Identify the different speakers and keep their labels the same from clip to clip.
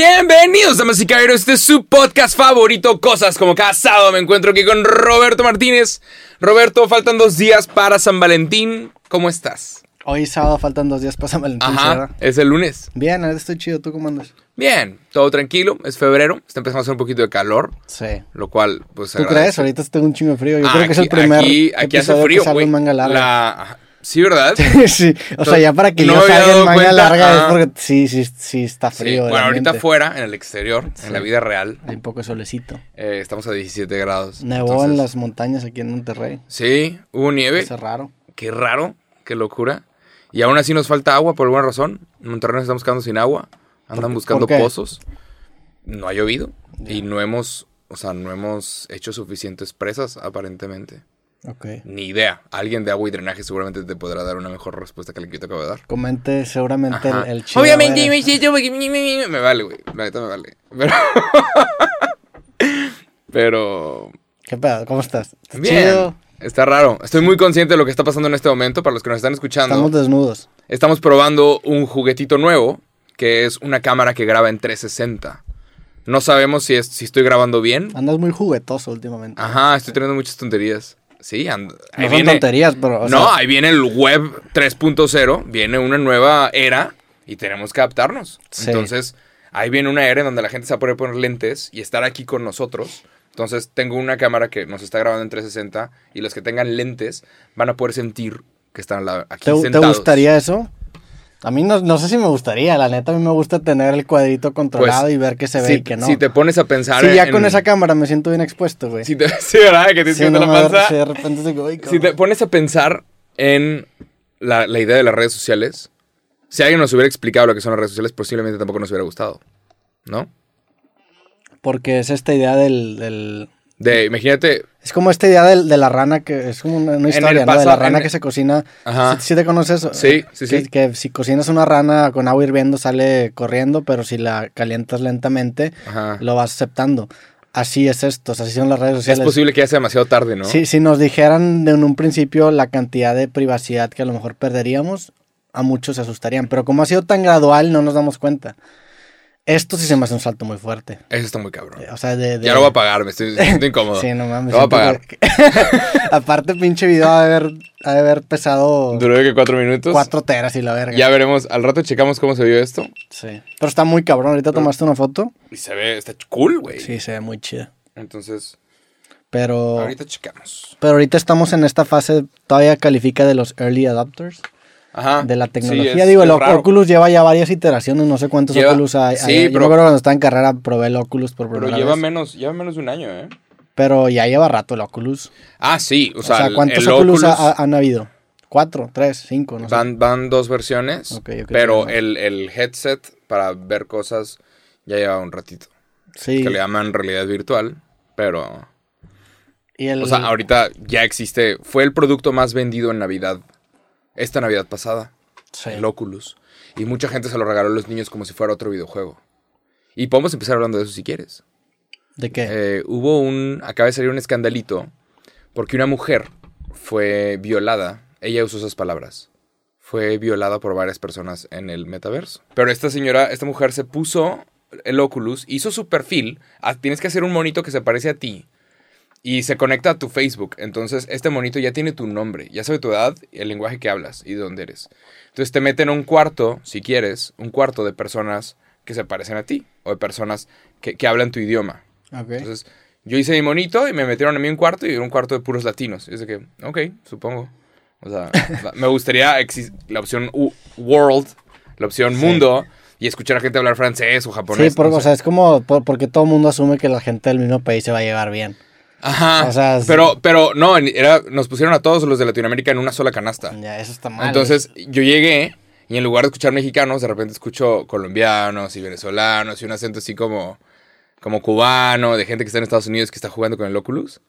Speaker 1: Bienvenidos, damas y caballeros. Este es su podcast favorito, Cosas como Casado. Me encuentro aquí con Roberto Martínez. Roberto, faltan dos días para San Valentín. ¿Cómo estás?
Speaker 2: Hoy sábado faltan dos días para San Valentín, ¿verdad?
Speaker 1: Ajá, es el lunes.
Speaker 2: Bien, ahora estoy chido. ¿Tú cómo andas?
Speaker 1: Bien, todo tranquilo. Es febrero, está empezando a hacer un poquito de calor,
Speaker 2: Sí.
Speaker 1: lo cual, pues.
Speaker 2: ¿Tú
Speaker 1: agradece.
Speaker 2: crees? Ahorita tengo un chingo de frío. Yo
Speaker 1: Ah,
Speaker 2: creo que es el
Speaker 1: aquí-
Speaker 2: primer
Speaker 1: Aquí, aquí hace
Speaker 2: episodio
Speaker 1: frío,
Speaker 2: que salgo
Speaker 1: güey.
Speaker 2: en manga larga.
Speaker 1: La- ajá, Sí, ¿verdad?
Speaker 2: sí, o sea, ya para que
Speaker 1: No
Speaker 2: yo
Speaker 1: me había
Speaker 2: salga
Speaker 1: dado
Speaker 2: en manga
Speaker 1: cuenta,
Speaker 2: larga es
Speaker 1: ah.
Speaker 2: porque sí, sí, sí está
Speaker 1: Sí,
Speaker 2: frío. el
Speaker 1: Bueno, ahorita
Speaker 2: ambiente.
Speaker 1: fuera, en el exterior, en la vida real,
Speaker 2: Hay un poco de solecito.
Speaker 1: eh, estamos a 17 grados.
Speaker 2: Nevó en
Speaker 1: entonces-
Speaker 2: las montañas aquí en Monterrey.
Speaker 1: Sí, hubo nieve.
Speaker 2: Eso es raro.
Speaker 1: Qué raro, qué locura. Y aún así nos falta agua por alguna razón. En Monterrey nos estamos quedando sin agua. Andan buscando
Speaker 2: por qué?
Speaker 1: pozos. No ha llovido. Y no hemos, o sea, no hemos hecho suficientes presas, aparentemente.
Speaker 2: Ok.
Speaker 1: Ni idea. Alguien de agua y drenaje seguramente te podrá dar una mejor respuesta que la que yo te acabo de dar.
Speaker 2: Comente seguramente el,
Speaker 1: Ajá.
Speaker 2: el chido.
Speaker 1: Obviamente,
Speaker 2: a ver,
Speaker 1: me, yo- me- me vale, güey. La neta me vale. Pero. Pero.
Speaker 2: ¿Qué pedo? ¿Cómo estás? ¿Estás
Speaker 1: Bien.
Speaker 2: chido?
Speaker 1: Está raro. Estoy muy consciente de lo que está pasando en este momento. Para los que nos están escuchando.
Speaker 2: Estamos desnudos.
Speaker 1: Estamos probando un juguetito nuevo, que es una cámara que graba en 360. No sabemos si, es, si estoy grabando bien.
Speaker 2: Andas muy juguetoso últimamente.
Speaker 1: Ajá, estoy teniendo muchas tonterías. Sí, and- Ah, ahí
Speaker 2: no son
Speaker 1: viene.
Speaker 2: tonterías, pero. o
Speaker 1: no,
Speaker 2: sea,
Speaker 1: ahí viene el web 3.0, viene una nueva era y tenemos que adaptarnos.
Speaker 2: Sí.
Speaker 1: Entonces, ahí viene una era en donde la gente se va a poder poner lentes y estar aquí con nosotros. Entonces, tengo una cámara que nos está grabando en 360 y los que tengan lentes van a poder sentir que están al lado- aquí
Speaker 2: ¿Te, te
Speaker 1: sentados.
Speaker 2: gustaría eso? A mí no, no sé si me gustaría, la neta, a mí me gusta tener el cuadrito controlado
Speaker 1: Pues,
Speaker 2: y ver que se ve
Speaker 1: si,
Speaker 2: y que no.
Speaker 1: si te pones a pensar.
Speaker 2: Sí, ya
Speaker 1: en-
Speaker 2: con esa cámara me siento bien expuesto, güey.
Speaker 1: Si te, sí, ¿verdad? Que te
Speaker 2: Sí,
Speaker 1: sientes
Speaker 2: no
Speaker 1: la
Speaker 2: me-
Speaker 1: panza.
Speaker 2: sí, de repente digo, "Ay,
Speaker 1: Si te
Speaker 2: cabrón".
Speaker 1: pones a pensar en la, la idea de las redes sociales, si alguien nos hubiera explicado lo que son las redes sociales, posiblemente tampoco nos hubiera gustado. ¿No?
Speaker 2: Porque es esta idea del... del-
Speaker 1: De, imagínate,
Speaker 2: Es como esta idea del- de la rana que... Es como una, una historia, ¿no? De la
Speaker 1: pasado-
Speaker 2: rana
Speaker 1: en-
Speaker 2: que se cocina...
Speaker 1: Ajá.
Speaker 2: ¿Sí, sí te conoces?
Speaker 1: Sí, sí,
Speaker 2: Que-
Speaker 1: sí.
Speaker 2: Que si cocinas una rana con agua hirviendo sale corriendo, pero si la calientas lentamente
Speaker 1: Ajá.
Speaker 2: lo vas aceptando. Así es esto, o sea, así son las redes
Speaker 1: es
Speaker 2: sociales.
Speaker 1: posible que ya sea demasiado tarde, ¿no?
Speaker 2: Si, si nos dijeran de un, un principio la cantidad de privacidad que a lo mejor perderíamos, a muchos se asustarían. Pero como ha sido tan gradual, no nos damos cuenta. Esto sí se me hace un salto muy fuerte.
Speaker 1: Eso está muy cabrón.
Speaker 2: Eh, O sea, de, de-
Speaker 1: Ya lo voy a pagar, me estoy sintiendo incómodo.
Speaker 2: Sí, no mames.
Speaker 1: Lo voy a pagar.
Speaker 2: siento que- Aparte, pinche video ha de haber, ha de haber pesado
Speaker 1: Duró que cuatro minutos.
Speaker 2: cuatro teras y la verga.
Speaker 1: Ya veremos. Al rato checamos cómo se vio esto.
Speaker 2: Sí. Pero está muy cabrón. Ahorita tomaste una foto.
Speaker 1: Y se ve, está cool, güey.
Speaker 2: Sí, Oh. se ve muy chida.
Speaker 1: Entonces,
Speaker 2: Pero
Speaker 1: ahorita checamos.
Speaker 2: pero ahorita estamos en esta fase, todavía califica de los early adopters.
Speaker 1: Ajá.
Speaker 2: de la
Speaker 1: Sí,
Speaker 2: tecnología.
Speaker 1: es-
Speaker 2: Digo, el
Speaker 1: es raro.
Speaker 2: Oculus lleva ya varias iteraciones, no sé cuántos
Speaker 1: Lleva-
Speaker 2: Oculus hay.
Speaker 1: sí,
Speaker 2: hay- Yo
Speaker 1: pero-
Speaker 2: me acuerdo cuando estaba en carrera probé el Oculus por
Speaker 1: Pero
Speaker 2: primera
Speaker 1: lleva
Speaker 2: vez.
Speaker 1: menos, lleva menos de un año, ¿eh?
Speaker 2: Pero ya lleva rato el Oculus.
Speaker 1: Ah, sí. O
Speaker 2: O sea,
Speaker 1: sea, el-
Speaker 2: ¿cuántos
Speaker 1: el
Speaker 2: Oculus,
Speaker 1: Oculus,
Speaker 2: ha- ha- han habido? ¿Cuatro, tres, cinco? No sé.
Speaker 1: van, van dos versiones,
Speaker 2: Ok, ok,
Speaker 1: pero
Speaker 2: tiene
Speaker 1: el, el headset para ver cosas ya lleva un ratito.
Speaker 2: Sí.
Speaker 1: Que le llaman realidad virtual, pero...
Speaker 2: Y el,
Speaker 1: O sea, ahorita ya existe. Fue el producto más vendido en Navidad. Esta Navidad pasada.
Speaker 2: sí.
Speaker 1: El Oculus. Y mucha gente se lo regaló a los niños como si fuera otro videojuego. Y podemos empezar hablando de eso si quieres.
Speaker 2: ¿De qué?
Speaker 1: Eh, hubo un. Acaba de salir un escandalito porque una mujer fue violada. Ella usó esas palabras. Fue violada por varias personas en el metaverso. Pero esta señora, esta mujer se puso el Oculus, hizo su perfil. Ah, Tienes que hacer un monito que se parece a ti y se conecta a tu Facebook. Entonces, este monito ya tiene tu nombre, ya sabe tu edad, el lenguaje que hablas y de dónde eres. Entonces, te meten a un cuarto, si quieres, un cuarto de personas que se parecen a ti o de personas que- que hablan tu idioma.
Speaker 2: Ok.
Speaker 1: Entonces, yo hice mi monito y me metieron a mí un cuarto y era un cuarto de puros latinos. Y es de que, ok, supongo. O sea, la- me gustaría exis- la opción u- world, la opción mundo, y escuchar a gente hablar francés o
Speaker 2: sí,
Speaker 1: japonés.
Speaker 2: por-
Speaker 1: no
Speaker 2: o
Speaker 1: sé.
Speaker 2: sea, es como por- porque todo el mundo asume que la gente del mismo país se va a llevar bien.
Speaker 1: Ajá.
Speaker 2: o sea, es-
Speaker 1: pero, pero no, en- era, nos pusieron a todos los de Latinoamérica en una sola canasta.
Speaker 2: Ya, eso está mal.
Speaker 1: Ah. Entonces, yo llegué y en lugar de escuchar mexicanos, de repente escucho colombianos y venezolanos y un acento así como, como cubano, de gente que está en Estados Unidos que está jugando con el Oculus.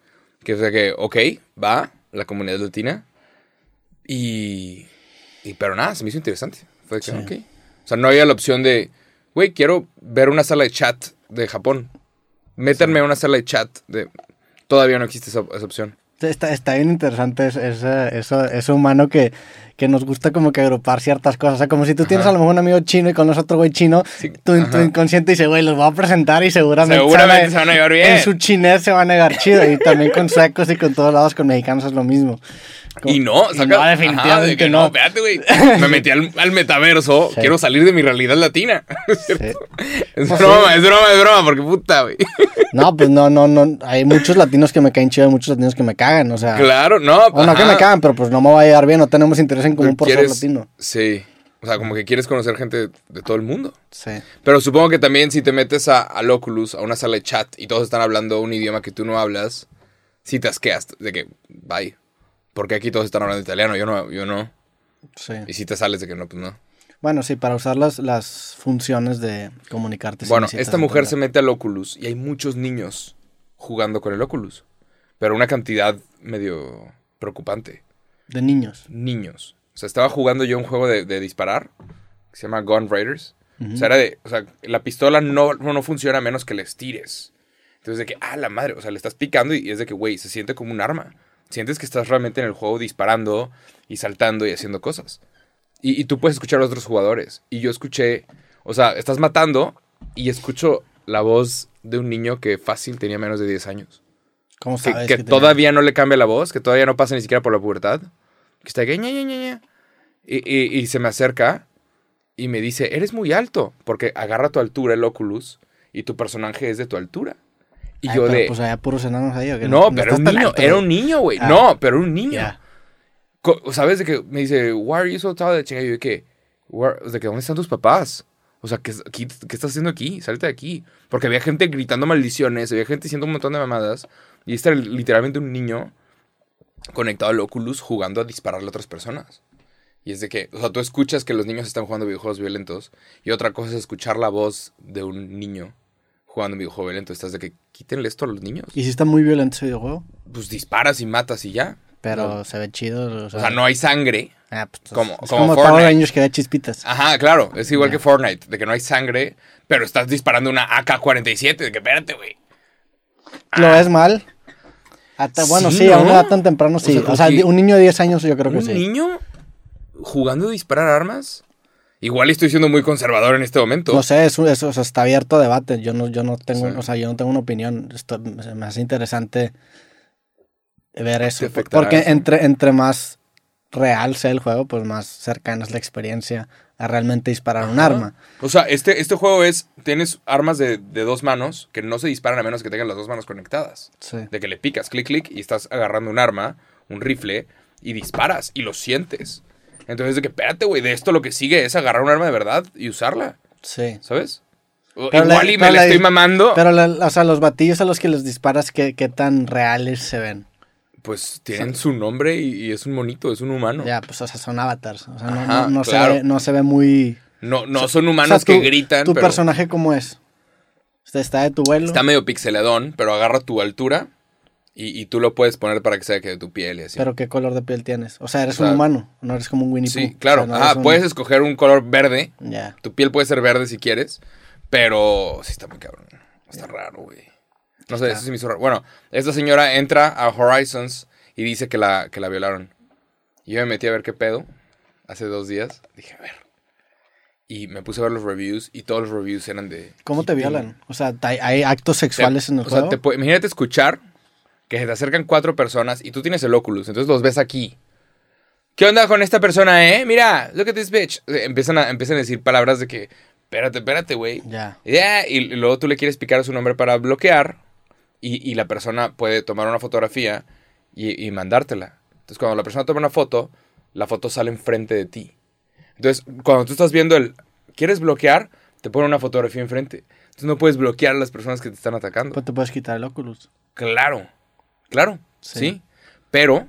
Speaker 1: Que o sea que, ok, va la comunidad latina. Y, y pero nada, se me hizo interesante. Fue de que, ok. O sea, no había la opción de, güey, quiero ver una sala de chat de Japón. Métanme a una sala de chat de... Todavía no existe esa, esa opción.
Speaker 2: Está, está bien interesante es- esa- eso, eso humano que, que nos gusta como que agrupar ciertas cosas. O sea, como si tú tienes
Speaker 1: Ajá.
Speaker 2: a lo mejor un amigo chino y conoces otro güey chino,
Speaker 1: Sí,
Speaker 2: tu, tu
Speaker 1: ajá.
Speaker 2: inconsciente dice, güey, los voy a presentar y seguramente,
Speaker 1: Seguramente se van a llevar bien.
Speaker 2: En su chinés se van a negar chido. Y también con sacos y con todos lados, con mexicanos es lo mismo. Como-
Speaker 1: Y no,
Speaker 2: y
Speaker 1: saca.
Speaker 2: no, definitivamente
Speaker 1: Ajá, de que
Speaker 2: no.
Speaker 1: espérate, güey. Me metí al, al metaverso.
Speaker 2: Sí.
Speaker 1: Quiero salir de mi realidad latina.
Speaker 2: Sí.
Speaker 1: Es
Speaker 2: Pues
Speaker 1: broma,
Speaker 2: sí.
Speaker 1: es broma, es broma, porque puta, güey.
Speaker 2: No, pues no, no, no. Hay muchos latinos que me caen chido, hay muchos latinos que me cagan. O sea,
Speaker 1: Claro, no.
Speaker 2: o no que
Speaker 1: ajá.
Speaker 2: Ah. me cagan, pero pues no me va a llegar bien, no tenemos interés en común por ser
Speaker 1: Quieres-
Speaker 2: latino.
Speaker 1: Sí. O sea, como que quieres conocer gente de todo el mundo.
Speaker 2: Sí.
Speaker 1: Pero supongo que también si te metes a, al Oculus, a una sala de chat, y todos están hablando un idioma que tú no hablas, si te asqueas de que, bye. Porque aquí todos están hablando italiano, yo no, yo no.
Speaker 2: Sí.
Speaker 1: Y si te sales de que no, pues no.
Speaker 2: Bueno, sí, para usar las, las funciones de comunicarte. sin
Speaker 1: Bueno,
Speaker 2: necesitas
Speaker 1: esta mujer se
Speaker 2: entender.
Speaker 1: mete al Oculus y hay muchos niños jugando con el Oculus. Pero una cantidad medio preocupante.
Speaker 2: De niños.
Speaker 1: Niños. O sea, estaba jugando yo un juego de, de disparar que se llama Gun Raiders. O sea, era de. O sea, la pistola no, no, no funciona a menos que les tires. Entonces, de que, ah, la madre. O sea, le estás picando y, y es de que, güey, se siente como un arma. Sientes que estás realmente en el juego disparando y saltando y haciendo cosas. Y, y tú puedes escuchar a otros jugadores. Y yo escuché, o sea, estás matando y escucho la voz de un niño que fácil tenía menos de 10 años.
Speaker 2: ¿Cómo
Speaker 1: Que,
Speaker 2: sabes?
Speaker 1: que
Speaker 2: tenía-
Speaker 1: todavía no le cambia la voz, que todavía no pasa ni siquiera por la pubertad. Que está que ña, ña, ña, ña. Y, y- y se me acerca y me dice, eres muy alto. Porque agarra tu altura el Oculus y tu personaje es de tu altura. Y
Speaker 2: Ay,
Speaker 1: yo
Speaker 2: pero
Speaker 1: de...
Speaker 2: Pues había puros enanos ahí. ¿o qué? Pues,
Speaker 1: no, pero era
Speaker 2: estás
Speaker 1: un
Speaker 2: tan
Speaker 1: niño,
Speaker 2: alto,
Speaker 1: era
Speaker 2: güey.
Speaker 1: un niño, güey.
Speaker 2: Ah.
Speaker 1: No, pero era un niño.
Speaker 2: Ya.
Speaker 1: Co- ¿Sabes de que me dice, why are you so tall? De chinga, y yo de que, "Where- de que, ¿dónde están tus papás? O sea, ¿qué, qué, qué estás haciendo aquí? Salte de aquí. Porque había gente gritando maldiciones, había gente diciendo un montón de mamadas. Y este era literalmente un niño conectado al Oculus jugando a dispararle a otras personas. Y es de que, o sea, tú escuchas que los niños están jugando videojuegos violentos. Y otra cosa es escuchar la voz de un niño jugando un videojuego violento. Estás de que, quítenle esto a los niños.
Speaker 2: Y sí está muy violento ese videojuego,
Speaker 1: Pues disparas y matas y ya.
Speaker 2: pero
Speaker 1: No.
Speaker 2: se ve chido. O sea,
Speaker 1: O sea, no hay sangre.
Speaker 2: Ah, pues, es-
Speaker 1: como-
Speaker 2: es
Speaker 1: como
Speaker 2: como, Power
Speaker 1: Fortnite. Ah.
Speaker 2: Rangers que da chispitas.
Speaker 1: Ajá, claro, es igual
Speaker 2: Ya.
Speaker 1: que Fortnite, de que no hay sangre, pero estás disparando una AK-47, de que espérate, güey.
Speaker 2: ¿Lo ves mal? Hasta- bueno,
Speaker 1: Sí,
Speaker 2: sí, a una
Speaker 1: ¿no?
Speaker 2: edad tan temprano
Speaker 1: O
Speaker 2: sí.
Speaker 1: sea,
Speaker 2: O sea,
Speaker 1: como que-
Speaker 2: un niño de 10 años yo creo que
Speaker 1: ¿Un
Speaker 2: sí.
Speaker 1: niño jugando a disparar armas? Igual estoy siendo muy conservador en este momento.
Speaker 2: No sé, eso, eso, o sea, está abierto a debate. Yo no, yo no tengo,
Speaker 1: Sí.
Speaker 2: o sea, yo no tengo una opinión. Esto se me hace interesante ver eso. por-
Speaker 1: afectará
Speaker 2: Porque
Speaker 1: eso?
Speaker 2: entre, entre más real sea el juego, pues más cercana es la experiencia a realmente disparar un
Speaker 1: Ajá.
Speaker 2: arma.
Speaker 1: O sea, este, este juego es, tienes armas de, de dos manos que no se disparan a menos que tengan las dos manos conectadas.
Speaker 2: Sí.
Speaker 1: De que le picas, clic, clic, y estás agarrando un arma, un rifle, y disparas, y lo sientes. Entonces, de que espérate, güey, de esto lo que sigue es agarrar un arma de verdad y usarla,
Speaker 2: Sí.
Speaker 1: ¿sabes? O-
Speaker 2: Pero la-
Speaker 1: Igual y me
Speaker 2: pero
Speaker 1: la
Speaker 2: la-
Speaker 1: estoy mamando.
Speaker 2: Pero, la- o sea, los batillos a los que les disparas, ¿qué, qué tan reales se ven?
Speaker 1: Pues tienen su nombre y, y es un monito, es un humano.
Speaker 2: Ya, pues, o sea, son avatars. O sea, no,
Speaker 1: Ajá,
Speaker 2: no- no
Speaker 1: claro.
Speaker 2: se, ve, no se ve muy...
Speaker 1: No, no son
Speaker 2: o sea,
Speaker 1: humanos que
Speaker 2: tu-
Speaker 1: gritan,
Speaker 2: ¿Tu
Speaker 1: pero
Speaker 2: personaje cómo es? Este ¿Está de tu vuelo?
Speaker 1: está medio pixeladón, pero agarra tu altura y, y tú lo puedes poner para que sea que de tu piel y así.
Speaker 2: Pero qué color de piel tienes. O sea, eres
Speaker 1: O sea,
Speaker 2: un humano, no eres como un Winnie Pooh.
Speaker 1: sí, claro.
Speaker 2: O sea, no
Speaker 1: ah,
Speaker 2: eres un-
Speaker 1: puedes escoger un color verde.
Speaker 2: Ya.
Speaker 1: Tu piel puede ser verde si quieres, pero sí está muy cabrón. Está raro, güey. No sé,
Speaker 2: Está.
Speaker 1: eso sí me hizo raro. Bueno, esta señora entra a Horizons y dice que la, que la violaron. Y yo me metí a ver qué pedo hace dos días. Dije, a ver. Y me puse a ver los reviews y todos los reviews eran de...
Speaker 2: ¿Cómo te
Speaker 1: hitting.
Speaker 2: violan? O sea, ¿hay, hay actos
Speaker 1: Te-
Speaker 2: sexuales en el
Speaker 1: o sea,
Speaker 2: juego?
Speaker 1: te pu- imagínate escuchar que se te acercan cuatro personas y tú tienes el Oculus, entonces los ves aquí. ¿Qué onda con esta persona, eh? Mira, look at this bitch. Eh, Empiezan a, empiezan a decir palabras de que, espérate, espérate, güey.
Speaker 2: Ya.
Speaker 1: Ya, Y luego tú le quieres picar su nombre para bloquear y, y la persona puede tomar una fotografía y, y mandártela. Entonces, cuando la persona toma una foto, la foto sale enfrente de ti. Entonces, cuando tú estás viendo el, ¿quieres bloquear? Te pone una fotografía enfrente. Entonces, no puedes bloquear a las personas que te están atacando.
Speaker 2: Pues te puedes quitar el Oculus.
Speaker 1: Claro, claro,
Speaker 2: Sí.
Speaker 1: sí. Pero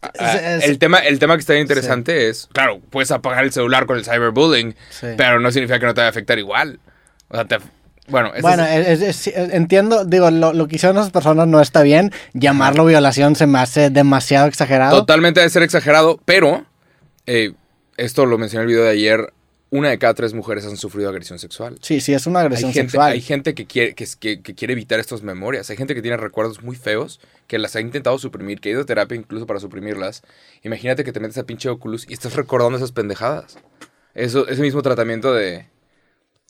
Speaker 1: a- a-
Speaker 2: Es- es-
Speaker 1: el, tema, el tema que está bien interesante es, claro, puedes apagar el celular con el cyberbullying,
Speaker 2: Sí.
Speaker 1: pero no significa que no te va a afectar igual. O sea, te af- bueno, ese
Speaker 2: bueno,
Speaker 1: es-
Speaker 2: es- es- es- entiendo, digo, lo, lo que hicieron esas personas no está bien. Llamarlo violación se me hace demasiado exagerado.
Speaker 1: eh, totalmente debe ser exagerado, pero eh, esto lo mencioné en el video de ayer. una de cada tres mujeres han sufrido agresión sexual.
Speaker 2: Sí, sí, es una
Speaker 1: Hay
Speaker 2: agresión
Speaker 1: gente,
Speaker 2: sexual.
Speaker 1: hay gente que, quiere, que, es- que- que quiere evitar estas memorias. Hay gente que tiene recuerdos muy feos, que las ha intentado suprimir, que ha ido a terapia incluso para suprimirlas. Imagínate que te metes a pinche Oculus y estás recordando esas pendejadas. Eso, ese mismo tratamiento de,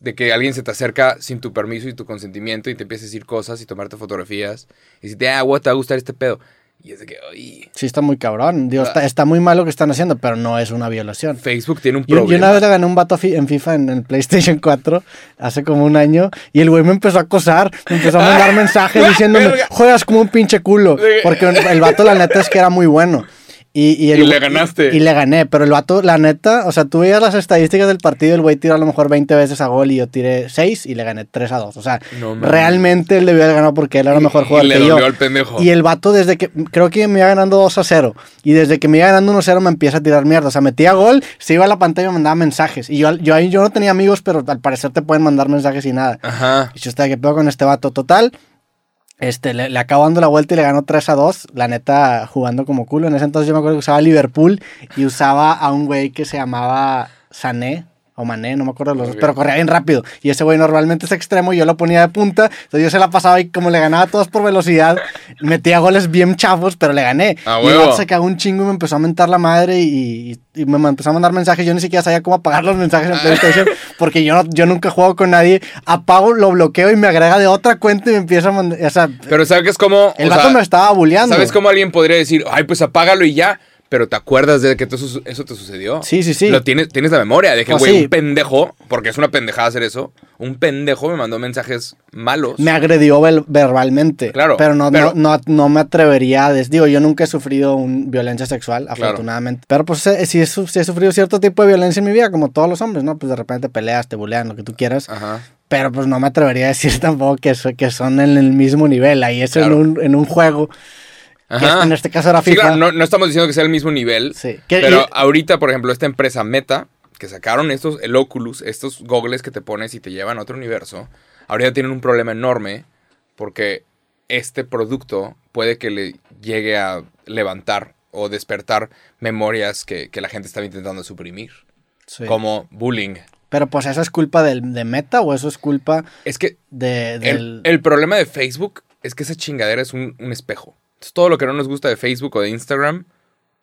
Speaker 1: de que alguien se te acerca sin tu permiso y tu consentimiento y te empieza a decir cosas y tomarte fotografías. Y si te, ah, güey, te va a gustar este pedo. Y es de que, "Ay".
Speaker 2: Sí, está muy cabrón. Digo, está, está muy mal lo que están haciendo, pero no es una violación.
Speaker 1: Facebook tiene un
Speaker 2: Yo,
Speaker 1: problema.
Speaker 2: yo una vez le gané un vato fi- en FIFA en el PlayStation 4 hace como un año y el güey me empezó a acosar, me empezó a mandar mensajes diciéndome,
Speaker 1: verga.
Speaker 2: juegas como un pinche culo, porque el vato la neta es que era muy bueno. Y, el
Speaker 1: Y le
Speaker 2: güey-
Speaker 1: ganaste.
Speaker 2: Y le gané, pero el vato, la neta, o sea, tú veías las estadísticas del partido, el güey tiró a lo mejor 20 veces a gol y yo tiré 6 y le gané 3 a 2. O sea,
Speaker 1: No mames.
Speaker 2: realmente él debió haber ganado porque él era mejor
Speaker 1: Y- y
Speaker 2: jugador
Speaker 1: le
Speaker 2: que yo.
Speaker 1: dolió al pendejo.
Speaker 2: Y el vato desde que, creo que me iba ganando 2 a 0. Y desde que me iba ganando 1 a 0 me empieza a tirar mierda. O sea, metía gol, se iba a la pantalla y me mandaba mensajes. Y yo, yo ahí yo no tenía amigos, pero al parecer te pueden mandar mensajes y nada.
Speaker 1: Ajá.
Speaker 2: Y yo estaba que pedo con este vato total. Este, le, le acabo dando la vuelta y le ganó 3 a 2. La neta, jugando como culo. En ese entonces yo me acuerdo que usaba Liverpool y usaba a un güey que se llamaba Sané. O Mané, no me acuerdo los dos,
Speaker 1: Ok.
Speaker 2: pero corría bien rápido. Y ese güey normalmente es extremo, yo lo ponía de punta. Entonces yo se la pasaba y como le ganaba a todos por velocidad, metía goles bien chafos, pero le gané.
Speaker 1: A
Speaker 2: y el vato
Speaker 1: huevo.
Speaker 2: se cagó un chingo y me empezó a mentar la madre y, y- y me ma- empezó a mandar mensajes. Yo ni siquiera sabía cómo apagar los mensajes
Speaker 1: Ah.
Speaker 2: en PlayStation porque yo, no- yo nunca juego con nadie. Apago, lo bloqueo y me agrega de otra cuenta y me empieza a mandar. O sea,
Speaker 1: Pero ¿sabes qué es como?
Speaker 2: el
Speaker 1: O
Speaker 2: vato
Speaker 1: sea,
Speaker 2: me estaba bulleando.
Speaker 1: ¿Sabes cómo alguien podría decir, ay, pues apágalo y ya? Pero te acuerdas de que todo eso, eso te sucedió.
Speaker 2: Sí, sí, sí.
Speaker 1: Lo tienes, tienes la memoria de que,
Speaker 2: Pues
Speaker 1: güey,
Speaker 2: sí.
Speaker 1: un pendejo, porque es una pendejada hacer eso, un pendejo me mandó mensajes malos.
Speaker 2: Me agredió vel- verbalmente.
Speaker 1: Claro,
Speaker 2: Pero no,
Speaker 1: pero-
Speaker 2: no, no, no me atrevería a des- Digo, yo nunca he sufrido un- violencia sexual, afortunadamente. Pero pues eh, sí he, su- sí he sufrido cierto tipo de violencia en mi vida, como todos los hombres, ¿no? Pues de repente peleas, te bulean, lo que tú quieras.
Speaker 1: Ajá.
Speaker 2: Pero pues no me atrevería a decir tampoco que, so- que son en el mismo nivel. Ahí eso
Speaker 1: Claro.
Speaker 2: en, un, en un juego.
Speaker 1: Ajá.
Speaker 2: Que en este caso era
Speaker 1: Sí,
Speaker 2: FIFA.
Speaker 1: claro, no, no estamos diciendo que sea el mismo nivel.
Speaker 2: Sí. Que-
Speaker 1: Pero
Speaker 2: y-
Speaker 1: ahorita, por ejemplo, esta empresa Meta, que sacaron estos, el Oculus, estos gogles que te pones y te llevan a otro universo, ahorita tienen un problema enorme porque este producto puede que le llegue a levantar o despertar memorias que, que la gente estaba intentando suprimir,
Speaker 2: sí.
Speaker 1: como bullying.
Speaker 2: Pero pues eso es culpa del, de Meta o eso es culpa
Speaker 1: Es que
Speaker 2: de,
Speaker 1: el,
Speaker 2: del...
Speaker 1: el problema de Facebook es que esa chingadera es un, un espejo. Entonces, todo lo que no nos gusta de Facebook o de Instagram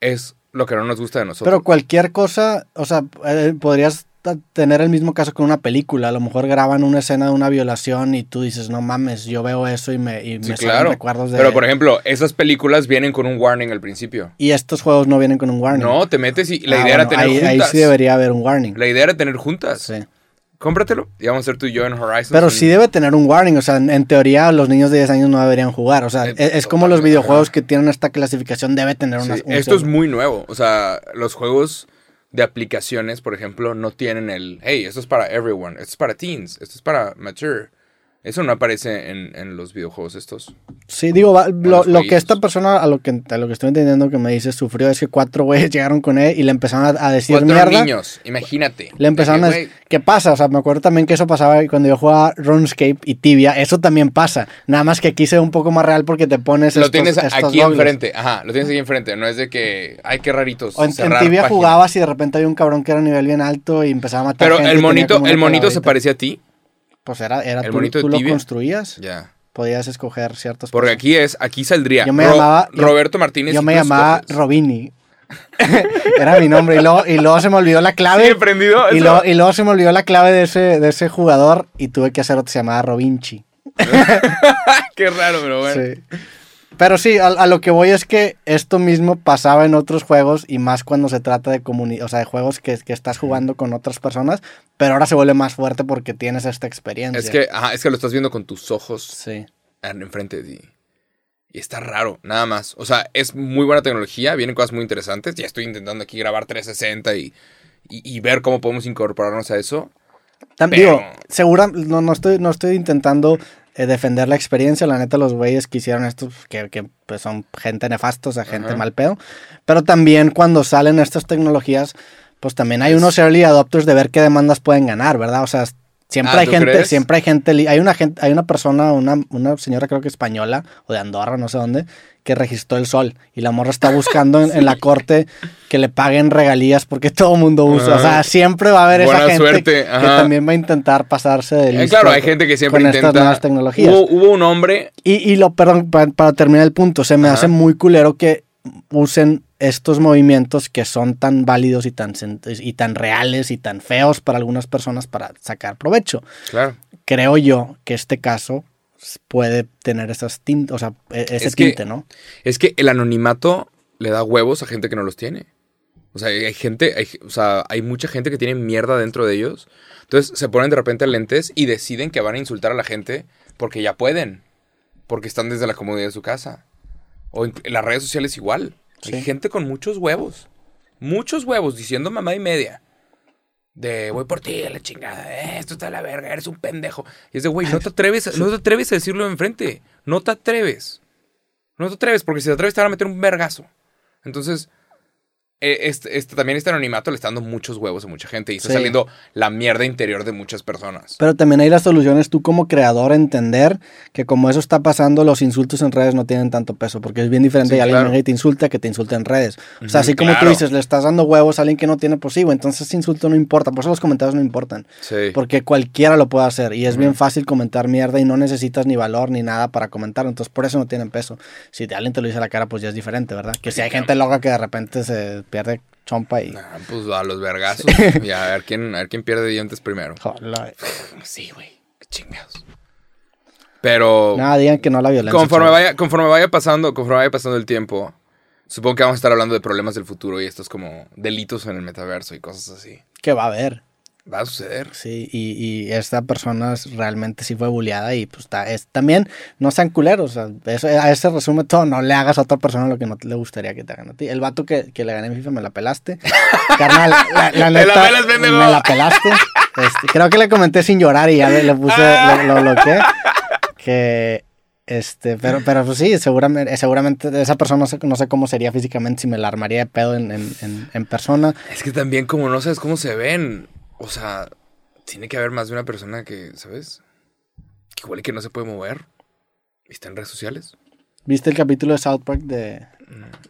Speaker 1: es lo que no nos gusta de nosotros.
Speaker 2: Pero cualquier cosa, o sea, eh, podrías ta- tener el mismo caso con una película. A lo mejor graban una escena de una violación y tú dices, no mames, yo veo eso y me, y
Speaker 1: Sí,
Speaker 2: me salen
Speaker 1: claro.
Speaker 2: recuerdos de...
Speaker 1: Pero, por ejemplo, esas películas vienen con un warning al principio.
Speaker 2: y estos juegos no vienen con un warning.
Speaker 1: No, te metes y la
Speaker 2: Ah,
Speaker 1: idea era
Speaker 2: bueno,
Speaker 1: tener
Speaker 2: ahí, ahí
Speaker 1: juntas.
Speaker 2: sí debería haber un warning.
Speaker 1: La idea era tener juntas.
Speaker 2: Sí.
Speaker 1: Cómpratelo y vamos a ser tú y yo en Horizon.
Speaker 2: Pero sí debe tener un warning, o sea, en, en teoría los niños de 10 años no deberían jugar, o sea,
Speaker 1: Eh,
Speaker 2: es, es como los
Speaker 1: totalmente,
Speaker 2: videojuegos que tienen esta clasificación, debe tener una... un-
Speaker 1: Esto es muy nuevo. O sea, los juegos de aplicaciones, por ejemplo, no tienen el, hey, esto es para everyone, esto es para teens, esto es para mature. Eso no aparece en, en los videojuegos estos.
Speaker 2: Sí, digo, va- lo,
Speaker 1: Buenos
Speaker 2: lo que
Speaker 1: jueguitos.
Speaker 2: esta persona, a lo que, a lo que estoy entendiendo que me dice, sufrió es que cuatro güeyes llegaron con él y le empezaron a, a decir
Speaker 1: Cuatro
Speaker 2: mierda.
Speaker 1: niños, imagínate.
Speaker 2: Le empezaron a
Speaker 1: De que,
Speaker 2: decir, ¿qué pasa? O sea, me acuerdo también que eso pasaba cuando yo jugaba RuneScape y Tibia, eso también pasa. Nada más que aquí se ve un poco más real porque te pones
Speaker 1: Pues Lo
Speaker 2: estos-
Speaker 1: tienes
Speaker 2: estos
Speaker 1: aquí
Speaker 2: goggles.
Speaker 1: enfrente. Ajá, lo tienes aquí enfrente. No es de que, ay, qué raritos.
Speaker 2: O en, en
Speaker 1: cerrar
Speaker 2: Tibia
Speaker 1: página".
Speaker 2: jugabas y de repente había un cabrón que era a nivel bien alto y empezaba a matar
Speaker 1: Pero
Speaker 2: gente
Speaker 1: el
Speaker 2: y tenía como
Speaker 1: monito,
Speaker 2: una
Speaker 1: el monito se
Speaker 2: calavera.
Speaker 1: parecía a ti.
Speaker 2: Pues era, era
Speaker 1: El
Speaker 2: tú,
Speaker 1: monito de
Speaker 2: tú lo
Speaker 1: Tibia.
Speaker 2: construías,
Speaker 1: Ya.
Speaker 2: podías escoger ciertos...
Speaker 1: Porque aquí
Speaker 2: personajes.
Speaker 1: es, aquí saldría
Speaker 2: Yo me
Speaker 1: Ro-
Speaker 2: llamaba- yo-
Speaker 1: Roberto Martínez.
Speaker 2: Yo
Speaker 1: y
Speaker 2: me
Speaker 1: tú
Speaker 2: llamaba
Speaker 1: escoges.
Speaker 2: Robini. Era mi nombre. Y luego, y luego se me olvidó la clave.
Speaker 1: Sí, aprendido
Speaker 2: y,
Speaker 1: eso.
Speaker 2: luego, y luego se me olvidó la clave de ese, de ese jugador y tuve que hacer otro que se llamaba Robinchi.
Speaker 1: Qué raro, pero bueno.
Speaker 2: Sí. Pero sí, a, a lo que voy es que esto mismo pasaba en otros juegos y más cuando se trata de comuni o sea, de juegos que, que estás jugando con otras personas, pero ahora se vuelve más fuerte porque tienes esta experiencia.
Speaker 1: Es que, ajá, es que lo estás viendo con tus ojos
Speaker 2: Sí.
Speaker 1: en- enfrente de ti. Y está raro, nada más. O sea, es muy buena tecnología, vienen cosas muy interesantes. Ya estoy intentando aquí grabar 360 y, y, y ver cómo podemos incorporarnos a eso.
Speaker 2: Tam-
Speaker 1: Pero-
Speaker 2: Digo, segura, no, no, estoy, no estoy intentando eh, defender la experiencia. La neta, los güeyes que hicieron esto, pues, que, que, pues, son gente nefasta, o sea, gente
Speaker 1: Ajá.
Speaker 2: mal pedo. Pero también cuando salen estas tecnologías, pues también hay unos early adopters de ver qué demandas pueden ganar, ¿verdad? O sea, Siempre
Speaker 1: Ah,
Speaker 2: hay
Speaker 1: ¿tú
Speaker 2: gente,
Speaker 1: crees?
Speaker 2: siempre hay gente, li- hay una gente, hay una persona, una, una señora creo que española o de Andorra, no sé dónde, que registró el sol y la morra está buscando en, en la corte que le paguen regalías porque todo mundo usa, o sea,
Speaker 1: Ajá.
Speaker 2: siempre va a haber esa
Speaker 1: Buena
Speaker 2: gente
Speaker 1: suerte,
Speaker 2: que
Speaker 1: ajá.
Speaker 2: también va a intentar pasarse de
Speaker 1: Eh,
Speaker 2: listo
Speaker 1: claro, hay gente que siempre
Speaker 2: con
Speaker 1: intenta.
Speaker 2: estas nuevas tecnologías.
Speaker 1: Hubo, hubo un hombre.
Speaker 2: Y, y lo, perdón, pa- para, terminar el punto, se me
Speaker 1: Ajá.
Speaker 2: hace muy culero que usen estos movimientos que son tan válidos y tan, sen- y tan reales y tan feos para algunas personas para sacar provecho.
Speaker 1: Claro.
Speaker 2: Creo yo que este caso puede tener esas tintes, o sea, e- ese
Speaker 1: Es que-
Speaker 2: tinte, ¿no?
Speaker 1: Es que el anonimato le da huevos a gente que no los tiene. O sea, hay gente, hay, o sea, hay mucha gente que tiene mierda dentro de ellos. Entonces se ponen de repente lentes y deciden que van a insultar a la gente porque ya pueden. Porque están desde la comodidad de su casa. O en, en las redes sociales igual.
Speaker 2: Sí.
Speaker 1: Hay gente con muchos huevos. Muchos huevos diciendo mamá y media. De voy por ti, a la chingada. eh, esto está a la verga, eres un pendejo. Y es de, güey, no te atreves, a- no te atreves a decirlo enfrente. No te atreves. No te atreves, porque si te atreves te van a meter un vergazo. Entonces, eh, este, este- también este anonimato le está dando muchos huevos a mucha gente y está
Speaker 2: Sí.
Speaker 1: saliendo la mierda interior de muchas personas.
Speaker 2: Pero también hay las soluciones tú como creador entender que como eso está pasando, los insultos en redes no tienen tanto peso, porque es bien diferente
Speaker 1: Sí,
Speaker 2: y alguien
Speaker 1: claro.
Speaker 2: venga y te insulta que te insulta en redes. O sea,
Speaker 1: Ujú,
Speaker 2: así como tú
Speaker 1: claro.
Speaker 2: dices, le estás dando huevos a alguien que no tiene posible, entonces ese insulto no importa, por eso los comentarios no importan,
Speaker 1: Sí.
Speaker 2: porque cualquiera lo puede hacer y es bien
Speaker 1: Ujú.
Speaker 2: fácil comentar mierda y no necesitas ni valor ni nada para comentar, entonces por eso no tienen peso. Si te- alguien te lo dice a la cara, pues ya es diferente, ¿verdad? Que si hay gente loca que de repente se pierde chompa y...
Speaker 1: Nah, pues a los vergazos. Y a ver quién, a ver quién pierde dientes primero.
Speaker 2: Joder,
Speaker 1: Sí, güey. Qué chingados. Pero
Speaker 2: nada, digan que no a la violencia.
Speaker 1: Oh. conforme
Speaker 2: chavos.
Speaker 1: vaya, conforme vaya pasando, conforme vaya pasando el tiempo, supongo que vamos a estar hablando de problemas del futuro y estos como delitos en el metaverso y cosas así.
Speaker 2: Que va a haber.
Speaker 1: Va a suceder.
Speaker 2: Sí, y, y esta persona es- realmente sí fue bulleada y pues ta- es, también no sean culeros, o sea, eso- a ese resume todo, no le hagas a otra persona lo que no te- le gustaría que te hagan a ti. El vato que, que le gané en FIFA me la pelaste. Carnal, la, la
Speaker 1: Te la
Speaker 2: neta,
Speaker 1: pelas, pendejo.
Speaker 2: me la pelaste. Este, creo que le comenté sin llorar y ya le, le puse,
Speaker 1: Ah.
Speaker 2: lo, lo bloqueé. Que, este, pero, pero pues sí, seguramente, seguramente esa persona no sé, no sé cómo sería físicamente, si me la armaría de pedo en, en- en- en persona.
Speaker 1: Es que también como no sabes cómo se ven, o sea, tiene que haber más de una persona que, ¿sabes? Que igual y que no se puede mover. Y Está en redes sociales.
Speaker 2: ¿Viste el capítulo de South Park de...
Speaker 1: Mm.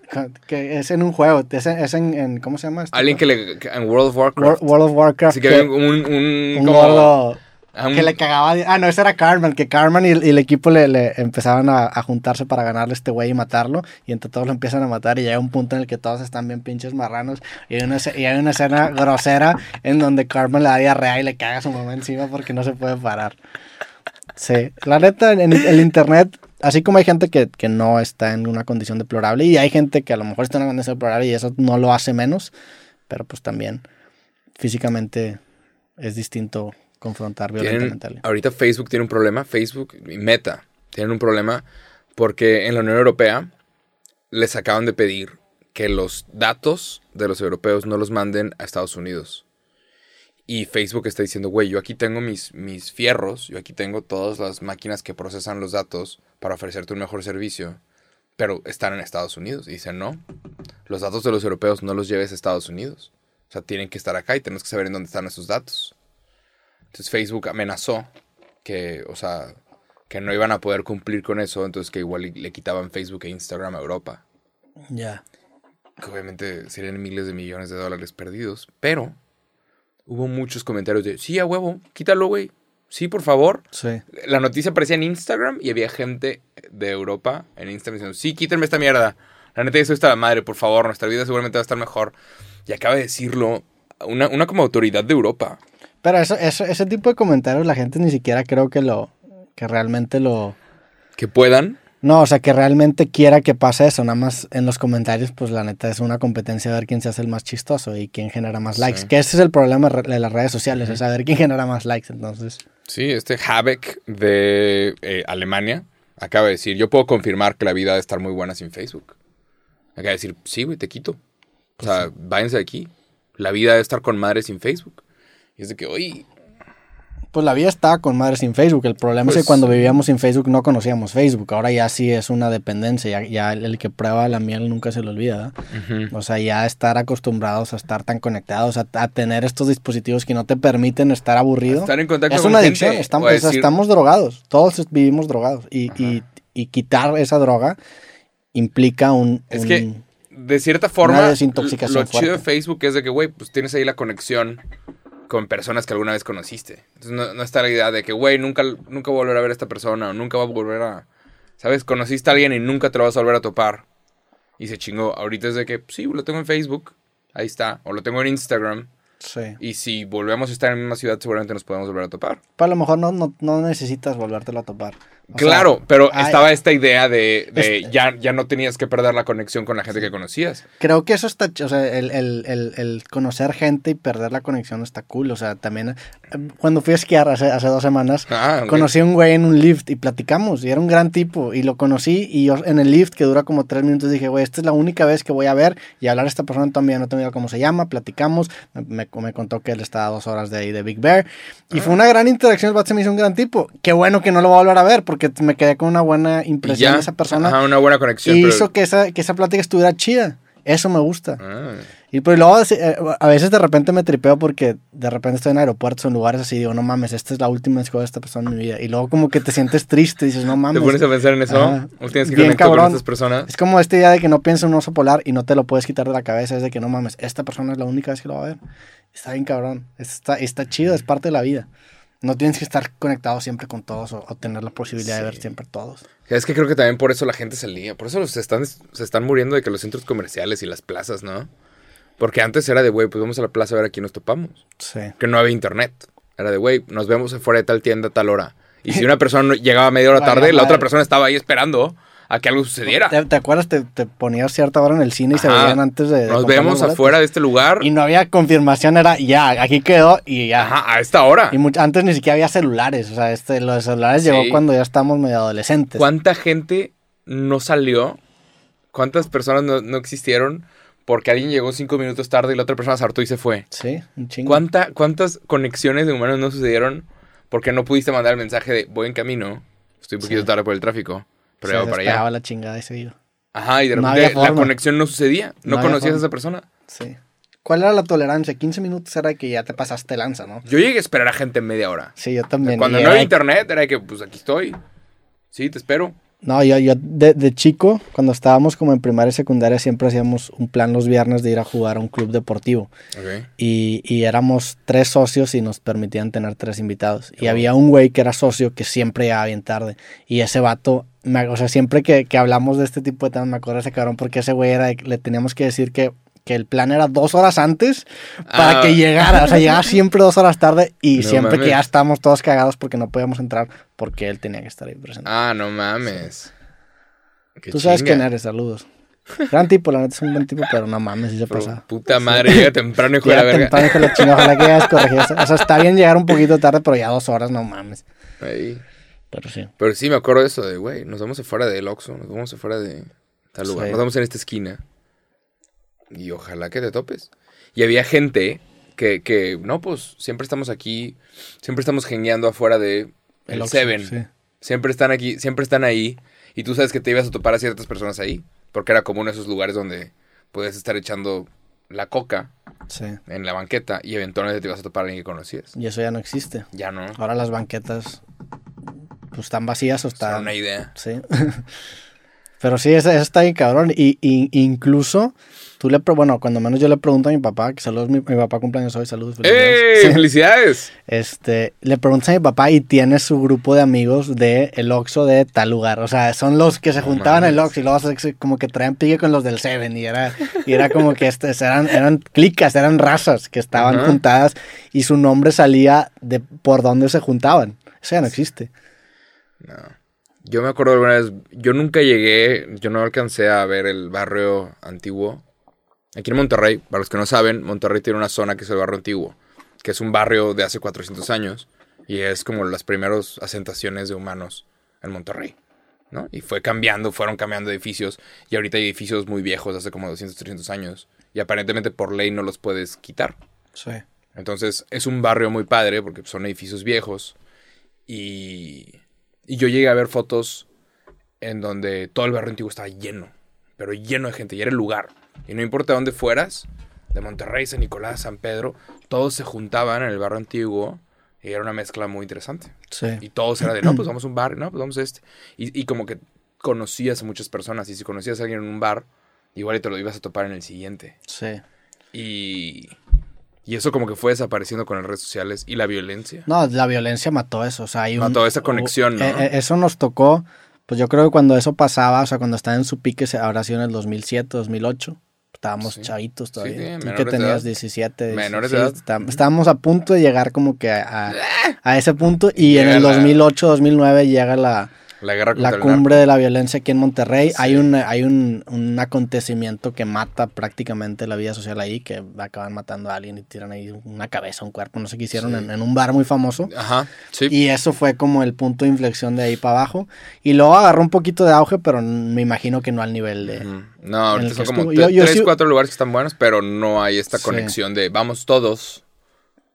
Speaker 2: Que es en un juego, es en... es en- en- ¿Cómo se llama? este
Speaker 1: Alguien que le... que- en World of
Speaker 2: juego?
Speaker 1: Warcraft.
Speaker 2: Wor- World of Warcraft.
Speaker 1: Así que
Speaker 2: que
Speaker 1: había un... un, un-
Speaker 2: un
Speaker 1: como-
Speaker 2: gordo
Speaker 1: a un-
Speaker 2: que le cagaba... de- Ah, no, ese era Carmen, que Carmen y, y el equipo le, le empezaban a, a juntarse para ganarle a este güey y matarlo, y entre todos lo empiezan a matar, y llega un punto en el que todos están bien pinches marranos, y hay una, esce- y hay una escena grosera en donde Carmen le da diarrea y le caga a su mamá encima porque no se puede parar. Sí, la neta, en en el internet, así como hay gente que, que no está en una condición deplorable y hay gente que a lo mejor está en una condición deplorable y eso no lo hace menos, pero pues también físicamente es distinto confrontar
Speaker 1: tienen-
Speaker 2: violentamente a alguien.
Speaker 1: ahorita Facebook tiene un problema. Facebook y Meta tienen un problema porque en la Unión Europea les acaban de pedir que los datos de los europeos no los manden a Estados Unidos. Y Facebook está diciendo, güey, yo aquí tengo mis, mis fierros, yo aquí tengo todas las máquinas que procesan los datos para ofrecerte un mejor servicio, pero están en Estados Unidos. Y dicen, no, los datos de los europeos no los lleves a Estados Unidos. O sea, tienen que estar acá y tenemos que saber en dónde están esos datos. Entonces Facebook amenazó que, o sea, que no iban a poder cumplir con eso, entonces que igual le quitaban Facebook e Instagram a Europa.
Speaker 2: Ya.
Speaker 1: Que obviamente serían miles de millones de dólares perdidos, pero hubo muchos comentarios de, sí, a huevo, quítalo, güey. Sí, por favor.
Speaker 2: Sí.
Speaker 1: La noticia aparecía en Instagram y había gente de Europa en Instagram diciendo, sí, quítenme esta mierda. La neta, eso está la madre, por favor, nuestra vida seguramente va a estar mejor. Y acaba de decirlo una, una como autoridad de Europa.
Speaker 2: Pero eso, eso, ese tipo de comentarios la gente ni siquiera creo que lo, que realmente lo...
Speaker 1: Que puedan
Speaker 2: No, o sea, que realmente quiera que pase eso. Nada más en los comentarios, pues la neta es una competencia de ver quién se hace el más chistoso y quién genera más likes.
Speaker 1: Sí.
Speaker 2: Que ese es el problema re- de las redes sociales, es saber quién genera más likes. Entonces,
Speaker 1: Sí, este Habeck de eh, Alemania acaba de decir, yo puedo confirmar que la vida ha de estar muy buena sin Facebook. Acaba de decir, sí, güey, te quito. O sea, váyanse de aquí. La vida ha de estar con madre sin Facebook. Y es de que, oye,
Speaker 2: Pues la vida estaba con madre sin Facebook. El problema es
Speaker 1: Pues-
Speaker 2: que cuando vivíamos sin Facebook no conocíamos Facebook. Ahora ya sí es una dependencia. Ya, ya el el que prueba la miel nunca se lo olvida. ¿eh?
Speaker 1: Ujú.
Speaker 2: O sea, ya estar acostumbrados a estar tan conectados, a, a tener estos dispositivos que no te permiten estar aburrido.
Speaker 1: Estar en contacto
Speaker 2: es
Speaker 1: con
Speaker 2: una
Speaker 1: gente,
Speaker 2: adicción.
Speaker 1: o
Speaker 2: Estamos,
Speaker 1: a
Speaker 2: o sea,
Speaker 1: decir,
Speaker 2: estamos drogados. Todos vivimos drogados. Y, y- y quitar esa droga implica un...
Speaker 1: Es
Speaker 2: un-
Speaker 1: que- de cierta forma,
Speaker 2: Una
Speaker 1: lo
Speaker 2: desintoxicación
Speaker 1: chido de
Speaker 2: fuerte.
Speaker 1: Facebook es de que, güey, pues tienes ahí la conexión con personas que alguna vez conociste. Entonces no, no está la idea de que, güey, nunca, nunca voy a volver a ver a esta persona o nunca va a volver a... ¿Sabes? Conociste a alguien y nunca te lo vas a volver a topar. Y se chingó. Ahorita es de que, pues, sí, lo tengo en Facebook. Ahí está. O lo tengo en Instagram.
Speaker 2: sí.
Speaker 1: Y si volvemos a estar en la misma ciudad, seguramente nos podemos volver a topar.
Speaker 2: Pero Pues a lo mejor no, no, no necesitas volvértelo a topar. O sea,
Speaker 1: claro, pero
Speaker 2: ay.
Speaker 1: estaba esta idea de, de ya, ya no tenías que perder la conexión con la gente que conocías.
Speaker 2: Creo que eso está, ch- o sea, el, el- el- el conocer gente y perder la conexión está cool. O sea, también eh, cuando fui a esquiar hace, hace dos semanas,
Speaker 1: Ah, ok.
Speaker 2: conocí a un güey en un lift y platicamos y era un gran tipo y lo conocí y yo en el lift que dura como tres minutos dije, güey, esta es la única vez que voy a ver y hablar a esta persona también, no tengo idea cómo se llama, platicamos, me, me- me contó que él estaba a dos horas de ahí de Big Bear y
Speaker 1: Ah.
Speaker 2: fue una gran interacción, el vato se me hizo un gran tipo. Qué bueno que no lo voy a volver a ver porque me quedé con una buena
Speaker 1: Y
Speaker 2: impresión
Speaker 1: ya,
Speaker 2: de esa persona
Speaker 1: Ajá, una buena conexión.
Speaker 2: y
Speaker 1: pero-
Speaker 2: hizo que esa, que esa plática estuviera chida. Eso me gusta.
Speaker 1: Ah.
Speaker 2: Y pues luego así, eh, a veces de repente me tripeo porque de repente estoy en aeropuertos o en lugares así digo, no mames, esta es la última vez que veo a esta persona en mi vida. Y luego como que te sientes triste y dices, no
Speaker 1: ¿Te
Speaker 2: mames.
Speaker 1: pones a pensar en eso?
Speaker 2: Ajá.
Speaker 1: ¿O tienes que
Speaker 2: Bien
Speaker 1: conectar con
Speaker 2: cabrón.
Speaker 1: estas personas?
Speaker 2: Es como esta idea de que no piensa en un oso polar y no te lo puedes quitar de la cabeza. Es de que no mames, esta persona es la única vez que lo va a ver. Está bien cabrón. Está, está chido, es parte de la vida. No tienes que estar conectado siempre con todos o, o tener la posibilidad de ver
Speaker 1: Sí.
Speaker 2: siempre todos.
Speaker 1: Es que creo que también por eso la gente salía. Por eso los- se están, se están muriendo de que los centros comerciales y las plazas, ¿no? Porque antes era de, güey, pues vamos a la plaza a ver a quién nos topamos.
Speaker 2: Sí.
Speaker 1: Que no había internet. Era de, güey, nos vemos afuera de tal tienda a tal hora. Y si una persona no- llegaba media hora
Speaker 2: Vaya
Speaker 1: tarde, la otra
Speaker 2: madre.
Speaker 1: persona estaba ahí esperando a que algo sucediera.
Speaker 2: ¿Te, te acuerdas? Te, te ponías cierta hora en el cine y se
Speaker 1: Ajá.
Speaker 2: veían antes de. de
Speaker 1: Nos
Speaker 2: comprar los
Speaker 1: vemos
Speaker 2: boletos.
Speaker 1: afuera de este lugar.
Speaker 2: Y no había confirmación, era ya, aquí quedó y ya.
Speaker 1: Ajá, a esta hora.
Speaker 2: Y much- antes ni siquiera había celulares, o sea, este, los celulares
Speaker 1: Sí.
Speaker 2: llegó cuando ya estábamos medio adolescentes.
Speaker 1: ¿Cuánta gente no salió? ¿Cuántas personas no, no existieron? Porque alguien llegó cinco minutos tarde y la otra persona se hartó y se fue.
Speaker 2: Sí, un chingo.
Speaker 1: ¿Cuánta- ¿Cuántas conexiones de humanos no sucedieron porque no pudiste mandar el mensaje de voy en camino? Estoy un poquito
Speaker 2: Sí.
Speaker 1: tarde por el tráfico, pero
Speaker 2: Se
Speaker 1: ya voy para allá.
Speaker 2: despegaba la chingada y se iba.
Speaker 1: Ajá, y de
Speaker 2: No
Speaker 1: repente
Speaker 2: había
Speaker 1: la
Speaker 2: forma.
Speaker 1: conexión no sucedía. No,
Speaker 2: No había
Speaker 1: conocías a
Speaker 2: forma.
Speaker 1: esa persona.
Speaker 2: Sí. ¿Cuál era la tolerancia? 15 minutos era que ya te pasaste lanza, ¿no?
Speaker 1: Yo llegué a esperar a gente media hora.
Speaker 2: Sí, yo también.
Speaker 1: Cuando
Speaker 2: y
Speaker 1: no
Speaker 2: era-
Speaker 1: había internet, era de que pues aquí estoy. Sí, te espero.
Speaker 2: No, yo, yo de, de chico, cuando estábamos como en primaria y secundaria, siempre hacíamos un plan los viernes de ir a jugar a un club deportivo. y, y éramos tres socios y nos permitían tener tres invitados. Y
Speaker 1: Oh.
Speaker 2: había un güey que era socio que siempre llegaba bien tarde. Y ese vato, me- o sea, siempre que, que hablamos de este tipo de temas, me acuerdo de ese cabrón, porque ese güey era, de que le teníamos que decir que, que el plan era dos horas antes para
Speaker 1: Ah.
Speaker 2: que llegara. O sea, llegaba siempre dos horas tarde y
Speaker 1: No
Speaker 2: siempre
Speaker 1: mames.
Speaker 2: que ya estábamos todos cagados porque no podíamos entrar porque él tenía que estar ahí presente.
Speaker 1: Ah, no mames. Qué
Speaker 2: Tú sabes
Speaker 1: chinga.
Speaker 2: quién eres, saludos. Gran tipo, la neta es un buen tipo, pero no mames, si se
Speaker 1: Pero,
Speaker 2: pasa.
Speaker 1: Puta madre, llega temprano y juega la
Speaker 2: Llega
Speaker 1: verga.
Speaker 2: temprano, hijo de la chingada, ojalá que hayas corregido eso. O sea, está bien llegar un poquito tarde, pero ya dos horas, no mames.
Speaker 1: Ahí.
Speaker 2: Pero sí.
Speaker 1: Pero sí, me acuerdo de eso de, güey, nos vamos afuera del Oxxo, nos vamos afuera de tal lugar,
Speaker 2: Sí.
Speaker 1: nos vamos en esta esquina. Y ojalá que te topes. Y había gente que, que no, pues, siempre estamos aquí, siempre estamos geniando afuera de el,
Speaker 2: Oxxo,
Speaker 1: Seven.
Speaker 2: sí.
Speaker 1: Siempre están aquí, siempre están ahí. Y tú sabes que te ibas a topar a ciertas personas ahí, porque era como uno de esos lugares donde podías estar echando la coca
Speaker 2: Sí.
Speaker 1: en la banqueta y eventualmente te ibas a topar a alguien que conocías.
Speaker 2: Y eso ya no existe.
Speaker 1: Ya no.
Speaker 2: Ahora las banquetas pues están vacías o
Speaker 1: Era
Speaker 2: están.
Speaker 1: una idea.
Speaker 2: Sí. pero sí, eso, eso está bien cabrón. Y, y- incluso tú le pre- bueno, cuando menos yo le pregunto a mi papá, que saludos, mi, mi papá cumpleaños hoy, saludos,
Speaker 1: Pues,
Speaker 2: felicidades.
Speaker 1: ¡Ey! ¡Felicidades!
Speaker 2: Este, le preguntas a mi papá y tiene su grupo de amigos de el Oxxo de tal lugar. O sea, son los que se
Speaker 1: No
Speaker 2: juntaban en el
Speaker 1: mames.
Speaker 2: Oxxo y luego se- se- como que traían pique con los del Seven y era, y era como que este, eran, eran clicas, eran razas que estaban
Speaker 1: Ajá.
Speaker 2: juntadas y su nombre salía de por dónde se juntaban. Eso ya no existe.
Speaker 1: No. Yo me acuerdo alguna vez, yo nunca llegué, yo no alcancé a ver el barrio antiguo. Aquí en Monterrey, para los que no saben, Monterrey tiene una zona que es el barrio antiguo, que es un barrio de hace 400 años y es como las primeras asentaciones de humanos en Monterrey. ¿no? Y fue cambiando, fueron cambiando edificios y ahorita hay edificios muy viejos, hace como 200, 300 años. Y aparentemente por ley no los puedes quitar.
Speaker 2: Sí.
Speaker 1: Entonces es un barrio muy padre porque son edificios viejos. Y, y yo llegué a ver fotos en donde todo el barrio antiguo estaba lleno, pero lleno de gente y era el lugar. Y no importa dónde fueras, de Monterrey, San Nicolás, San Pedro, todos se juntaban en el barrio antiguo y era una mezcla muy interesante.
Speaker 2: Sí.
Speaker 1: Y todos era de, no, pues vamos a un bar, no, pues vamos a este. Y, y como que conocías a muchas personas y si conocías a alguien en un bar, igual y te lo ibas a topar en el siguiente.
Speaker 2: Sí.
Speaker 1: Y, y eso como que fue desapareciendo con las redes sociales y la violencia.
Speaker 2: No, la violencia mató eso. O sea, hay un-
Speaker 1: Mató esa conexión,
Speaker 2: u-
Speaker 1: ¿no?
Speaker 2: eh, eh, eso nos tocó. Pues yo creo que cuando eso pasaba, o sea, cuando estaba en su pique, se- habrá sido en el 2007, 2008. Estábamos
Speaker 1: Sí.
Speaker 2: chavitos
Speaker 1: Sí, sí,
Speaker 2: todavía. Tú
Speaker 1: menores
Speaker 2: que
Speaker 1: de edad.
Speaker 2: tenías 17.
Speaker 1: Menores de
Speaker 2: 16,
Speaker 1: edad. Eh.
Speaker 2: está- estábamos a punto de llegar como que a, a- a ese punto. Y en
Speaker 1: Llega
Speaker 2: el
Speaker 1: la-
Speaker 2: 2008, 2009 llega la,
Speaker 1: La guerra contra
Speaker 2: la
Speaker 1: el narco.
Speaker 2: cumbre de la violencia aquí en Monterrey.
Speaker 1: Sí.
Speaker 2: Hay, un, hay un, un acontecimiento que mata prácticamente la vida social ahí, que acaban matando a alguien y tiran ahí una cabeza, un cuerpo, no sé qué hicieron
Speaker 1: Sí.
Speaker 2: en, en un bar muy famoso.
Speaker 1: Ajá, sí.
Speaker 2: Y eso fue como el punto de inflexión de ahí para abajo. Y luego agarró un poquito de auge, pero n- me imagino que no al nivel de...
Speaker 1: Ujú. No, ahorita
Speaker 2: el
Speaker 1: son
Speaker 2: que
Speaker 1: como
Speaker 2: estuvo. Yo- yo
Speaker 1: tres,
Speaker 2: sí-
Speaker 1: cuatro lugares que están buenos, pero no hay esta
Speaker 2: Sí.
Speaker 1: conexión de vamos todos,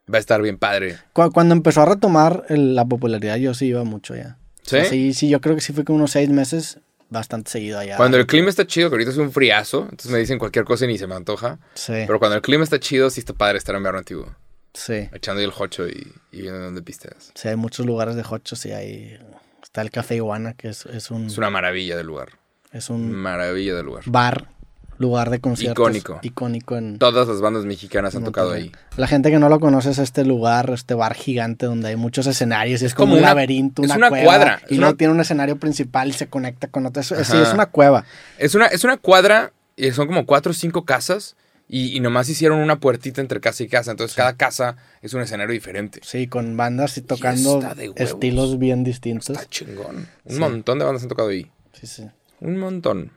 Speaker 1: va a estar bien padre.
Speaker 2: Cu- Cuando empezó a retomar el- la popularidad, yo sí iba mucho ya.
Speaker 1: ¿Sí?
Speaker 2: sí, sí, yo creo que sí fue como unos seis meses, bastante seguido allá.
Speaker 1: Cuando el clima está chido, que ahorita es un friazo, entonces me dicen cualquier cosa y ni se me antoja.
Speaker 2: Sí,
Speaker 1: Pero cuando el clima está chido, sí está padre estar en verano antiguo,
Speaker 2: sí.
Speaker 1: echando ahí el hocho y, y viendo dónde pisteas.
Speaker 2: Sí, hay muchos lugares de hochos y hay... Está el Café Iguana, que es, es un...
Speaker 1: Es una maravilla de lugar.
Speaker 2: Es un
Speaker 1: Maravilla de lugar.
Speaker 2: bar, lugar de conciertos.
Speaker 1: Icónico.
Speaker 2: Icónico en.
Speaker 1: Todas las bandas mexicanas han tocado
Speaker 2: Monterrey.
Speaker 1: ahí.
Speaker 2: La gente que no lo conoce es este lugar, este bar gigante donde hay muchos escenarios y es,
Speaker 1: Es
Speaker 2: como,
Speaker 1: como
Speaker 2: un
Speaker 1: una-
Speaker 2: laberinto,
Speaker 1: es
Speaker 2: una,
Speaker 1: una
Speaker 2: cueva,
Speaker 1: cuadra, es
Speaker 2: Y luego
Speaker 1: una-
Speaker 2: tiene un escenario principal y se conecta con otro. Es, es- sí,
Speaker 1: Ajá.
Speaker 2: es una cueva.
Speaker 1: Es una, es una cuadra y son como cuatro o cinco casas y, y nomás hicieron una puertita entre casa y casa. Entonces cada casa es un escenario diferente.
Speaker 2: Sí, con bandas y tocando
Speaker 1: está de huevos.
Speaker 2: estilos bien distintos.
Speaker 1: Está chingón. Un montón de bandas han tocado ahí.
Speaker 2: Sí, sí.
Speaker 1: Un montón.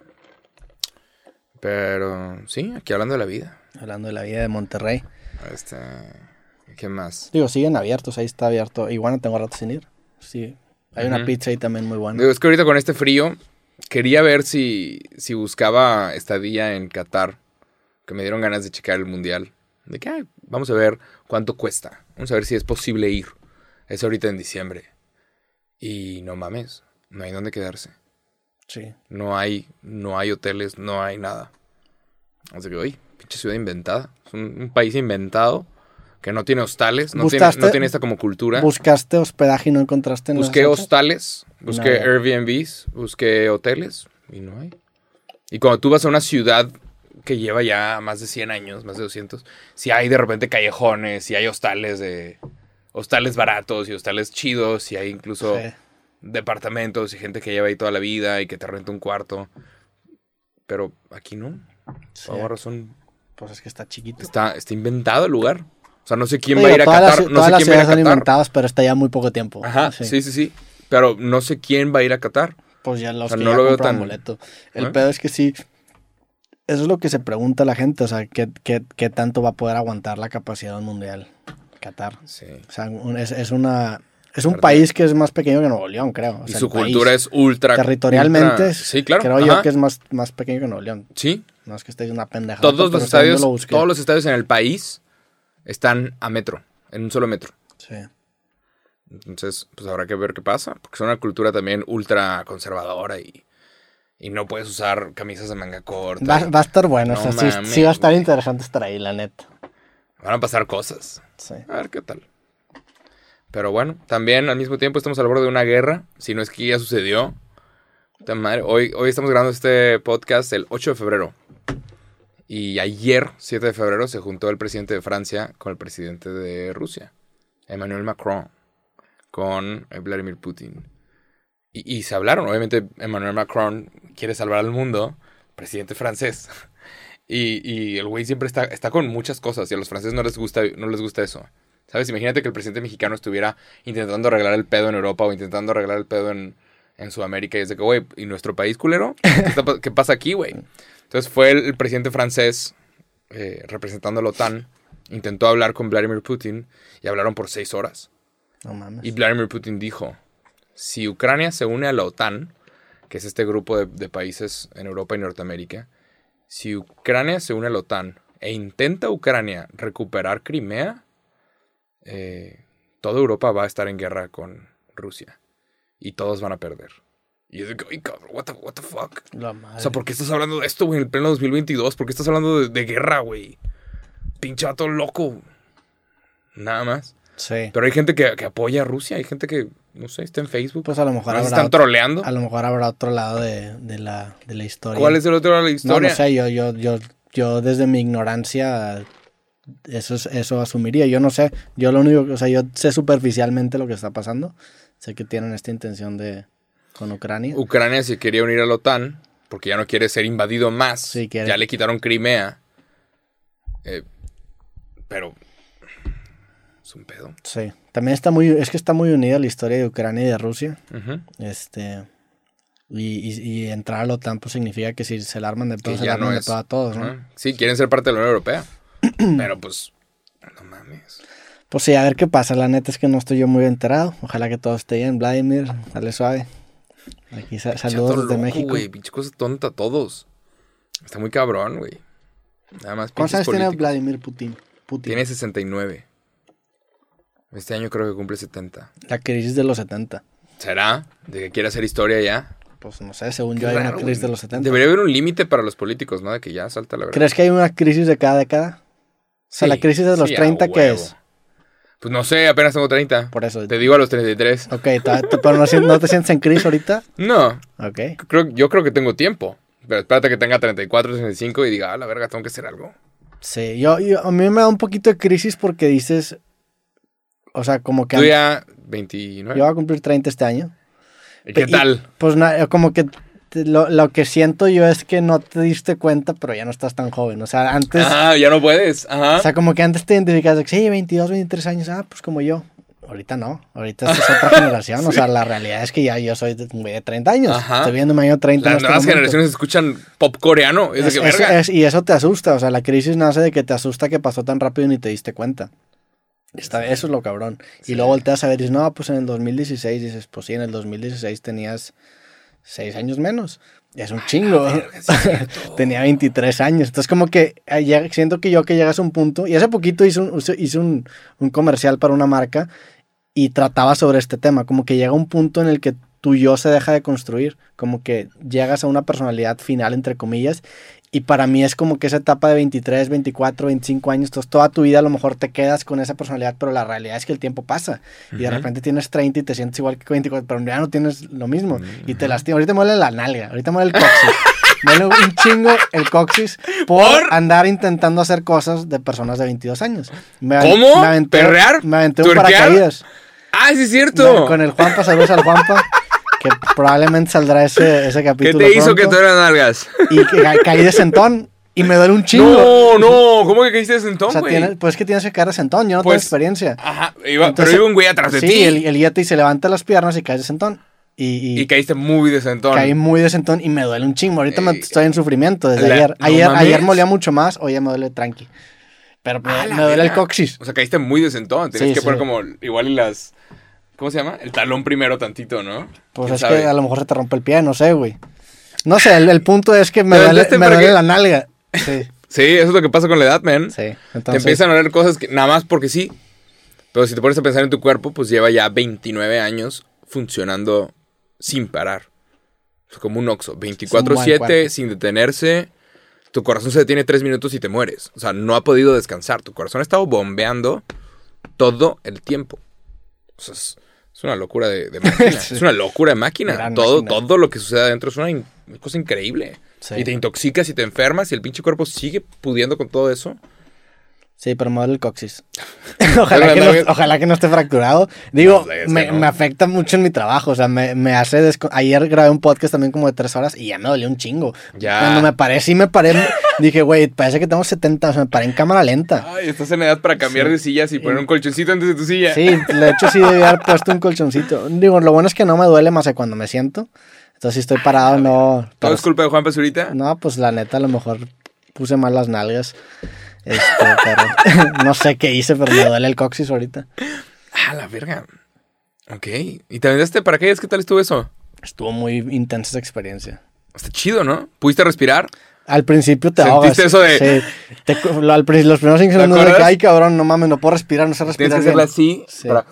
Speaker 1: Pero sí, aquí hablando de la vida.
Speaker 2: Hablando de la vida de Monterrey.
Speaker 1: Este, ¿Qué más?
Speaker 2: Digo, siguen abiertos, ahí está abierto. Iguana tengo rato sin ir. Sí. Hay una
Speaker 1: Ujú.
Speaker 2: pizza ahí también muy buena.
Speaker 1: Digo, es que ahorita con este frío quería ver si, si buscaba estadía en Qatar. Que me dieron ganas de checar el mundial. De que, ay, vamos a ver cuánto cuesta. Vamos a ver si es posible ir. Es ahorita en diciembre. Y no mames, no hay dónde quedarse.
Speaker 2: Sí.
Speaker 1: No hay, no hay hoteles, no hay nada. Así que, oye, pinche ciudad inventada. Es un, un país inventado que no tiene hostales, no tiene, no
Speaker 2: ¿Buscaste-
Speaker 1: tiene esta como cultura.
Speaker 2: Buscaste hospedaje y no encontraste en las
Speaker 1: busqué
Speaker 2: otras?
Speaker 1: hostales, busqué
Speaker 2: Nada.
Speaker 1: Airbnbs, busqué hoteles y no hay. Y cuando tú vas a una ciudad que lleva ya más de 100 años, más de 200, si hay de repente callejones, si hay hostales de hostales baratos y hostales chidos, si hay incluso
Speaker 2: Sí.
Speaker 1: departamentos y gente que lleva ahí toda la vida y que te renta un cuarto. Pero aquí no.
Speaker 2: Sí,
Speaker 1: Por alguna razón.
Speaker 2: Pues es que está chiquito.
Speaker 1: Está, está inventado el lugar. O sea, no sé quién va a
Speaker 2: Digo,
Speaker 1: ir a
Speaker 2: todas las-
Speaker 1: Qatar. No
Speaker 2: todas
Speaker 1: sé
Speaker 2: las
Speaker 1: quién va a ir
Speaker 2: ciudades son
Speaker 1: a Qatar.
Speaker 2: inventadas, pero está ya muy poco tiempo.
Speaker 1: Ajá,
Speaker 2: Así.
Speaker 1: sí, sí, sí. Pero no sé quién va a ir a Qatar.
Speaker 2: Pues ya los
Speaker 1: O sea,
Speaker 2: que
Speaker 1: no
Speaker 2: ya
Speaker 1: lo veo
Speaker 2: compraron
Speaker 1: tan-
Speaker 2: boleto. El
Speaker 1: ¿Eh?
Speaker 2: pedo es que sí. Eso es lo que se pregunta la gente. O sea, ¿qué, qué, qué tanto va a poder aguantar la capacidad del mundial Qatar?
Speaker 1: Sí.
Speaker 2: O sea, un- es, es una. Es un
Speaker 1: Perdón.
Speaker 2: país que es más pequeño que Nuevo León, creo. O
Speaker 1: Y
Speaker 2: sea,
Speaker 1: su
Speaker 2: el país,
Speaker 1: cultura es ultra.
Speaker 2: Territorialmente,
Speaker 1: ultra-
Speaker 2: es-
Speaker 1: Sí, claro.
Speaker 2: creo
Speaker 1: ajá.
Speaker 2: yo que es más, más pequeño que Nuevo León.
Speaker 1: Sí.
Speaker 2: No es que estéis una pendeja.
Speaker 1: Todos los estadios, todos los estadios en el país están a metro, en un solo metro.
Speaker 2: Sí.
Speaker 1: Entonces, pues habrá que ver qué pasa, porque es una cultura también ultra conservadora y, y no puedes usar camisas de manga corta.
Speaker 2: Va, va a estar bueno.
Speaker 1: No
Speaker 2: o sea, sí-
Speaker 1: mames,
Speaker 2: sí va a estar
Speaker 1: güey.
Speaker 2: interesante estar ahí, la neta.
Speaker 1: Van a pasar cosas.
Speaker 2: Sí.
Speaker 1: A ver qué tal. Pero bueno, también al mismo tiempo estamos al borde de una guerra, si no es que ya sucedió. Puta madre, Hoy, hoy estamos grabando este podcast el 8 de febrero. Y ayer, 7 de febrero, se juntó el presidente de Francia con el presidente de Rusia, Emmanuel Macron, con Vladimir Putin. Y, y se hablaron, obviamente Emmanuel Macron quiere salvar al mundo, presidente francés. Y, y el güey siempre está, está con muchas cosas y a los franceses no les gusta, no les gusta eso. ¿Sabes? Imagínate que el presidente mexicano estuviera intentando arreglar el pedo en Europa o intentando arreglar el pedo en, en Sudamérica. Y es de que, güey, ¿y nuestro país culero? ¿Qué, está pa- qué pasa aquí, güey? Entonces fue el, el presidente francés eh, representando a la OTAN, intentó hablar con Vladimir Putin y hablaron por seis horas.
Speaker 2: No mames.
Speaker 1: Y Vladimir Putin dijo, si Ucrania se une a la OTAN, que es este grupo de, de países en Europa y Norteamérica, si Ucrania se une a la OTAN e intenta Ucrania recuperar Crimea, eh, toda Europa va a estar en guerra con Rusia y todos van a perder. Y yo digo, ay, cabrón, what the, what the fuck.
Speaker 2: La madre.
Speaker 1: O sea, ¿por qué estás hablando de esto, güey, en el pleno 2022? ¿Por qué estás hablando de, de guerra, güey? Pinche vato loco. Nada más.
Speaker 2: Sí.
Speaker 1: Pero hay gente que, que apoya a Rusia, hay gente que, no sé, está en Facebook.
Speaker 2: Pues a lo mejor
Speaker 1: Nada más
Speaker 2: habrá
Speaker 1: están
Speaker 2: otro,
Speaker 1: troleando.
Speaker 2: a lo mejor habrá otro lado de, de la, de la historia.
Speaker 1: ¿Cuál es el otro lado de la
Speaker 2: No,
Speaker 1: historia?
Speaker 2: no sé, yo, yo, yo, yo desde mi ignorancia eso, es- eso asumiría. Yo no sé, yo lo único que, o sea, yo sé superficialmente lo que está pasando. Sé que tienen esta intención de con Ucrania.
Speaker 1: Ucrania se quería unir a la OTAN porque ya no quiere ser invadido más.
Speaker 2: Sí, quiere.
Speaker 1: Ya le quitaron Crimea. Eh, pero es un pedo.
Speaker 2: Sí, también está muy, es que está muy unida la historia de Ucrania y de Rusia.
Speaker 1: Ujú.
Speaker 2: Este, y, y- y entrar a la OTAN pues, significa que si se la arman de
Speaker 1: Que
Speaker 2: pedo, se
Speaker 1: ya
Speaker 2: la
Speaker 1: no
Speaker 2: arman de
Speaker 1: es.
Speaker 2: pedo a todos, ¿no?
Speaker 1: Ajá. Sí, quieren ser parte de la Unión Europea. pero pues, no mames.
Speaker 2: Pues sí, a ver qué pasa. La neta es que no estoy yo muy enterado. Ojalá que todo esté bien. Vladimir, dale suave. Aquí sa-
Speaker 1: Chato
Speaker 2: saludos desde
Speaker 1: loco,
Speaker 2: México.
Speaker 1: güey, pinche cosa tonta todos. Está muy cabrón, güey. Nada más
Speaker 2: ¿Cuántos
Speaker 1: pinches
Speaker 2: años tiene
Speaker 1: políticos.
Speaker 2: Vladimir Putin? Putin.
Speaker 1: Tiene 69. Este año creo que cumple 70.
Speaker 2: La crisis de los 70.
Speaker 1: ¿Será? ¿De que quiere hacer historia ya?
Speaker 2: Pues no sé, según yo
Speaker 1: Qué
Speaker 2: hay una
Speaker 1: raro,
Speaker 2: crisis
Speaker 1: güey.
Speaker 2: de los 70.
Speaker 1: Debería haber un límite para los políticos, ¿no? De que ya salta la verdad.
Speaker 2: ¿Crees que hay una crisis de cada década? O sea, la crisis de los 30, ¿qué es?
Speaker 1: Pues no sé, apenas tengo 30.
Speaker 2: Por eso.
Speaker 1: Te digo a los 33.
Speaker 2: Ok, ta- ta- pero no, sien- no te sientes en crisis ahorita.
Speaker 1: No,
Speaker 2: Ok.
Speaker 1: creo, yo creo que tengo tiempo. Pero espérate que tenga 34, 35 y diga, ah, la verga, tengo que hacer algo.
Speaker 2: Sí, yo, yo- a mí me da un poquito de crisis porque dices, o sea, como que
Speaker 1: Tú
Speaker 2: yo
Speaker 1: ya 29.
Speaker 2: voy a cumplir 30 este año.
Speaker 1: ¿Y ¿Qué
Speaker 2: Y-
Speaker 1: tal?
Speaker 2: Pues na- como que te- lo, lo que siento yo es que no te diste cuenta, pero ya no estás tan joven. O sea, antes,
Speaker 1: Ah, ya no puedes. Ajá.
Speaker 2: o sea, como que antes te identificabas de que sí, 22, 23 años, ah, pues como yo. Ahorita no, ahorita es otra generación. O sea, la realidad es que ya yo soy de, güey de 30 años.
Speaker 1: Ajá.
Speaker 2: Estoy viendo año 30 en
Speaker 1: Las
Speaker 2: este
Speaker 1: nuevas
Speaker 2: momento.
Speaker 1: generaciones escuchan pop coreano. Es de
Speaker 2: Es-
Speaker 1: que
Speaker 2: es-
Speaker 1: verga.
Speaker 2: es- y eso te asusta, o sea, la crisis nace de que te asusta que pasó tan rápido y ni te diste cuenta. Está, eso es lo cabrón. Y luego volteas a ver y dices, no, pues en el 2016, dices, pues sí, en el 2016 tenías 6 años menos. Es un chingo. Tenía 23 años. Entonces, como que eh, llega- siento que yo que llegas a un punto, y hace poquito hice un, hice un, un comercial para una marca y trataba sobre este tema, como que llega un punto en el que tu yo se deja de construir, como que llegas a una personalidad final, entre comillas, y para mí es como que esa etapa de 23, 24, 25 años, entonces toda tu vida a lo mejor te quedas con esa personalidad, pero la realidad es que el tiempo pasa y de
Speaker 1: Ujú.
Speaker 2: repente tienes 30 y te sientes igual que 24, pero ya no tienes lo mismo y te lastima. Ahorita me duele la nalga, ahorita me duele el coxis. Me duele un chingo el coxis por,
Speaker 1: ¿Por?
Speaker 2: andar intentando hacer cosas de personas de 22 años. Me-
Speaker 1: ¿Cómo?
Speaker 2: Me aventé,
Speaker 1: ¿Perrear?
Speaker 2: Me aventé un
Speaker 1: ¿Turquear?
Speaker 2: paracaídas.
Speaker 1: Ah, sí, es
Speaker 2: Bueno,
Speaker 1: cierto.
Speaker 2: con el Juanpa, saludos al Juanpa, que probablemente saldrá ese, ese
Speaker 1: ¿Qué
Speaker 2: capítulo.
Speaker 1: te hizo que
Speaker 2: pronto.
Speaker 1: te eran nalgas?
Speaker 2: Y que ca- caí de sentón y me duele un
Speaker 1: No,
Speaker 2: chingo.
Speaker 1: no. ¿Cómo que caíste de
Speaker 2: o
Speaker 1: sentón,
Speaker 2: sea,
Speaker 1: güey?
Speaker 2: tienes- pues es que tienes que caer de sentón, yo no
Speaker 1: Pues,
Speaker 2: tengo experiencia.
Speaker 1: Ajá. iba-
Speaker 2: Entonces-
Speaker 1: pero iba un güey atrás de
Speaker 2: sí,
Speaker 1: ti.
Speaker 2: el, el guía te- y se levanta las piernas y caes de sentón. Y, y
Speaker 1: Y caíste muy de sentón.
Speaker 2: caí muy de sentón y me duele un chingo. Ahorita me
Speaker 1: Ey.
Speaker 2: estoy en sufrimiento desde
Speaker 1: La-
Speaker 2: ayer.
Speaker 1: no
Speaker 2: Ayer,
Speaker 1: mames.
Speaker 2: ayer me olía mucho más, hoy ya me duele tranqui. Pero me,
Speaker 1: Ah, la
Speaker 2: me duele el
Speaker 1: verga.
Speaker 2: coxis.
Speaker 1: O sea, caíste muy de sentón. Tienes
Speaker 2: Sí,
Speaker 1: que
Speaker 2: sí.
Speaker 1: poner como igual y las. ¿Cómo se llama? El talón primero tantito, ¿no?
Speaker 2: Pues
Speaker 1: ¿Quién
Speaker 2: es
Speaker 1: sabe?
Speaker 2: que a lo mejor se te rompe el pie, no sé, güey. No sé, el, el punto es que me
Speaker 1: Te
Speaker 2: duele,
Speaker 1: aventaste
Speaker 2: me
Speaker 1: para
Speaker 2: duele
Speaker 1: que-
Speaker 2: la nalga. Sí,
Speaker 1: Sí, eso es lo que pasa con la edad, man.
Speaker 2: sí.
Speaker 1: Te
Speaker 2: Entonces,
Speaker 1: empiezan a oler cosas que nada más porque sí. Pero si te pones a pensar en tu cuerpo, pues lleva ya 29 años funcionando sin parar. O sea, como un oxo.
Speaker 2: Es un buen
Speaker 1: 24-7,
Speaker 2: cuerpo.
Speaker 1: sin detenerse. Tu corazón se detiene 3 minutos y te mueres. O sea, no ha podido descansar. Tu corazón ha estado bombeando todo el tiempo. O sea, es, es una locura de, de máquina.
Speaker 2: Sí.
Speaker 1: Es una locura de máquina.
Speaker 2: Gran
Speaker 1: Todo,
Speaker 2: máquina.
Speaker 1: todo lo que sucede adentro es una, in- una cosa increíble.
Speaker 2: Sí.
Speaker 1: Y te intoxicas y te enfermas y el pinche cuerpo sigue pudiendo con todo eso.
Speaker 2: Sí, pero me duele el coxis. ojalá, que no,
Speaker 1: Pero,
Speaker 2: ojalá que no esté fracturado. Digo,
Speaker 1: No, es que
Speaker 2: me,
Speaker 1: no.
Speaker 2: me afecta mucho en mi trabajo. O sea, me, me hace. desco- Ayer grabé un podcast también como de tres horas y ya me dolió un chingo.
Speaker 1: Ya.
Speaker 2: Cuando me paré, sí me paré. dije, güey, parece que tengo 70. O sea, me paré en cámara lenta.
Speaker 1: Ay, estás en edad para cambiar de sillas y poner un colchoncito antes de tu silla.
Speaker 2: Eh. Sí, de hecho sí debí haber puesto un colchoncito. Digo, lo bueno es que no me duele más que cuando me siento. Entonces, si estoy parado, no.
Speaker 1: Ah, ¿Todo
Speaker 2: pero-
Speaker 1: es culpa de Juan Pazurita?
Speaker 2: No, pues la neta, a lo mejor puse mal las nalgas. Este, pero no sé qué hice, pero me duele el coxis ahorita.
Speaker 1: Ah, la verga. Ok. ¿Y te vendaste para qué? ¿Qué tal estuvo eso?
Speaker 2: Estuvo muy intensa esa experiencia.
Speaker 1: Está chido, ¿no? ¿Pudiste respirar?
Speaker 2: Al principio te
Speaker 1: ¿Sentiste
Speaker 2: ahogas.
Speaker 1: eso de-
Speaker 2: sí. Te cu- lo- al prin- los primeros cinco
Speaker 1: ¿Te
Speaker 2: segundos de que,
Speaker 1: acuerdas?
Speaker 2: ay, cabrón, no mames, no puedo respirar, no sé respirar.
Speaker 1: Tienes que
Speaker 2: bien".
Speaker 1: hacerla así.
Speaker 2: Sí.
Speaker 1: para-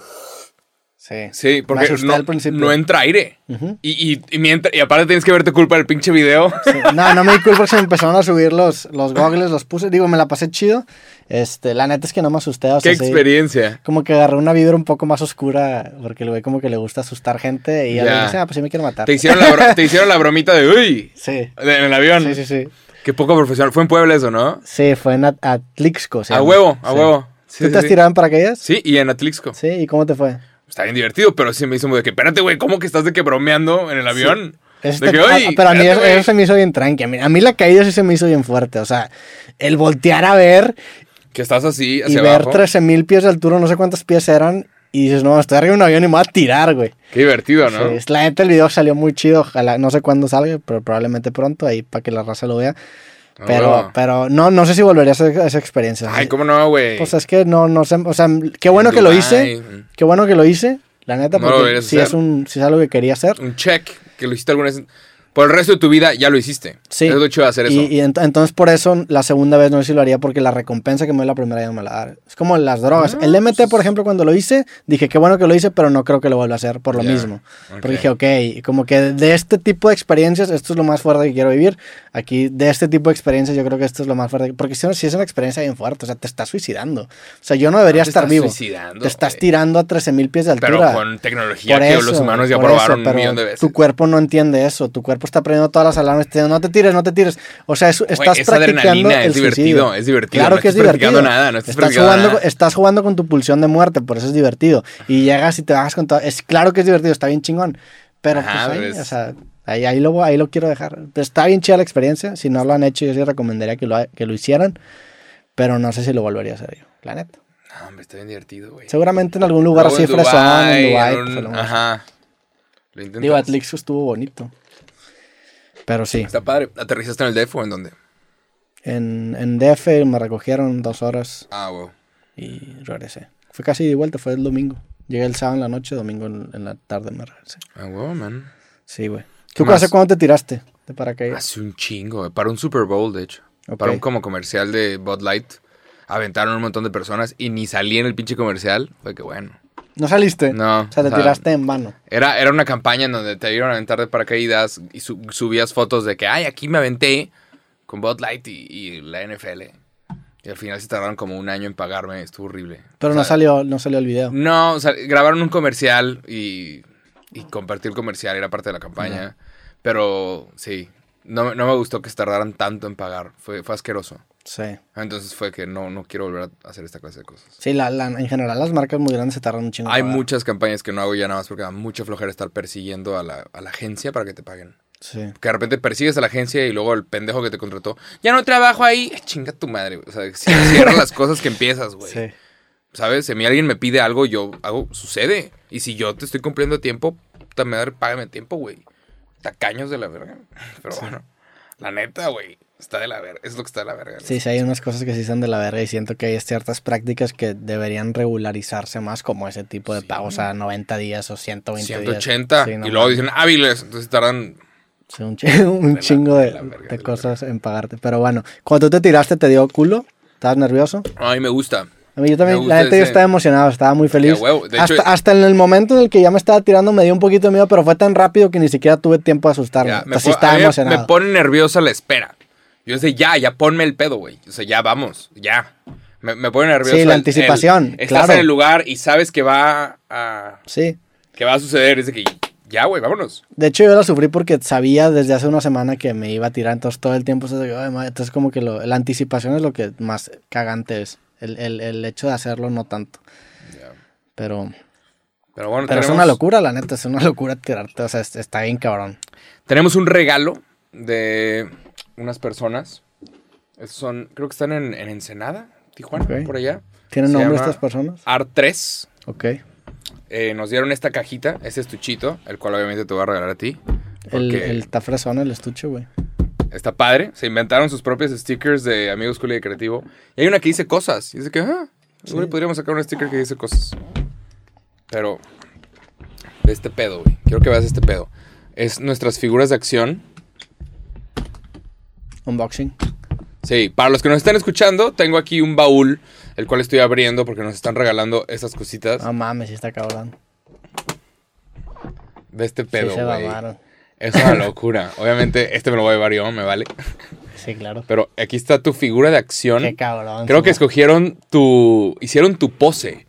Speaker 2: Sí.
Speaker 1: Sí,
Speaker 2: Me
Speaker 1: porque
Speaker 2: asusté
Speaker 1: no,
Speaker 2: al principio.
Speaker 1: no entra aire.
Speaker 2: Ujú.
Speaker 1: y, y, y mientras- y aparte tienes que verte culpa del pinche video.
Speaker 2: Sí. No, no me di culpa porque se me empezaron a subir los, los goggles, los puse. Digo, me la pasé chido. Este, la neta es que no me asusté. O
Speaker 1: Qué
Speaker 2: sea, sí,
Speaker 1: experiencia.
Speaker 2: Como que agarré una vibra un poco más oscura, porque el güey como que le gusta asustar gente y a
Speaker 1: Ya.
Speaker 2: veces, ah, pues sí me quiero matar.
Speaker 1: Te hicieron, la bro- te hicieron la bromita de uy
Speaker 2: Sí.
Speaker 1: de- en el avión.
Speaker 2: Sí, sí, sí.
Speaker 1: Qué poco profesional. Fue en Puebla eso, ¿no?
Speaker 2: Sí, fue en At- Atlixco. se
Speaker 1: a
Speaker 2: llama.
Speaker 1: huevo, a
Speaker 2: Sí.
Speaker 1: huevo. Sí,
Speaker 2: ¿Tú
Speaker 1: sí,
Speaker 2: te has
Speaker 1: sí.
Speaker 2: tirado en paracaídas?
Speaker 1: Sí, y en Atlixco.
Speaker 2: Sí, ¿y cómo te fue?
Speaker 1: Está bien divertido, pero sí me hizo muy de que, espérate, güey, ¿cómo que estás de que bromeando en el avión?
Speaker 2: Este-
Speaker 1: de que,
Speaker 2: ah,
Speaker 1: "Oye,
Speaker 2: pero a mí
Speaker 1: espérate,
Speaker 2: eso,
Speaker 1: güey".
Speaker 2: eso se me hizo bien tranqui. A mí, a mí la caída sí se me hizo bien fuerte. O sea, el voltear a ver
Speaker 1: Que estás así,
Speaker 2: y
Speaker 1: hacia
Speaker 2: ver
Speaker 1: abajo.
Speaker 2: 13.000 pies de altura, no sé cuántos pies eran, y dices, no, estoy arriba de un avión y me voy a tirar, güey.
Speaker 1: Qué divertido, ¿no?
Speaker 2: Sí, es- la neta, el video salió muy chido. Ojalá, no sé cuándo salga, pero probablemente pronto, ahí para que la raza lo vea.
Speaker 1: A
Speaker 2: Pero,
Speaker 1: Ah, huevo.
Speaker 2: pero no, no sé si volvería a hacer esa experiencia.
Speaker 1: Ay, ¿cómo no, güey?
Speaker 2: Pues es que no, no sé. O sea, qué bueno que lo
Speaker 1: Dubái.
Speaker 2: hice. Qué bueno que lo hice. La neta,
Speaker 1: No lo
Speaker 2: porque
Speaker 1: deberías
Speaker 2: si
Speaker 1: hacer.
Speaker 2: es, un, si es algo que quería hacer.
Speaker 1: Un check que lo hiciste alguna vez. Por el resto de tu vida ya lo hiciste.
Speaker 2: Sí.
Speaker 1: Es lo chido de hacer eso.
Speaker 2: Y, y ent- entonces por eso la segunda vez no sé si lo haría porque la recompensa que me dio la primera ya no me la dar. Es como las drogas.
Speaker 1: Ah,
Speaker 2: el
Speaker 1: pues
Speaker 2: MT, por ejemplo, cuando lo hice, dije qué bueno que lo hice, pero no creo que lo vuelva a hacer por lo
Speaker 1: Ya,
Speaker 2: mismo. Porque
Speaker 1: ok.
Speaker 2: dije, ok, como que de este tipo de experiencias, esto es lo más fuerte que quiero vivir. Aquí, de este tipo de experiencias, yo creo que esto es lo más fuerte. que- Porque si, no, si es una experiencia bien fuerte, o sea, te estás suicidando. O sea, yo no debería
Speaker 1: Ah, te
Speaker 2: estar
Speaker 1: estás
Speaker 2: vivo.
Speaker 1: suicidando,
Speaker 2: te estás
Speaker 1: güey.
Speaker 2: tirando a 13.000 pies de altura.
Speaker 1: Pero con tecnología que los humanos ya
Speaker 2: por eso,
Speaker 1: probaron un
Speaker 2: pero
Speaker 1: millón de veces.
Speaker 2: Tu cuerpo no entiende eso. Tu cuerpo está prendiendo todas las alarmas. te dice, no te tires, no te tires. O sea, es- estás
Speaker 1: es
Speaker 2: practicando
Speaker 1: adrenalina,
Speaker 2: el
Speaker 1: es divertido,
Speaker 2: suicidio.
Speaker 1: es divertido,
Speaker 2: Claro
Speaker 1: no
Speaker 2: que es
Speaker 1: estás
Speaker 2: divertido.
Speaker 1: practicando nada, no estás practicando
Speaker 2: jugando,
Speaker 1: nada.
Speaker 2: Estás jugando con tu pulsión de muerte, por eso es divertido. Y llegas y te bajas con todo. Es claro que es divertido, está bien chingón. Pero
Speaker 1: Ajá,
Speaker 2: pues ahí,
Speaker 1: ves.
Speaker 2: o sea, ahí, ahí lo, ahí lo quiero dejar. Está bien chida la experiencia. Si no lo han hecho, yo sí recomendaría que lo, ha- que lo hicieran. Pero no sé si lo volvería a hacer yo, la neta.
Speaker 1: No, hombre, está bien divertido, güey.
Speaker 2: Seguramente en algún lugar
Speaker 1: Luego
Speaker 2: así
Speaker 1: en
Speaker 2: fresón, en Dubái.
Speaker 1: en
Speaker 2: pues,
Speaker 1: un-
Speaker 2: algo así.
Speaker 1: Ajá. Lo intentas.
Speaker 2: Digo, Atlixco estuvo bonito. Pero sí,
Speaker 1: Está padre. ¿Aterrizaste en el DF o en dónde?
Speaker 2: en, en DF me recogieron dos horas
Speaker 1: Ah, wow.
Speaker 2: y regresé. Fue casi de vuelta, fue el domingo. Llegué el sábado en la noche, domingo en, en la tarde me regresé.
Speaker 1: Ah, wow, man.
Speaker 2: Sí, güey.
Speaker 1: ¿Qué
Speaker 2: ¿Tú
Speaker 1: más?
Speaker 2: hace cuándo te tiraste de paracaídas?
Speaker 1: Hace un chingo, güey. Para un Super Bowl, de hecho.
Speaker 2: Ok.
Speaker 1: Para un como comercial de Bud Light. Aventaron un montón de personas y ni salí en el pinche comercial. Fue que bueno.
Speaker 2: ¿No saliste?
Speaker 1: Ah, No,
Speaker 2: O sea,
Speaker 1: o
Speaker 2: te
Speaker 1: sea,
Speaker 2: tiraste en vano.
Speaker 1: Era, era una campaña en donde te iban a aventar de paracaídas y su- subías fotos de que, ay, aquí me aventé con Bud Light y, y la NFL. Y al final se tardaron como un año en pagarme. Estuvo horrible.
Speaker 2: Pero
Speaker 1: O
Speaker 2: no
Speaker 1: sea,
Speaker 2: salió, no salió el video.
Speaker 1: No, o sea, grabaron un comercial y, y compartí el comercial, era parte de la campaña. Pero sí, no, me- no me gustó que se tardaran tanto en pagar. Fue, fue asqueroso.
Speaker 2: Sí.
Speaker 1: Entonces fue que no, no quiero volver a hacer esta clase de cosas.
Speaker 2: Sí, la, la- en general las marcas muy grandes se tardan un chingo. en
Speaker 1: Hay
Speaker 2: pagar.
Speaker 1: muchas campañas que no hago ya nada más porque da mucha flojera estar persiguiendo a la, a la agencia para que te paguen.
Speaker 2: Sí.
Speaker 1: Que de repente persigues a la agencia y luego el pendejo que te contrató, ya no trabajo ahí. Eh, Chinga tu madre, güey. O sea, cier- cierra las cosas que empiezas, güey.
Speaker 2: Sí.
Speaker 1: ¿Sabes? Si a mí alguien me pide algo, yo hago, sucede. Y si yo te estoy cumpliendo a tiempo, puta madre, págame a tiempo, güey. Tacaños de la verga. Pero bueno, la neta, güey, está de la verga. Es lo que está de la verga.
Speaker 2: Sí, sí, hay unas cosas que sí están de la verga y siento que hay ciertas prácticas que deberían regularizarse más, como ese tipo de pagos a 90 días o 120
Speaker 1: 180.
Speaker 2: días. Sí, no
Speaker 1: y luego
Speaker 2: mames.
Speaker 1: dicen hábiles. Entonces tardan.
Speaker 2: Sí, un, chi- un
Speaker 1: de la-
Speaker 2: chingo
Speaker 1: de
Speaker 2: de,
Speaker 1: la verga,
Speaker 2: de
Speaker 1: de la
Speaker 2: cosas en pagarte. Pero bueno, cuando tú te tiraste, ¿te dio culo? ¿Estabas nervioso?
Speaker 1: Ay, me gusta.
Speaker 2: A mí yo
Speaker 1: Me
Speaker 2: también,
Speaker 1: gusta
Speaker 2: la neta, yo
Speaker 1: ese-
Speaker 2: estaba emocionado, estaba muy feliz.
Speaker 1: huevo, de
Speaker 2: hasta,
Speaker 1: hecho-
Speaker 2: hasta en el momento en el que ya me estaba tirando me dio un poquito de miedo, pero fue tan rápido que ni siquiera tuve tiempo de asustarme.
Speaker 1: Ya,
Speaker 2: Así
Speaker 1: me, pon- a
Speaker 2: estaba
Speaker 1: mí me-
Speaker 2: emocionado.
Speaker 1: me pone nerviosa la espera. Yo sé, ya, ya ponme el pedo, güey. O sea, ya vamos, ya. Me, me pone nervioso.
Speaker 2: Sí, la
Speaker 1: el-
Speaker 2: anticipación,
Speaker 1: el- estás
Speaker 2: claro.
Speaker 1: en el lugar y sabes que va a,
Speaker 2: Sí.
Speaker 1: que va a suceder. Es de que ya, güey, vámonos.
Speaker 2: De hecho, yo la sufrí porque sabía desde hace una semana que me iba a tirar, entonces todo el tiempo, estás de que, "Ay, madre", entonces como que lo- la anticipación es lo que más cagante es. El, el- el hecho de hacerlo no tanto.
Speaker 1: Ya.
Speaker 2: Pero,
Speaker 1: Pero bueno,
Speaker 2: pero es
Speaker 1: tenemos-
Speaker 2: una locura, la neta, es una locura tirarte, o sea, es- está bien cabrón.
Speaker 1: Tenemos un regalo de unas personas. Estos son, creo que están en, en Ensenada, Tijuana,
Speaker 2: Ok.
Speaker 1: por allá. Se
Speaker 2: ¿Tienen
Speaker 1: llama
Speaker 2: nombre estas personas?
Speaker 1: Art3.
Speaker 2: Ok.
Speaker 1: Eh, nos dieron esta cajita, este estuchito, el cual obviamente te voy a regalar a ti.
Speaker 2: El,
Speaker 1: porque-
Speaker 2: el está fresón el estuche, güey.
Speaker 1: Está padre. Se inventaron sus propios stickers de Amigos Cool y de Creativo. Y hay una que dice cosas. Y dice que, ah, seguro podríamos sacar un sticker que dice cosas. Pero, ve este pedo, güey. Quiero que veas este pedo. Es nuestras figuras de acción
Speaker 2: Unboxing.
Speaker 1: Sí, para los que nos están escuchando, tengo aquí un baúl, el cual estoy abriendo porque nos están regalando estas cositas.
Speaker 2: No mames, sí está cabrón.
Speaker 1: de este
Speaker 2: Sí
Speaker 1: pedo,
Speaker 2: se
Speaker 1: güey.
Speaker 2: mamaron.
Speaker 1: es una locura. Obviamente, este me lo voy a llevar yo, me vale.
Speaker 2: Sí, claro.
Speaker 1: Pero aquí está tu figura de acción.
Speaker 2: Qué cabrón.
Speaker 1: Creo
Speaker 2: sí,
Speaker 1: que
Speaker 2: ma-
Speaker 1: escogieron tu. Hicieron tu pose.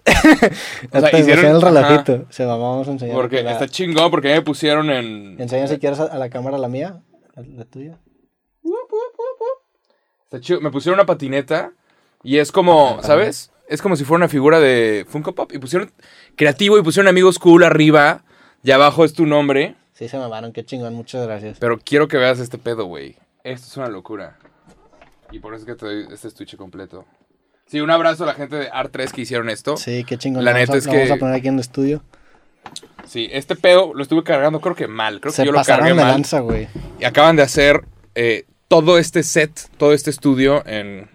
Speaker 1: o sea,
Speaker 2: Te
Speaker 1: hicieron-
Speaker 2: pusieron el
Speaker 1: ajá.
Speaker 2: relojito. Se va, vamos a enseñar.
Speaker 1: Porque
Speaker 2: la-
Speaker 1: está chingón, porque me pusieron en.
Speaker 2: Enseña si quieres a, a la cámara la mía, la tuya.
Speaker 1: Está chido. Me pusieron una patineta y es
Speaker 2: Ah,
Speaker 1: como, ¿sabes? Es como si fuera una figura de Funko Pop. Y pusieron creativo y pusieron amigos cool arriba. Y abajo es tu nombre.
Speaker 2: Sí, se mamaron, qué chingón, muchas gracias.
Speaker 1: Pero quiero que veas este pedo, güey. Esto es una locura. Y por eso es que te doy este estuche completo. Sí, un abrazo a la gente de Art3 que hicieron esto. Sí.
Speaker 2: Sí, qué chingón.
Speaker 1: La
Speaker 2: lo vamos
Speaker 1: neta
Speaker 2: a-
Speaker 1: es
Speaker 2: lo
Speaker 1: que-
Speaker 2: vamos a poner aquí en el estudio.
Speaker 1: este pedo lo estuve cargando, creo que mal. Creo
Speaker 2: Se
Speaker 1: que yo lo
Speaker 2: pasaron
Speaker 1: cargué
Speaker 2: de
Speaker 1: mal.
Speaker 2: lanza, güey.
Speaker 1: Y acaban de hacer eh, todo este set, todo este estudio en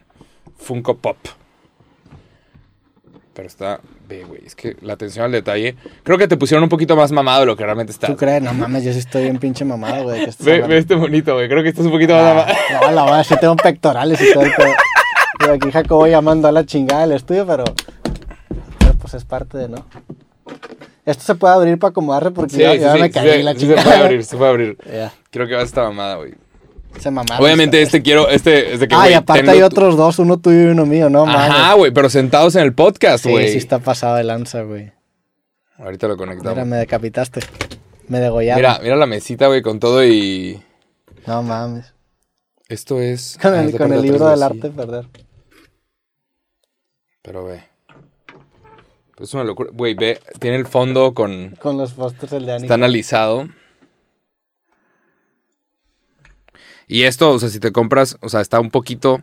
Speaker 1: Funko Pop. Pero está ve, güey. Es que la atención al detalle. Creo que te pusieron un poquito más mamado de lo que realmente está.
Speaker 2: ¿Tú crees? No mames, yo sí estoy bien pinche mamado, güey. ¿qué estás
Speaker 1: Ve,
Speaker 2: hablando?
Speaker 1: ve este bonito, güey. Creo que estás un poquito más
Speaker 2: Ah,
Speaker 1: mamado.
Speaker 2: No, la verdad, sí tengo pectorales y todo el pedo. Digo, aquí Jacobo llamando a la chingada del estudio, pero, pero pues es parte de, ¿no? Esto se puede abrir para acomodarse porque ya, ya me caí
Speaker 1: sí,
Speaker 2: la
Speaker 1: sí
Speaker 2: chingada.
Speaker 1: se puede abrir, se puede abrir.
Speaker 2: Ya,
Speaker 1: Creo que va a estar mamada, güey.
Speaker 2: se mamaron.
Speaker 1: Obviamente este quiero, este es de que,
Speaker 2: Ah, y
Speaker 1: güey,
Speaker 2: aparte
Speaker 1: tenlo
Speaker 2: hay
Speaker 1: tú-
Speaker 2: otros dos, uno tuyo y uno mío, no mames.
Speaker 1: Ajá, güey, pero sentados en el podcast,
Speaker 2: Sí,
Speaker 1: güey.
Speaker 2: sí está pasado de lanza, güey.
Speaker 1: Ahorita lo
Speaker 2: Mira,
Speaker 1: conectamos.
Speaker 2: me decapitaste. Me degollaron.
Speaker 1: Mira, mira la mesita, güey, con todo y...
Speaker 2: No mames.
Speaker 1: Esto es...
Speaker 2: Con
Speaker 1: Ah,
Speaker 2: el,
Speaker 1: es de
Speaker 2: con el
Speaker 1: perder
Speaker 2: libro
Speaker 1: tres
Speaker 2: del
Speaker 1: veces,
Speaker 2: arte perder.
Speaker 1: Pero ve. Pero es una locura. Güey, ve, tiene el fondo con...
Speaker 2: Con los pósters el de
Speaker 1: Está
Speaker 2: Annie.
Speaker 1: analizado. Y esto, o sea, si te compras, o sea, está un poquito...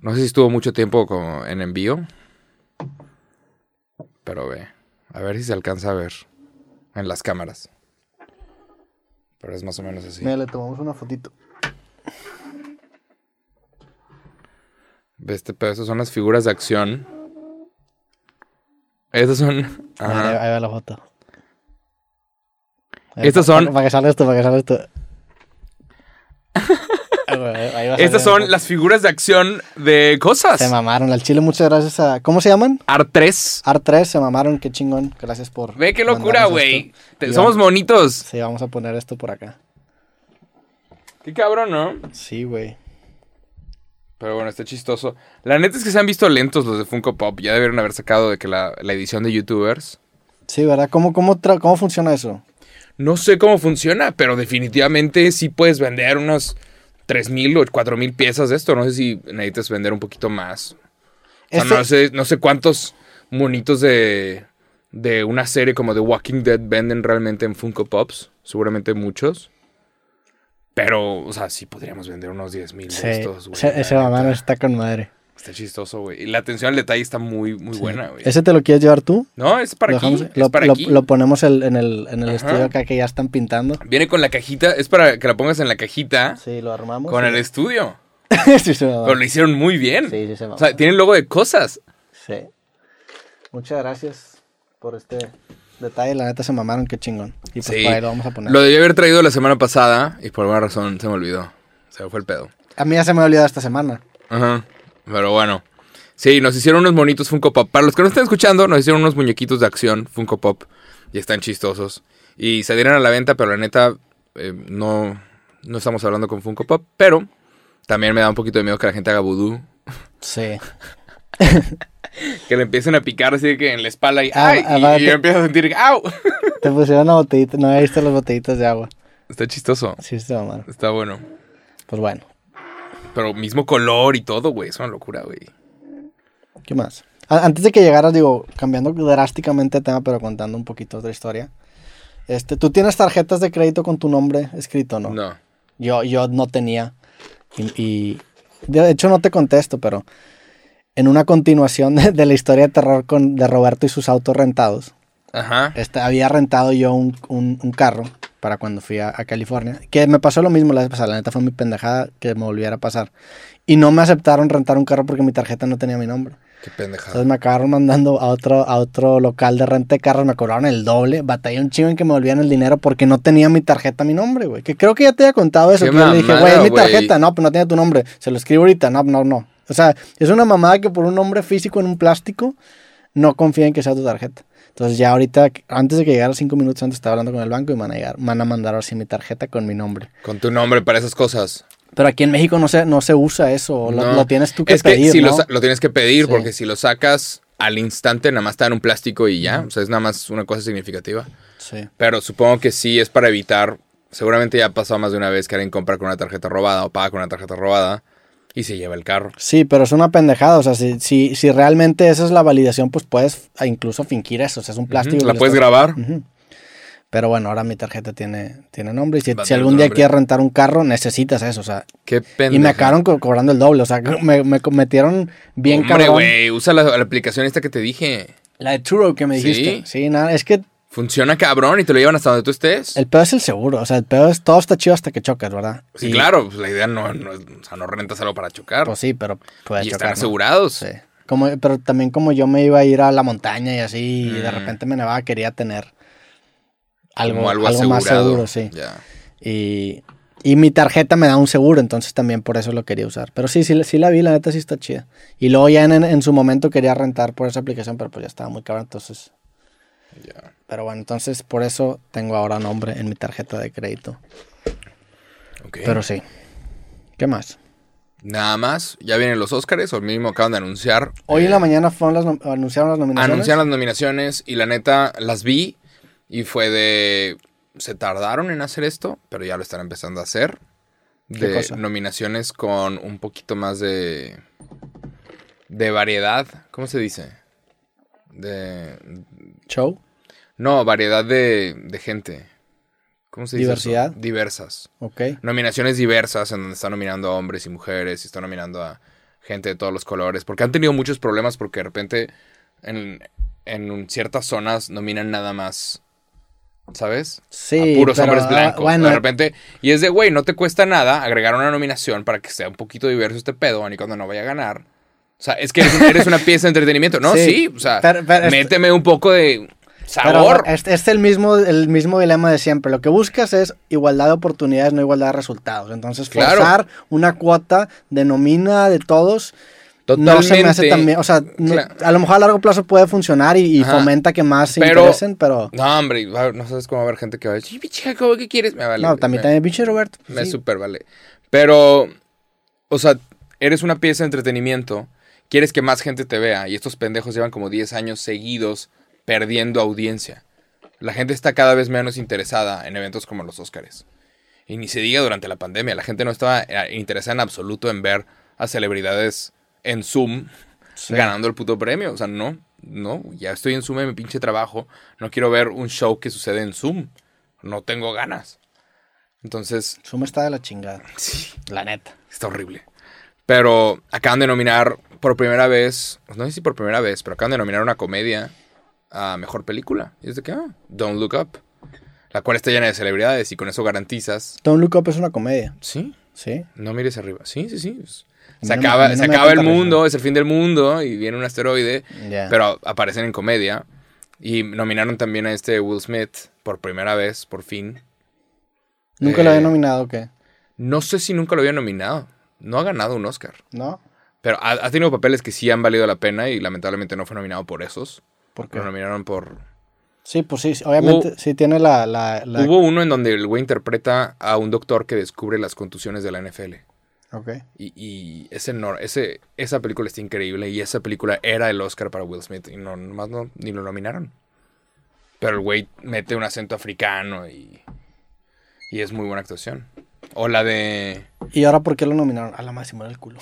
Speaker 1: No sé si estuvo mucho tiempo como en envío. Pero ve. A ver si se alcanza a ver en las cámaras. Pero es más o menos así.
Speaker 2: Mira, le tomamos una fotito.
Speaker 1: Ve este pedo, esas son las figuras de acción. Estas son... Ajá.
Speaker 2: Ahí, ahí va la foto. Ahí
Speaker 1: Estas
Speaker 2: va-
Speaker 1: son-
Speaker 2: Para que salga esto, para que salga esto. Ah, güey, ahí va a
Speaker 1: Estas
Speaker 2: salir.
Speaker 1: son las figuras de acción de cosas.
Speaker 2: Se mamaron al chile, muchas gracias a. ¿Cómo se llaman?
Speaker 1: Art 3.
Speaker 2: Art3, se mamaron, qué chingón. Gracias por.
Speaker 1: Ve qué locura,
Speaker 2: mandarnos
Speaker 1: güey.
Speaker 2: esto.
Speaker 1: Te-
Speaker 2: Y
Speaker 1: Somos
Speaker 2: vamos-
Speaker 1: bonitos.
Speaker 2: Sí, vamos a poner esto por acá.
Speaker 1: Qué cabrón, ¿no?
Speaker 2: Sí, güey.
Speaker 1: Pero bueno, está chistoso. La neta es que se han visto lentos los de Funko Pop. Ya debieron haber sacado de que la, la edición de YouTubers.
Speaker 2: Sí, ¿verdad? ¿Cómo, cómo, tra- ¿Cómo funciona eso?
Speaker 1: No sé cómo funciona, pero definitivamente sí puedes vender unas 3.000 o 4.000 piezas de esto. No sé si necesitas vender un poquito más. O sea,
Speaker 2: Este-
Speaker 1: no, sé, no sé cuántos monitos de, de una serie como The Walking Dead venden realmente en Funko Pops. Seguramente muchos. Pero, o sea, sí podríamos vender unos 10 mil de
Speaker 2: Sí,
Speaker 1: estos, güey.
Speaker 2: ese, ese
Speaker 1: La neta,
Speaker 2: mamá no está con madre.
Speaker 1: Está chistoso, güey. Y la atención al detalle está muy, muy buena, güey.
Speaker 2: ¿Ese te lo quieres llevar tú?
Speaker 1: No, es para
Speaker 2: Lo
Speaker 1: aquí.
Speaker 2: dejamos-
Speaker 1: es
Speaker 2: lo,
Speaker 1: para
Speaker 2: lo-
Speaker 1: aquí.
Speaker 2: lo ponemos el- en el, en el
Speaker 1: Ajá.
Speaker 2: estudio acá que ya están pintando.
Speaker 1: Viene con la cajita. Es para que la pongas en la cajita
Speaker 2: Sí, lo armamos.
Speaker 1: con
Speaker 2: y-
Speaker 1: el estudio.
Speaker 2: sí, se mamó.
Speaker 1: Pero lo hicieron muy bien.
Speaker 2: Sí, sí, se mamó.
Speaker 1: O sea, tiene el logo de cosas.
Speaker 2: Sí. Muchas gracias por este detalle. La neta se mamaron, qué chingón. Y pues
Speaker 1: Sí.
Speaker 2: por ahí lo vamos a poner.
Speaker 1: Lo debí haber traído la semana pasada y por alguna razón se me olvidó. Se me fue el pedo.
Speaker 2: A mí ya se me ha olvidado esta semana.
Speaker 1: Ajá. Pero bueno. Sí, nos hicieron unos monitos Funko Pop. Para los que no están escuchando, nos hicieron unos muñequitos de acción Funko Pop. Y están chistosos. Y se dieron a la venta, pero la neta, eh, no, no estamos hablando con Funko Pop. Pero también me da un poquito de miedo que la gente haga vudú.
Speaker 2: Sí.
Speaker 1: Que le empiecen a picar así de que en la espalda y,
Speaker 2: Ah,
Speaker 1: ¡ay!
Speaker 2: ah,
Speaker 1: y-
Speaker 2: va,
Speaker 1: y,
Speaker 2: te-
Speaker 1: yo empiezo a sentir ¡au!
Speaker 2: Te pusieron la botellita. No había visto las botellitas de agua.
Speaker 1: Está chistoso.
Speaker 2: Sí, se mamaron.
Speaker 1: Está bueno.
Speaker 2: Pues bueno.
Speaker 1: Pero mismo color y todo, güey. Es una locura, güey.
Speaker 2: ¿Qué más? A- Antes de que llegaras, digo, cambiando drásticamente de tema, pero contando un poquito otra historia. Este, ¿Tú tienes tarjetas de crédito con tu nombre escrito, no?
Speaker 1: No.
Speaker 2: Yo, yo no tenía. Y, y- de hecho no te contesto, pero en una continuación de, de la historia de terror con, de Roberto y sus autos rentados,
Speaker 1: Ajá.
Speaker 2: este, había rentado yo un, un- un carro para cuando fui a, a California. Que me pasó lo mismo la vez pasada. La neta fue mi pendejada que me volviera a pasar. Y no me aceptaron rentar un carro porque mi tarjeta no tenía mi nombre.
Speaker 1: Qué pendejada.
Speaker 2: Entonces me acabaron mandando a otro, a otro local de renta de carros, me cobraron el doble, batallé un chingo en que me volvían el dinero porque no tenía mi tarjeta, mi nombre, güey. Que creo que ya te había contado eso,
Speaker 1: Qué
Speaker 2: que yo le dije,
Speaker 1: mamada,
Speaker 2: güey, es mi
Speaker 1: güey.
Speaker 2: tarjeta, no, pues no tiene tu nombre, se lo escribo ahorita, no, no, no. O sea, es una mamada que por un nombre físico en un plástico no confía en que sea tu tarjeta. Entonces ya ahorita, antes de que llegara cinco minutos antes, estaba hablando con el banco y me van a, llegar, me van a mandar ahora sí mi tarjeta con mi nombre.
Speaker 1: Con tu nombre para esas cosas.
Speaker 2: Pero aquí en México no se, no se usa eso, lo,
Speaker 1: No.
Speaker 2: lo tienes tú que
Speaker 1: es
Speaker 2: pedir,
Speaker 1: que si
Speaker 2: ¿no?
Speaker 1: lo, sa- lo tienes que pedir
Speaker 2: Sí.
Speaker 1: porque si lo sacas al instante nada más está en un plástico y ya. O sea, es nada más una cosa significativa.
Speaker 2: Sí.
Speaker 1: Pero supongo que sí es para evitar. Seguramente ya ha pasado más de una vez que alguien compra con una tarjeta robada o paga con una tarjeta robada y se lleva el carro.
Speaker 2: Sí, pero es una pendejada. O sea, si, si, si realmente esa es la validación, pues puedes ah, incluso fingir eso. O sea, es un plástico.
Speaker 1: Ujú,
Speaker 2: que
Speaker 1: La
Speaker 2: le
Speaker 1: puedes
Speaker 2: estás-
Speaker 1: grabar.
Speaker 2: Ujú. Pero bueno, ahora mi tarjeta tiene, tiene nombre. Y si,
Speaker 1: Va a
Speaker 2: si
Speaker 1: tener
Speaker 2: algún
Speaker 1: tu
Speaker 2: día
Speaker 1: nombre.
Speaker 2: quieres rentar un carro, necesitas eso. O sea,
Speaker 1: Qué pendejo.
Speaker 2: y me acabaron co- cobrando el doble. O sea, me, me cometieron bien
Speaker 1: Hombre,
Speaker 2: cabrón.
Speaker 1: güey, usa la, la aplicación esta que te dije.
Speaker 2: La de Turo que me dijiste.
Speaker 1: Sí.
Speaker 2: Sí, nada. Es que
Speaker 1: Funciona cabrón y te lo llevan hasta donde tú estés.
Speaker 2: el pedo es el seguro. O sea, el pedo es todo está chido hasta que chocas, ¿verdad?
Speaker 1: Sí,
Speaker 2: Y-
Speaker 1: claro, pues la idea no, no es, o sea, no rentas algo para chocar.
Speaker 2: Pues sí, pero puedes
Speaker 1: y
Speaker 2: chocar.
Speaker 1: están
Speaker 2: ¿no?
Speaker 1: asegurados.
Speaker 2: Sí. Como, pero también como yo me iba a ir a la montaña y así, y de
Speaker 1: Mm.
Speaker 2: repente me nevaba, quería tener algo,
Speaker 1: Como
Speaker 2: algo,
Speaker 1: asegurado.
Speaker 2: más seguro, sí.
Speaker 1: Ya.
Speaker 2: Y, y mi tarjeta me da un seguro, entonces también por eso lo quería usar. Pero sí, sí, la- sí la vi, la neta sí está chida. Y luego ya en, en- en su momento quería rentar por esa aplicación, pero pues ya estaba muy caro, entonces...
Speaker 1: Ya.
Speaker 2: Pero bueno, entonces por eso tengo ahora nombre en mi tarjeta de crédito.
Speaker 1: Ok.
Speaker 2: Pero sí. ¿Qué más?
Speaker 1: Nada más, ya vienen los Óscares, o mismo acaban de anunciar.
Speaker 2: Hoy
Speaker 1: Eh,
Speaker 2: en la mañana fueron las nom- anunciaron las nominaciones.
Speaker 1: Anunciaron las nominaciones y la neta las vi y fue de... Se tardaron en hacer esto, pero ya lo están empezando a hacer.
Speaker 2: ¿Qué
Speaker 1: De
Speaker 2: cosa?
Speaker 1: nominaciones con un poquito más de... De variedad. ¿Cómo se dice? De...
Speaker 2: Show.
Speaker 1: No, variedad de, de gente. ¿Cómo se dice? eso?
Speaker 2: ¿Diversidad?
Speaker 1: Diversas.
Speaker 2: Ok.
Speaker 1: nominaciones diversas en donde están nominando a hombres y mujeres y están nominando a gente de todos los colores, porque han tenido muchos problemas porque de repente en, en un- ciertas zonas nominan nada más, ¿sabes?
Speaker 2: Sí.
Speaker 1: a puros
Speaker 2: pero,
Speaker 1: hombres
Speaker 2: ah,
Speaker 1: blancos.
Speaker 2: Bueno,
Speaker 1: de repente, y es de, güey, no te cuesta nada agregar una nominación para que sea un poquito diverso este pedo, ni cuando no vaya a ganar. O sea, es que eres, un- eres una pieza de entretenimiento. No,
Speaker 2: Sí,
Speaker 1: sí, o sea,
Speaker 2: pero- pero es-
Speaker 1: méteme un poco de sabor.
Speaker 2: Pero eh, es, es el, mismo, el mismo dilema de siempre. Lo que buscas es igualdad de oportunidades, no igualdad de resultados. Entonces,
Speaker 1: Claro.
Speaker 2: forzar una cuota de nómina de todos no se me hace también. O sea, no-
Speaker 1: Cla-
Speaker 2: a lo mejor a largo plazo puede funcionar y, y
Speaker 1: Ajá.
Speaker 2: fomenta que más se
Speaker 1: Pero-
Speaker 2: interesen, pero.
Speaker 1: No, hombre, va- no sabes cómo va a haber gente que va a decir, pinche Jacobo, ¿qué quieres? Me vale.
Speaker 2: No,
Speaker 1: güey,
Speaker 2: también,
Speaker 1: me,
Speaker 2: también, pinche Robert.
Speaker 1: Me
Speaker 2: sí.
Speaker 1: super vale. Pero, o sea, eres una pieza de entretenimiento, quieres que más gente te vea, y estos pendejos llevan como 10 años seguidos perdiendo audiencia. La gente está cada vez menos interesada en eventos como los Óscares. Y ni se diga durante la pandemia, la gente no estaba eh, interesada en absoluto en ver a celebridades en Zoom
Speaker 2: Sí.
Speaker 1: ganando el puto premio. O sea, no, no, ya estoy en Zoom en mi pinche trabajo. No quiero ver un show que sucede en Zoom. No tengo ganas. Entonces,
Speaker 2: Zoom está de la chingada.
Speaker 1: sí,
Speaker 2: La neta.
Speaker 1: está horrible. Pero acaban de nominar por primera vez, no sé si por primera vez, pero acaban de nominar una comedia a mejor película. ¿Y es de qué? Ah, Don't Look Up. La cual está llena de celebridades y con eso garantizas.
Speaker 2: Don't Look Up es una comedia.
Speaker 1: Sí,
Speaker 2: Sí.
Speaker 1: no mires arriba. Sí, sí, sí.
Speaker 2: mí
Speaker 1: Se
Speaker 2: no me- a
Speaker 1: acaba,
Speaker 2: mí no
Speaker 1: se
Speaker 2: me da
Speaker 1: acaba el
Speaker 2: tanta risa.
Speaker 1: mundo, es el fin del mundo y viene un asteroide
Speaker 2: Ya.
Speaker 1: pero aparecen en comedia. Y nominaron también a este Will Smith por primera vez, por fin.
Speaker 2: Nunca lo
Speaker 1: eh,
Speaker 2: había nominado, ¿o ¿qué?
Speaker 1: No sé si nunca lo había nominado. No ha ganado un Oscar.
Speaker 2: ¿No?
Speaker 1: Pero ha, ha tenido papeles que sí han valido la pena y lamentablemente no fue nominado por esos.
Speaker 2: Porque.
Speaker 1: Lo nominaron por...
Speaker 2: Sí, pues sí, sí, obviamente
Speaker 1: Hubo-
Speaker 2: sí tiene la. la, la-
Speaker 1: Hubo uno en donde el güey interpreta a un doctor que descubre las contusiones de la NFL.
Speaker 2: Ok.
Speaker 1: Y, y ese, no- ese, esa película está increíble. Y esa película era el Oscar para Will Smith. Y no, nomás no, ni lo nominaron. Pero el güey mete un acento africano y. Y es muy buena actuación. O la de.
Speaker 2: ¿Y ahora por qué lo nominaron? A la más se muere el culo.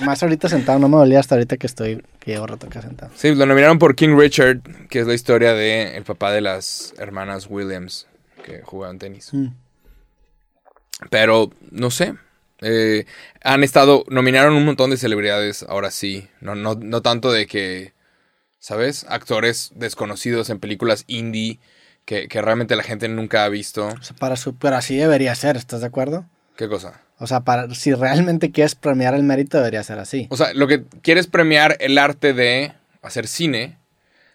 Speaker 2: más ahorita sentado, no me dolía hasta ahorita que estoy, que llevo rato acá sentado.
Speaker 1: Sí, lo nominaron por King Richard, que es la historia de el papá de las hermanas Williams que jugaban tenis.
Speaker 2: Mm.
Speaker 1: Pero, no sé. Eh, han estado. Nominaron un montón de celebridades, ahora sí. No, no, no tanto de que. ¿Sabes? Actores desconocidos en películas indie que, que realmente la gente nunca ha visto.
Speaker 2: O sea, para su, pero así debería ser, ¿estás de acuerdo?
Speaker 1: ¿Qué cosa?
Speaker 2: O sea, para, si realmente quieres premiar el mérito, debería ser así.
Speaker 1: O sea, lo que quieres premiar el arte de hacer cine,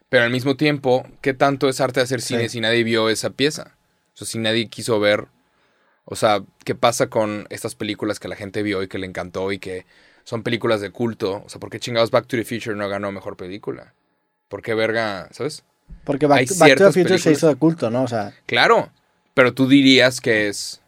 Speaker 1: pero al mismo tiempo, ¿qué tanto es arte de hacer cine
Speaker 2: Sí.
Speaker 1: si nadie vio esa pieza? O sea, si nadie quiso ver. O sea, ¿qué pasa con estas películas que la gente vio y que le encantó y que son películas de culto? O sea, ¿por qué chingados Back to the Future no ganó mejor película? ¿Por qué verga? ¿Sabes?
Speaker 2: Porque Back,
Speaker 1: Hay
Speaker 2: to- Back to the
Speaker 1: ciertas
Speaker 2: Future se
Speaker 1: películas-
Speaker 2: hizo de culto, ¿no? O sea,
Speaker 1: Claro, pero tú dirías que es...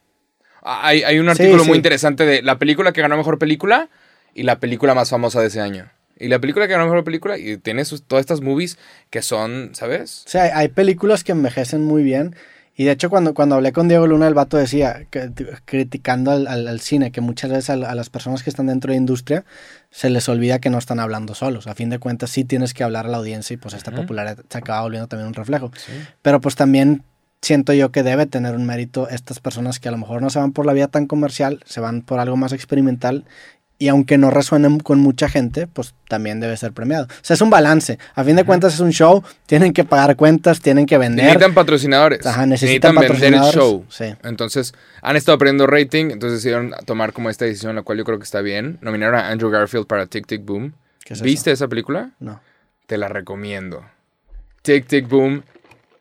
Speaker 1: Ah, Hay, hay un
Speaker 2: Sí,
Speaker 1: artículo muy
Speaker 2: sí.
Speaker 1: interesante de la película que ganó Mejor Película y la película más famosa de ese año. Y la película que ganó Mejor Película y tiene sus- todas estas movies que son, ¿sabes?
Speaker 2: o sea, hay, hay películas que envejecen muy bien. Y de hecho, cuando, cuando hablé con Diego Luna, el vato decía, que- t- criticando al, al- al cine, que muchas veces al- a, las personas que están dentro de la industria se les olvida que no están hablando solos. A fin de cuentas, sí tienes que hablar a la audiencia y pues esta
Speaker 1: Ujú.
Speaker 2: popularidad se acaba volviendo también un reflejo. Pero pues también siento yo que debe tener un mérito estas personas que a lo mejor no se van por la vía tan comercial, se van por algo más experimental. Y aunque no resuenen con mucha gente, pues también debe ser premiado. O sea, es un balance. A fin de
Speaker 1: Ujú.
Speaker 2: cuentas es un show, tienen que pagar cuentas, tienen que vender.
Speaker 1: Necesitan patrocinadores.
Speaker 2: Ajá, necesitan,
Speaker 1: vender el
Speaker 2: patrocinadores.
Speaker 1: show.
Speaker 2: Sí.
Speaker 1: Entonces, han estado perdiendo rating, entonces decidieron tomar como esta decisión, la cual yo creo que está bien. Nominaron a Andrew Garfield para Tic Tic Boom.
Speaker 2: ¿Qué es eso?
Speaker 1: ¿Viste esa película?
Speaker 2: No.
Speaker 1: te la recomiendo. Tic Tic Boom,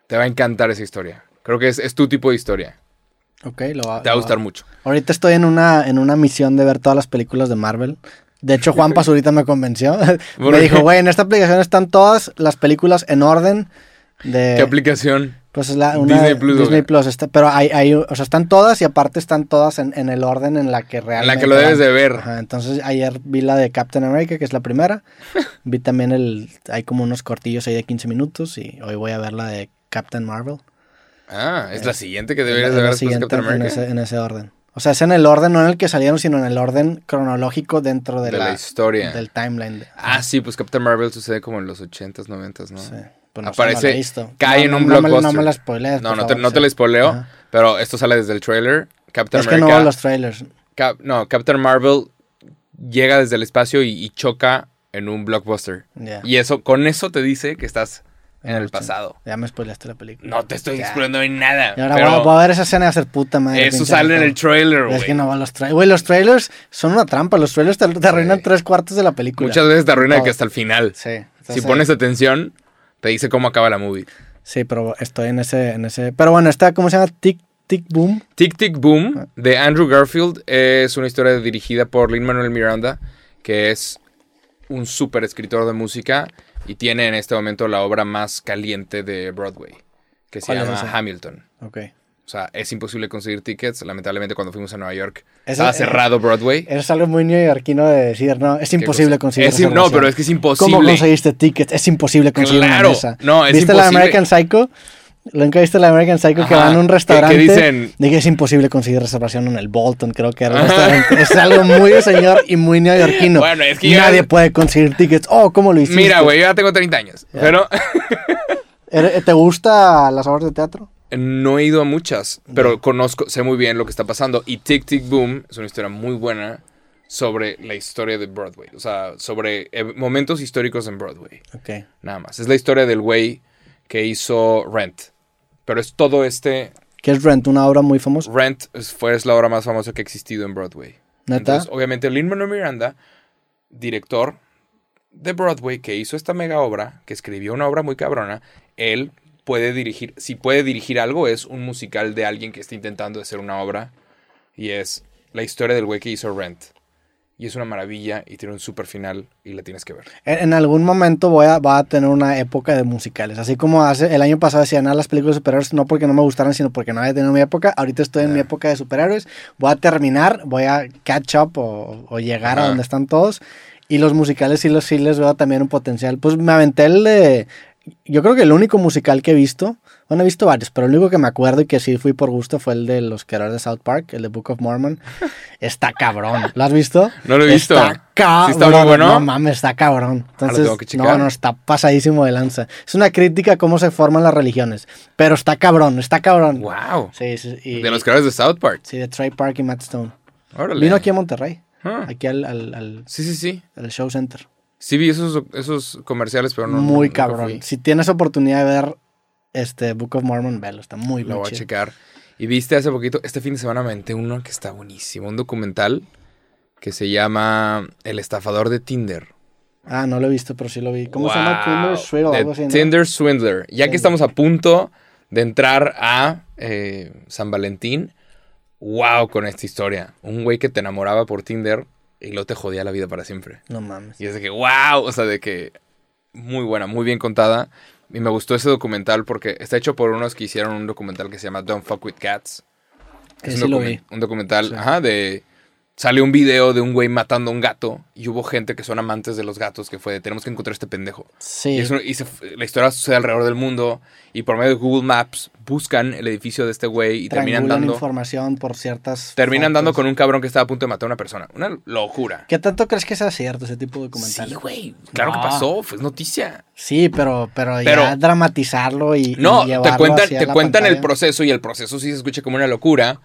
Speaker 1: te va a encantar esa historia. Creo que es, es tu tipo de historia.
Speaker 2: Ok, lo va,
Speaker 1: Te va a
Speaker 2: lo va-
Speaker 1: gustar mucho.
Speaker 2: Ahorita estoy en una, en una misión de ver todas las películas de Marvel. De hecho, Juan Pazurita me convenció.
Speaker 1: ¿Por
Speaker 2: me
Speaker 1: qué?
Speaker 2: dijo, güey, en esta aplicación están todas las películas en orden. De...
Speaker 1: ¿Qué aplicación?
Speaker 2: Pues es la, una
Speaker 1: Disney
Speaker 2: Disney
Speaker 1: Plus,
Speaker 2: Plus.
Speaker 1: ¿o qué?
Speaker 2: está- pero hay, hay, o sea, están todas y aparte están todas en, en el orden en la que
Speaker 1: En
Speaker 2: realmente.
Speaker 1: la que lo debes de ver.
Speaker 2: Ajá, entonces ayer vi la de Captain America, que es la primera. vi también el. Hay como unos cortillos ahí de 15 minutos y hoy voy a ver la de Captain Marvel.
Speaker 1: Ah, es la siguiente que
Speaker 2: Es
Speaker 1: deberías
Speaker 2: la-
Speaker 1: de ver
Speaker 2: es la
Speaker 1: después de
Speaker 2: siguiente
Speaker 1: Captain
Speaker 2: en
Speaker 1: America.
Speaker 2: ese, en ese orden. O sea, es en el orden, no en el que salieron, sino en el orden cronológico dentro de,
Speaker 1: De la
Speaker 2: la,
Speaker 1: historia.
Speaker 2: del timeline. de-
Speaker 1: Ah, sí, pues Captain Marvel sucede como en los 80s, 90s, ¿no?
Speaker 2: Sí. Pues no sé,
Speaker 1: Aparece-
Speaker 2: no la he visto.
Speaker 1: cae
Speaker 2: No,
Speaker 1: en
Speaker 2: no,
Speaker 1: un
Speaker 2: no me- No
Speaker 1: blockbuster.
Speaker 2: me la spoilees,
Speaker 1: No,
Speaker 2: por
Speaker 1: no te,
Speaker 2: favor,
Speaker 1: no te
Speaker 2: sí.
Speaker 1: lo spoileo,
Speaker 2: Ajá.
Speaker 1: pero esto sale desde el trailer. Captain
Speaker 2: Es que no
Speaker 1: America.
Speaker 2: veo los trailers.
Speaker 1: Cap- no, Captain Marvel llega desde el espacio y, y choca en un blockbuster.
Speaker 2: Ya.
Speaker 1: Y eso, con eso te dice que estás en el
Speaker 2: Sí.
Speaker 1: pasado.
Speaker 2: Ya me spoileaste la película.
Speaker 1: No te estoy
Speaker 2: Ya.
Speaker 1: explorando en nada.
Speaker 2: Y ahora
Speaker 1: pero-
Speaker 2: voy, a, voy a ver esa escena y hacer puta madre.
Speaker 1: Eso
Speaker 2: pinche
Speaker 1: sale en el
Speaker 2: vato.
Speaker 1: trailer, güey.
Speaker 2: Es que no va a los trailers. Güey, los trailers son una trampa. Los trailers te, te arruinan
Speaker 1: Güey.
Speaker 2: tres cuartos de la película.
Speaker 1: Muchas veces te arruina
Speaker 2: Todo.
Speaker 1: que hasta el final.
Speaker 2: Sí.
Speaker 1: si
Speaker 2: entonces-
Speaker 1: pones atención, te dice cómo acaba la movie.
Speaker 2: Sí, pero estoy en ese, en ese. Pero bueno, está, ¿cómo se llama? Tic Tic Boom.
Speaker 1: Tic Tic
Speaker 2: Ah.
Speaker 1: Boom de Andrew Garfield es una historia dirigida por Lin Manuel Miranda, que es un súper escritor de música y tiene en este momento la obra más caliente de Broadway, que se
Speaker 2: ¿Cuál es
Speaker 1: llama
Speaker 2: esa?
Speaker 1: Hamilton.
Speaker 2: Ok.
Speaker 1: O sea, es imposible conseguir tickets. Lamentablemente, cuando fuimos a Nueva York,
Speaker 2: Es-
Speaker 1: estaba
Speaker 2: eh,
Speaker 1: cerrado Broadway.
Speaker 2: Eso Es algo muy neoyorquino de decir, no, es
Speaker 1: ¿Qué
Speaker 2: imposible
Speaker 1: cosa?
Speaker 2: conseguir.
Speaker 1: Es im- No,
Speaker 2: reservación.
Speaker 1: pero es que es imposible.
Speaker 2: ¿Cómo conseguiste tickets? Es imposible conseguir
Speaker 1: Claro,
Speaker 2: una mesa.
Speaker 1: no, es
Speaker 2: ¿Viste la
Speaker 1: imposible.
Speaker 2: American Psycho? ¿Nunca viste la American Psycho que
Speaker 1: Ajá,
Speaker 2: van a
Speaker 1: que-
Speaker 2: un
Speaker 1: que
Speaker 2: restaurante?
Speaker 1: dicen-
Speaker 2: De que es imposible conseguir reservación en el Bolton, creo que era el
Speaker 1: Ajá.
Speaker 2: restaurante. Es algo muy de señor y muy neoyorquino.
Speaker 1: Bueno, es que yo-
Speaker 2: Nadie puede conseguir tickets. Oh, ¿cómo lo hiciste?
Speaker 1: Mira, güey, yo ya tengo 30 años. Pero
Speaker 2: ¿Eres- Er, ¿Te gusta las obras de teatro?
Speaker 1: No he ido a muchas, pero conozco, sé muy bien lo que está pasando. Y Tic Tic Boom es una historia muy buena sobre la historia de Broadway. O sea, sobre eh, momentos históricos en Broadway.
Speaker 2: Ok.
Speaker 1: Nada más. Es la historia del güey que hizo Rent. Pero es todo este.
Speaker 2: ¿Qué es Rent? Una obra muy famosa.
Speaker 1: Rent es- fue es la obra más famosa que ha existido en Broadway.
Speaker 2: ¿Neta?
Speaker 1: Entonces, obviamente, Lin Manuel Miranda, director de Broadway, que hizo esta mega obra, que escribió una obra muy cabrona, él puede dirigir, si puede dirigir algo, es un musical de alguien que está intentando hacer una obra. Y es la historia del güey que hizo Rent. Y es una maravilla y tiene un super final y la tienes que ver.
Speaker 2: En, en algún momento voy a, va a tener una época de musicales. Así como hace el año pasado decían, ah, las películas de superhéroes no porque no me gustaran, sino porque no había tenido mi época. Ahorita estoy en mi época de superhéroes. Voy a terminar, voy a catch up o, o llegar
Speaker 1: Ajá.
Speaker 2: a donde están todos. Y los musicales sí, los, sí les veo también un potencial. Pues me aventé el de... Yo creo que el único musical que he visto, bueno, he visto varios, pero el único que me acuerdo y que sí fui por gusto fue el de los creadores de South Park, el de Book of Mormon. Está cabrón. ¿Lo has visto?
Speaker 1: No lo he visto.
Speaker 2: Está
Speaker 1: ¿Sí
Speaker 2: cabrón.
Speaker 1: está muy bueno?
Speaker 2: No mames, está cabrón. Entonces,
Speaker 1: tengo que checar.
Speaker 2: no, no, está pasadísimo de lanza. Es una crítica a cómo se forman las religiones. Pero está cabrón, está cabrón.
Speaker 1: ¡Wow!
Speaker 2: Sí, sí. y-
Speaker 1: De los creadores de South Park.
Speaker 2: Sí, de Trey Park y Matt Stone.
Speaker 1: Órale.
Speaker 2: Vino aquí a Monterrey,
Speaker 1: Ah.
Speaker 2: aquí al, al- al-
Speaker 1: Sí, sí, sí.
Speaker 2: al show center.
Speaker 1: Sí vi esos, esos comerciales, pero no.
Speaker 2: Muy
Speaker 1: nunca
Speaker 2: cabrón.
Speaker 1: fui.
Speaker 2: Si tienes oportunidad de ver este, Book of Mormon, velo, está muy,
Speaker 1: Lo
Speaker 2: muy
Speaker 1: voy a
Speaker 2: chido.
Speaker 1: checar. Y viste hace poquito, este fin de semana me aventé uno que está buenísimo, un documental que se llama El estafador de Tinder.
Speaker 2: Ah, no lo he visto, pero sí lo vi. ¿Cómo se llama? Tinder
Speaker 1: Wow.
Speaker 2: Swirl o
Speaker 1: The
Speaker 2: algo así, ¿no?
Speaker 1: Tinder Swindler. Ya
Speaker 2: Tinder.
Speaker 1: que estamos a punto de entrar a eh, San Valentín, wow con esta historia. Un güey que te enamoraba por Tinder y lo te jodía la vida para siempre.
Speaker 2: No mames.
Speaker 1: Y es de que, wow, o sea, de que muy buena, muy bien contada. Y me gustó ese documental porque está hecho por unos que hicieron un documental que se llama Don't Fuck With Cats.
Speaker 2: Que
Speaker 1: Es
Speaker 2: sí
Speaker 1: un,
Speaker 2: lo
Speaker 1: documen-
Speaker 2: vi.
Speaker 1: un documental,
Speaker 2: Sí.
Speaker 1: ajá, de... Sale un video de un güey matando a un gato y hubo gente que son amantes de los gatos que fue de, tenemos que encontrar a este pendejo.
Speaker 2: Sí.
Speaker 1: Y, es un- y se f- la historia sucede alrededor del mundo y por medio de Google Maps buscan el edificio de este güey y terminan
Speaker 2: triangulan
Speaker 1: dando,
Speaker 2: información por ciertas.
Speaker 1: terminan dando
Speaker 2: fotos.
Speaker 1: con un cabrón que estaba a punto de matar a una persona. Una locura.
Speaker 2: ¿Qué tanto crees que sea cierto ese tipo de documentales?
Speaker 1: Sí, güey. Claro
Speaker 2: No.
Speaker 1: que pasó, fue noticia.
Speaker 2: Sí, pero, pero, ya
Speaker 1: Pero-
Speaker 2: dramatizarlo y. y
Speaker 1: No, te
Speaker 2: llevarlo
Speaker 1: cuentan,
Speaker 2: hacia
Speaker 1: te
Speaker 2: la
Speaker 1: cuentan el
Speaker 2: pantalla.
Speaker 1: proceso y el proceso sí se escucha como una locura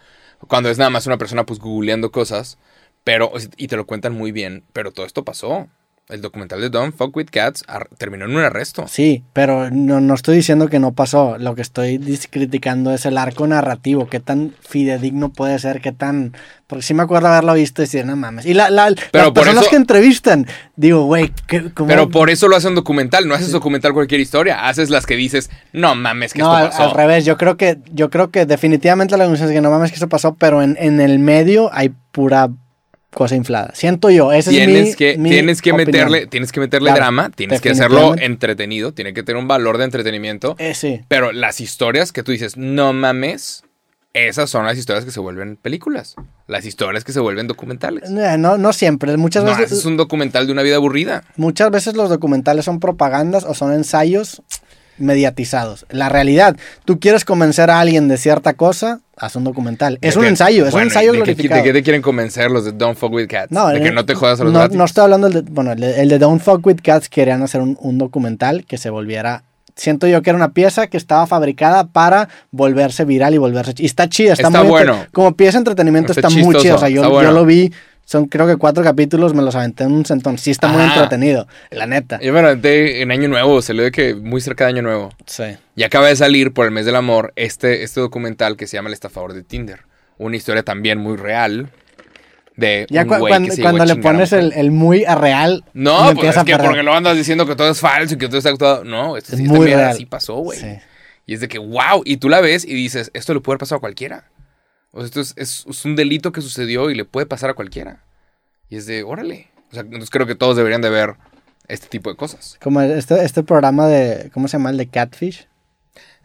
Speaker 1: cuando es nada más una persona pues googleando cosas, pero y te lo cuentan muy bien, pero todo esto pasó. El documental de Don't Fuck With Cats ar- terminó en un arresto.
Speaker 2: Sí, pero no, no estoy diciendo que no pasó. Lo que estoy dis- criticando es el arco narrativo. Qué tan fidedigno puede ser, qué tan. Porque sí me acuerdo haberlo visto y decir, no mames. Y la, la- las
Speaker 1: por
Speaker 2: personas
Speaker 1: eso-
Speaker 2: que entrevistan, digo, güey, ¿qué- ¿cómo?
Speaker 1: Pero por eso lo hace un documental, no haces documental cualquier historia, haces las que dices, no mames que
Speaker 2: No, al,
Speaker 1: esto pasó.
Speaker 2: al revés, yo creo que, yo creo que definitivamente la conclusión es que no mames que eso pasó, pero en, en el medio hay pura cosa inflada. Siento yo, ese es
Speaker 1: tienes
Speaker 2: mi-
Speaker 1: que,
Speaker 2: mi
Speaker 1: tienes que
Speaker 2: opinión.
Speaker 1: meterle, tienes que meterle
Speaker 2: Claro,
Speaker 1: drama, tienes que hacerlo
Speaker 2: definitivamente.
Speaker 1: entretenido, tiene que tener un valor de entretenimiento.
Speaker 2: Eh, sí,
Speaker 1: Pero las historias que tú dices, no mames, esas son las historias que se vuelven películas. Las historias que se vuelven documentales.
Speaker 2: Eh, no, no siempre, muchas
Speaker 1: No
Speaker 2: veces...
Speaker 1: haces un documental de una vida aburrida.
Speaker 2: Muchas veces los documentales son propagandas o son ensayos mediatizados. La realidad, tú quieres convencer a alguien de cierta cosa, haz un documental. Es
Speaker 1: De
Speaker 2: un
Speaker 1: que-
Speaker 2: ensayo, es
Speaker 1: bueno,
Speaker 2: un ensayo
Speaker 1: ¿y de qué-
Speaker 2: glorificado.
Speaker 1: ¿De qué te quieren convencer los de Don't Fuck With Cats? de que
Speaker 2: eh,
Speaker 1: no te jodas a los
Speaker 2: no,
Speaker 1: gatos.
Speaker 2: no estoy hablando del de, bueno, el de, el de Don't Fuck With Cats querían hacer un, un documental que se volviera siento yo que era una pieza que estaba fabricada para volverse viral y volverse ch- y está chida, está,
Speaker 1: Está
Speaker 2: muy entre-
Speaker 1: bueno.
Speaker 2: como pieza de entretenimiento está,
Speaker 1: Está
Speaker 2: muy chida, o
Speaker 1: chistoso,
Speaker 2: sea, yo,
Speaker 1: está
Speaker 2: yo
Speaker 1: bueno.
Speaker 2: lo vi son creo que cuatro capítulos, me los aventé en un sentón. Sí está muy
Speaker 1: Ajá.
Speaker 2: entretenido, la neta.
Speaker 1: Yo me levanté en Año Nuevo, salió de que muy cerca de Año Nuevo.
Speaker 2: Sí.
Speaker 1: Y acaba de salir por el mes del amor este, este documental que se llama El estafador de Tinder. Una historia también muy real de
Speaker 2: Ya
Speaker 1: un
Speaker 2: cu-
Speaker 1: güey
Speaker 2: cuan-
Speaker 1: que se
Speaker 2: cuando
Speaker 1: llegó a
Speaker 2: le
Speaker 1: chingar a
Speaker 2: pones
Speaker 1: mujer.
Speaker 2: el, el muy a real,
Speaker 1: No,
Speaker 2: me
Speaker 1: pues
Speaker 2: empieza
Speaker 1: es
Speaker 2: a
Speaker 1: que
Speaker 2: perrar.
Speaker 1: porque lo andas diciendo que todo es falso y que todo está actuado. No, esto
Speaker 2: Es
Speaker 1: sí,
Speaker 2: muy
Speaker 1: esta mierda
Speaker 2: real.
Speaker 1: sí pasó, güey.
Speaker 2: Sí.
Speaker 1: Y es de que, wow, y tú la ves y dices, esto le puede haber pasado a cualquiera. O sea, esto es, es- es un delito que sucedió y le puede pasar a cualquiera. Y es de, órale. O sea, entonces creo que todos deberían de ver este tipo de cosas.
Speaker 2: Como este, este programa de, ¿cómo se llama? El de Catfish.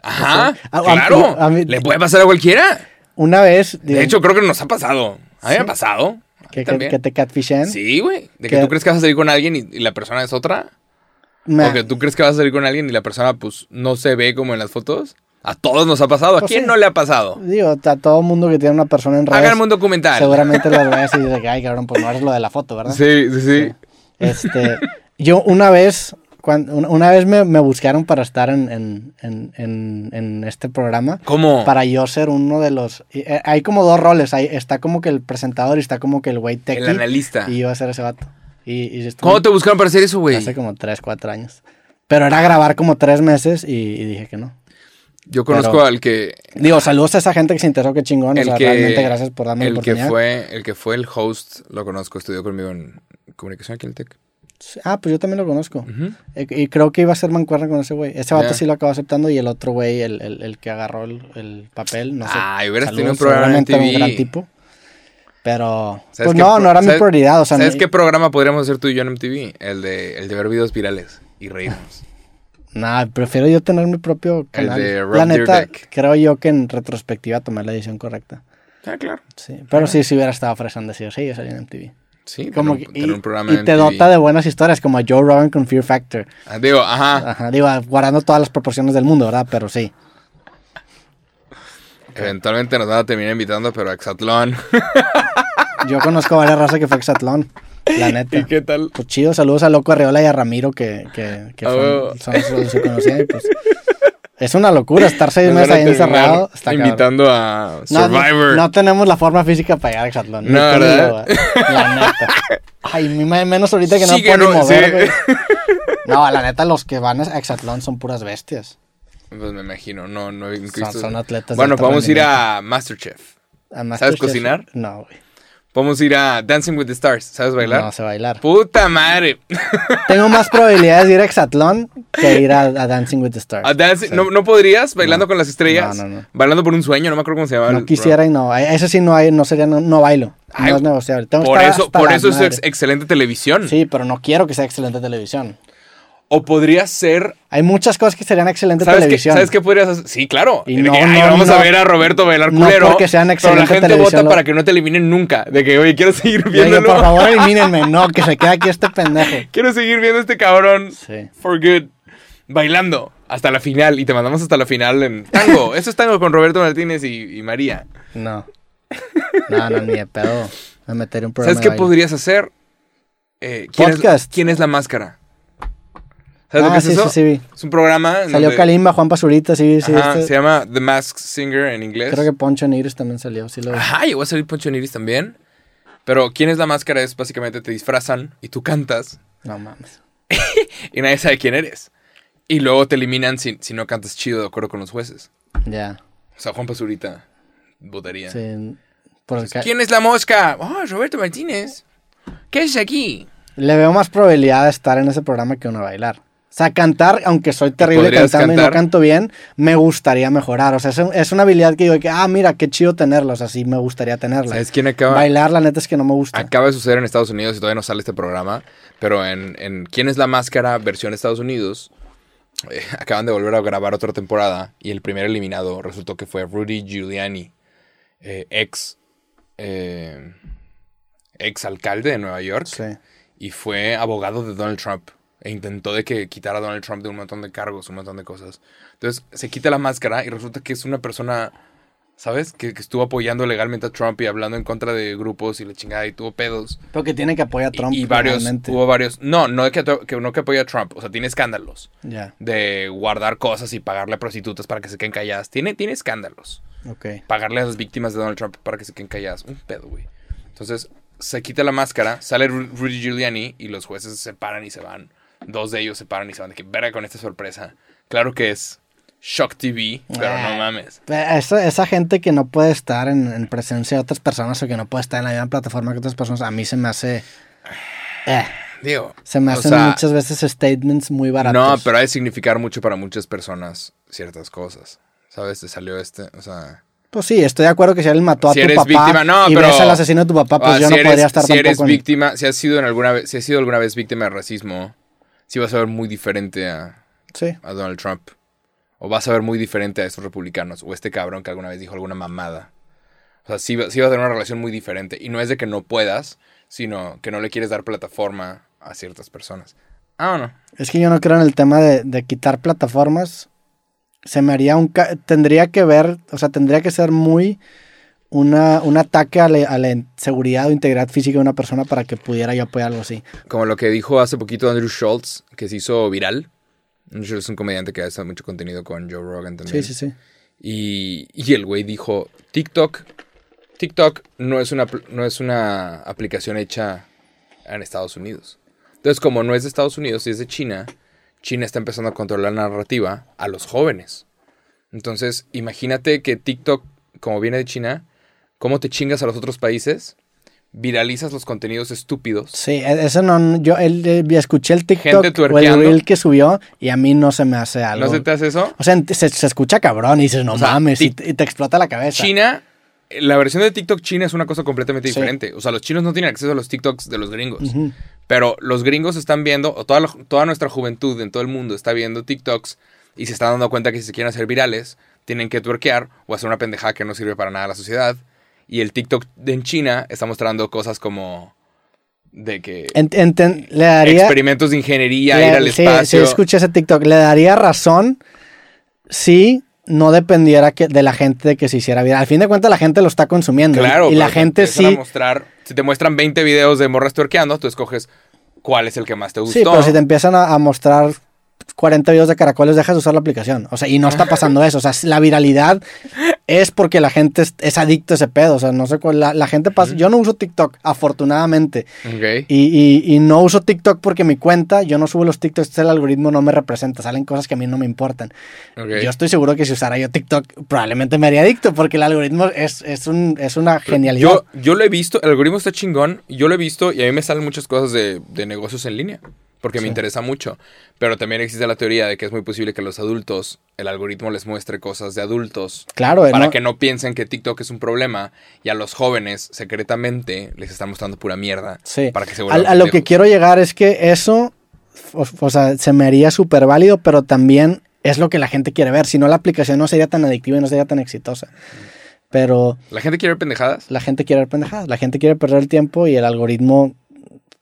Speaker 1: Ajá,
Speaker 2: Sí. A- a-
Speaker 1: claro.
Speaker 2: a mí-
Speaker 1: le puede pasar a cualquiera.
Speaker 2: Una vez,
Speaker 1: De
Speaker 2: digo,
Speaker 1: hecho, creo que nos ha pasado. A mí
Speaker 2: ¿Sí?
Speaker 1: me ha pasado. A mí
Speaker 2: que, que-
Speaker 1: también.
Speaker 2: que te catfishen.
Speaker 1: Sí, güey. De
Speaker 2: que-
Speaker 1: que tú crees que vas a salir con alguien y, y la persona es otra.
Speaker 2: Me-
Speaker 1: O que tú crees que vas a salir con alguien y la persona, pues, no se ve como en las fotos. A todos nos ha pasado. ¿A
Speaker 2: Pues
Speaker 1: quién
Speaker 2: sí.
Speaker 1: no le ha pasado?
Speaker 2: Digo, a todo mundo que tiene una persona en redes,
Speaker 1: Háganme un documental.
Speaker 2: seguramente las ves y dices, ay, cabrón, pues no eres lo de la foto, ¿verdad?
Speaker 1: Sí, sí, sí.
Speaker 2: Este, yo una vez, cuando, una vez me, me buscaron para estar en, en- en- en- en este programa.
Speaker 1: ¿Cómo?
Speaker 2: Para yo ser uno de los... y, eh, Hay como dos roles. Hay, está como que el presentador y está como que el güey
Speaker 1: El
Speaker 2: techie.
Speaker 1: analista.
Speaker 2: Y iba a ser ese vato. Y, y estuve-
Speaker 1: ¿Cómo te buscaron para hacer eso, güey?
Speaker 2: Hace como 3, 4 años. Pero era grabar como 3 meses y, y dije que no.
Speaker 1: Yo conozco
Speaker 2: Pero-
Speaker 1: al que.
Speaker 2: Digo, saludos a esa gente que se interesó, qué chingón. o
Speaker 1: El
Speaker 2: sea,
Speaker 1: que,
Speaker 2: realmente gracias por darme la
Speaker 1: el que
Speaker 2: oportunidad.
Speaker 1: fue El que fue el host, lo conozco, estudió conmigo en comunicación aquí en el TEC.
Speaker 2: Ah, pues yo también lo conozco.
Speaker 1: Ujú.
Speaker 2: Eh, Y creo que iba a ser mancuerna con ese güey. Ese vato
Speaker 1: Ya.
Speaker 2: sí lo acabó aceptando y el otro güey, el, el- el que agarró el, el papel, no sé.
Speaker 1: Ay, Ah, hubieras
Speaker 2: Saludos,
Speaker 1: tenido un programa en
Speaker 2: seguramente era un
Speaker 1: TV.
Speaker 2: gran tipo. Pero,
Speaker 1: ¿Sabes
Speaker 2: pues
Speaker 1: qué
Speaker 2: no,
Speaker 1: pro-
Speaker 2: no era mi
Speaker 1: sabes-
Speaker 2: prioridad. O sea,
Speaker 1: ¿Sabes
Speaker 2: mi-
Speaker 1: qué programa podríamos hacer tú y yo en MTV? El de, el de ver videos virales y reírnos.
Speaker 2: Nah, prefiero yo tener mi propio canal.
Speaker 1: de Rob
Speaker 2: la neta,
Speaker 1: Dyrdek.
Speaker 2: creo yo que en retrospectiva tomé la decisión correcta.
Speaker 1: ah, claro.
Speaker 2: Sí, pero sí, si hubiera estado fresón decir, sí, yo salí en MTV.
Speaker 1: Sí,
Speaker 2: Como
Speaker 1: tener, un-
Speaker 2: que-
Speaker 1: tener
Speaker 2: y,
Speaker 1: un programa
Speaker 2: y
Speaker 1: en
Speaker 2: te
Speaker 1: MTV.
Speaker 2: dota de buenas historias, como a Joe Rogan con Fear Factor.
Speaker 1: Ah, digo, ajá,
Speaker 2: Ajá, digo, guardando todas las proporciones del mundo, ¿verdad? Pero sí.
Speaker 1: eventualmente nos van a terminar invitando, pero a Exatlón.
Speaker 2: Yo conozco varias razas que fue Exatlón, la
Speaker 1: ¿Y
Speaker 2: neta.
Speaker 1: qué tal?
Speaker 2: Pues chido, saludos a Loco Arreola y a Ramiro, que, que, que
Speaker 1: Ah,
Speaker 2: son,
Speaker 1: huevo.
Speaker 2: son los que se conocían. y pues, es una locura estar seis
Speaker 1: Nos
Speaker 2: meses
Speaker 1: van a
Speaker 2: ahí
Speaker 1: terminar
Speaker 2: encerrado. Está cabrón.
Speaker 1: invitando a
Speaker 2: No, no-
Speaker 1: Survivor.
Speaker 2: No, tenemos la forma física para llegar a Exatlón. ni
Speaker 1: No,
Speaker 2: tú ni
Speaker 1: ¿verdad?
Speaker 2: yo, güey. La neta. Ay, mi madre, menos ahorita que no
Speaker 1: Sí, que
Speaker 2: puedo ni
Speaker 1: no,
Speaker 2: mover,
Speaker 1: sí.
Speaker 2: güey. No, la neta, los que van a Exatlón son puras bestias.
Speaker 1: Pues me imagino, no, no he
Speaker 2: Son,
Speaker 1: visto-
Speaker 2: son atletas. de
Speaker 1: Bueno,
Speaker 2: alto
Speaker 1: podemos ir
Speaker 2: rendimiento.
Speaker 1: a Masterchef.
Speaker 2: A Masterchef.
Speaker 1: ¿sabes cocinar?
Speaker 2: No, güey.
Speaker 1: Podemos ir a Dancing with the Stars. ¿Sabes bailar?
Speaker 2: No sé bailar.
Speaker 1: Puta madre.
Speaker 2: Tengo más probabilidades de ir a Exatlón que ir a, a Dancing with the Stars.
Speaker 1: A Dancing-
Speaker 2: Sí.
Speaker 1: ¿No, no podrías? ¿Bailando con las estrellas?
Speaker 2: No, no, no.
Speaker 1: Bailando por un sueño, no me acuerdo cómo se llamaba. el
Speaker 2: No quisiera y no. Eso sí no hay, no sería, no, no bailo.
Speaker 1: Ay,
Speaker 2: no es negociable. Tengo
Speaker 1: programa.
Speaker 2: que
Speaker 1: Por
Speaker 2: estar
Speaker 1: eso,
Speaker 2: hasta
Speaker 1: por
Speaker 2: la
Speaker 1: eso es
Speaker 2: madre.
Speaker 1: ex- excelente televisión.
Speaker 2: Sí, pero no quiero que sea excelente televisión.
Speaker 1: O podrías ser.
Speaker 2: Hay muchas cosas que serían excelente
Speaker 1: ¿Sabes qué,
Speaker 2: televisión.
Speaker 1: ¿Sabes qué podrías hacer? Sí, claro.
Speaker 2: Y
Speaker 1: De
Speaker 2: no,
Speaker 1: que, "Ay,
Speaker 2: no,
Speaker 1: vamos a
Speaker 2: no.
Speaker 1: ver a Roberto bailar
Speaker 2: No
Speaker 1: culero.
Speaker 2: porque sean
Speaker 1: pero la
Speaker 2: excelente
Speaker 1: gente
Speaker 2: televisión,
Speaker 1: vota
Speaker 2: no.
Speaker 1: para que no te eliminen nunca. De que, oye, quiero seguir
Speaker 2: Yo digo,
Speaker 1: viéndolo.
Speaker 2: por favor, elimínenme. No, que se quede aquí este pendejo.
Speaker 1: Quiero seguir viendo a este cabrón
Speaker 2: Sí.
Speaker 1: for good bailando hasta la final y te mandamos hasta la final en tango. Eso es tango con Roberto Martínez y, y María.
Speaker 2: No. No, no, ni de pedo. Me meteré un programa.
Speaker 1: ¿Sabes qué
Speaker 2: de baile.
Speaker 1: podrías hacer? Eh, ¿quién, es,
Speaker 2: Podcast.
Speaker 1: ¿Quién es la máscara? ¿Sabes
Speaker 2: Ah,
Speaker 1: lo que es
Speaker 2: sí,
Speaker 1: eso?
Speaker 2: sí, sí, vi.
Speaker 1: Es un programa. en
Speaker 2: Salió
Speaker 1: donde-
Speaker 2: Kalimba, Juan Pazurita, sí, sí.
Speaker 1: Ajá,
Speaker 2: este-
Speaker 1: Se llama The Masked Singer en inglés.
Speaker 2: Creo que Poncho Nigris también salió. Sí, lo vi.
Speaker 1: Ajá, llegó a salir Poncho Niris también. Pero ¿quién es la máscara? Es básicamente te disfrazan y tú cantas
Speaker 2: No mames.
Speaker 1: y nadie sabe quién eres. Y luego te eliminan si, si no cantas chido de acuerdo con los jueces.
Speaker 2: Ya.
Speaker 1: O sea, Juan Pazurita votaría.
Speaker 2: Sí. Por el ca-
Speaker 1: ¿Quién es la mosca? Oh, Roberto Martínez. ¿Qué haces aquí?
Speaker 2: Le veo más probabilidad de estar en ese programa que uno bailar. O sea, cantar, aunque soy terrible
Speaker 1: podrías
Speaker 2: cantando y no
Speaker 1: cantar?
Speaker 2: canto bien, me gustaría mejorar. O sea, es, un- es una habilidad que digo que, ah, mira, qué chido tenerla. O sea, sí me gustaría tenerla.
Speaker 1: ¿Sabes quién acaba?
Speaker 2: Bailar, la neta es que no me gusta.
Speaker 1: Acaba de suceder en Estados Unidos y todavía no sale este programa, pero en, en ¿Quién es la máscara? versión Estados Unidos, eh, acaban de volver a grabar otra temporada y el primer eliminado resultó que fue Rudy Giuliani, eh, ex, eh, ex alcalde de Nueva York
Speaker 2: Sí.
Speaker 1: y fue abogado de Donald Trump e intentó de que quitara a Donald Trump de un montón de cargos, un montón de cosas. Entonces se quita la máscara y resulta que es una persona, ¿sabes? Que, que estuvo apoyando legalmente a Trump y hablando en contra de grupos y la chingada y tuvo pedos.
Speaker 2: Pero que tiene que apoyar a Trump.
Speaker 1: y, y varios,
Speaker 2: realmente.
Speaker 1: hubo varios. No, no es que, que no que apoya a Trump, o sea, tiene escándalos
Speaker 2: Ya,
Speaker 1: de guardar cosas y pagarle a prostitutas para que se queden calladas. Tiene, tiene escándalos
Speaker 2: ok.
Speaker 1: pagarle a las víctimas de Donald Trump para que se queden calladas. Un pedo, güey. Entonces, se quita la máscara, sale Ru- Rudy Giuliani y los jueces se paran y se van. Dos de ellos se paran y se van. De que verga con esta sorpresa. Claro que es Shock TV, pero no mames.
Speaker 2: Esa, esa gente que no puede estar en, en presencia de otras personas o que no puede estar en la misma plataforma que otras personas, a mí se me hace. eh,
Speaker 1: Digo.
Speaker 2: se me
Speaker 1: o
Speaker 2: hacen
Speaker 1: sea,
Speaker 2: muchas veces statements muy baratos.
Speaker 1: No, pero ha de significar mucho para muchas personas ciertas cosas. ¿Sabes? Te salió este, o sea...
Speaker 2: Pues sí, estoy de acuerdo que si él mató a
Speaker 1: si
Speaker 2: tu
Speaker 1: eres
Speaker 2: papá
Speaker 1: víctima, no,
Speaker 2: y
Speaker 1: pero,
Speaker 2: ves al asesino de tu papá, pues
Speaker 1: Ah,
Speaker 2: yo
Speaker 1: si
Speaker 2: no
Speaker 1: eres-
Speaker 2: podría estar
Speaker 1: si eres
Speaker 2: tampoco en-
Speaker 1: víctima, si has sido en alguna vez, si has sido alguna vez víctima de racismo, sí vas a ver muy diferente a,
Speaker 2: Sí,
Speaker 1: a Donald Trump. O vas a ver muy diferente a estos republicanos. O este cabrón que alguna vez dijo alguna mamada. O sea, sí, va- sí vas a tener una relación muy diferente. Y no es de que no puedas, sino que no le quieres dar plataforma a ciertas personas. Ah, no.
Speaker 2: es que yo no creo en el tema de, de quitar plataformas. Se me haría un... ca- Tendría que ver, o sea, tendría que ser muy... Una, un ataque a la, a la seguridad o integridad física de una persona para que pudiera yo apoyar algo así.
Speaker 1: Como lo que dijo hace poquito Andrew Schultz, que se hizo viral. Andrew Schultz es un comediante que hace mucho contenido con Joe Rogan
Speaker 2: Sí,
Speaker 1: también.
Speaker 2: sí, sí.
Speaker 1: Y, y el güey dijo, TikTok, TikTok no es, una, apl- no es una aplicación hecha en Estados Unidos. Entonces, como no es de Estados Unidos y es de China, China está empezando a controlar la narrativa a los jóvenes. Entonces, imagínate que TikTok, como viene de China, ¿cómo te chingas a los otros países? Viralizas los contenidos estúpidos.
Speaker 2: Sí, e- eso no... Yo el- el- escuché el TikTok
Speaker 1: Gente
Speaker 2: o el
Speaker 1: tuerqueando.
Speaker 2: reel que subió y a mí no se me hace algo.
Speaker 1: ¿No se te hace eso?
Speaker 2: O sea, ent- se, se escucha cabrón y dices, no
Speaker 1: O sea,
Speaker 2: mames, y
Speaker 1: tic-
Speaker 2: te, y te explota la cabeza.
Speaker 1: China, eh, la versión de TikTok China es una cosa completamente
Speaker 2: Sí.
Speaker 1: diferente. O sea, los chinos no tienen acceso a los TikToks de los gringos.
Speaker 2: Ujú.
Speaker 1: Pero los gringos están viendo, o toda, la- toda nuestra juventud en todo el mundo está viendo TikToks y se están dando cuenta que si se quieren hacer virales, tienen que tuerquear o hacer una pendejada que no sirve para nada a la sociedad. Y el TikTok de en China está mostrando cosas como de que
Speaker 2: Ent- enten- le daría...
Speaker 1: experimentos de ingeniería,
Speaker 2: Le-
Speaker 1: ir al
Speaker 2: sí,
Speaker 1: espacio.
Speaker 2: Sí, escuché ese TikTok. Le daría razón si no dependiera que, de la gente de que se hiciera viral. Al fin de cuentas, la gente lo está consumiendo.
Speaker 1: claro,
Speaker 2: Y la
Speaker 1: pero te
Speaker 2: gente
Speaker 1: empiezan a
Speaker 2: sí.
Speaker 1: mostrar, si te muestran 20 videos de morras tuerqueando, tú escoges cuál es el que más te gustó.
Speaker 2: Sí, pero si te empiezan a, a mostrar 40 videos de caracoles, dejas de usar la aplicación. O sea, y no está pasando eso. O sea, la viralidad es porque la gente es, es adicta a ese pedo. O sea, no sé cuál. La, la gente pasa. Yo no uso TikTok, afortunadamente.
Speaker 1: Ok.
Speaker 2: Y, y- y no uso TikTok porque mi cuenta, yo no subo los TikToks, el algoritmo no me representa, salen cosas que a mí no me importan.
Speaker 1: ok.
Speaker 2: Yo estoy seguro que si usara yo TikTok probablemente me haría adicto porque el algoritmo es, es, un, es una genialidad.
Speaker 1: Yo, yo lo he visto, el algoritmo está chingón, yo lo he visto y a mí me salen muchas cosas de, de negocios en línea, porque me
Speaker 2: Sí.
Speaker 1: interesa mucho. Pero también existe la teoría de que es muy posible que los adultos, el algoritmo les muestre cosas de adultos
Speaker 2: claro,
Speaker 1: para
Speaker 2: Pues ¿no?
Speaker 1: que no piensen que TikTok es un problema y a los jóvenes secretamente les está mostrando pura mierda
Speaker 2: Sí.
Speaker 1: para que se
Speaker 2: A,
Speaker 1: vuelvan
Speaker 2: a lo que
Speaker 1: pendejos.
Speaker 2: quiero llegar es que eso, o, o sea, se me haría súper válido, pero también es lo que la gente quiere ver. Si no, la aplicación no sería tan adictiva y no sería tan exitosa. Pero
Speaker 1: ¿La gente quiere ver pendejadas?
Speaker 2: la gente quiere ver pendejadas, la gente quiere perder el tiempo y el algoritmo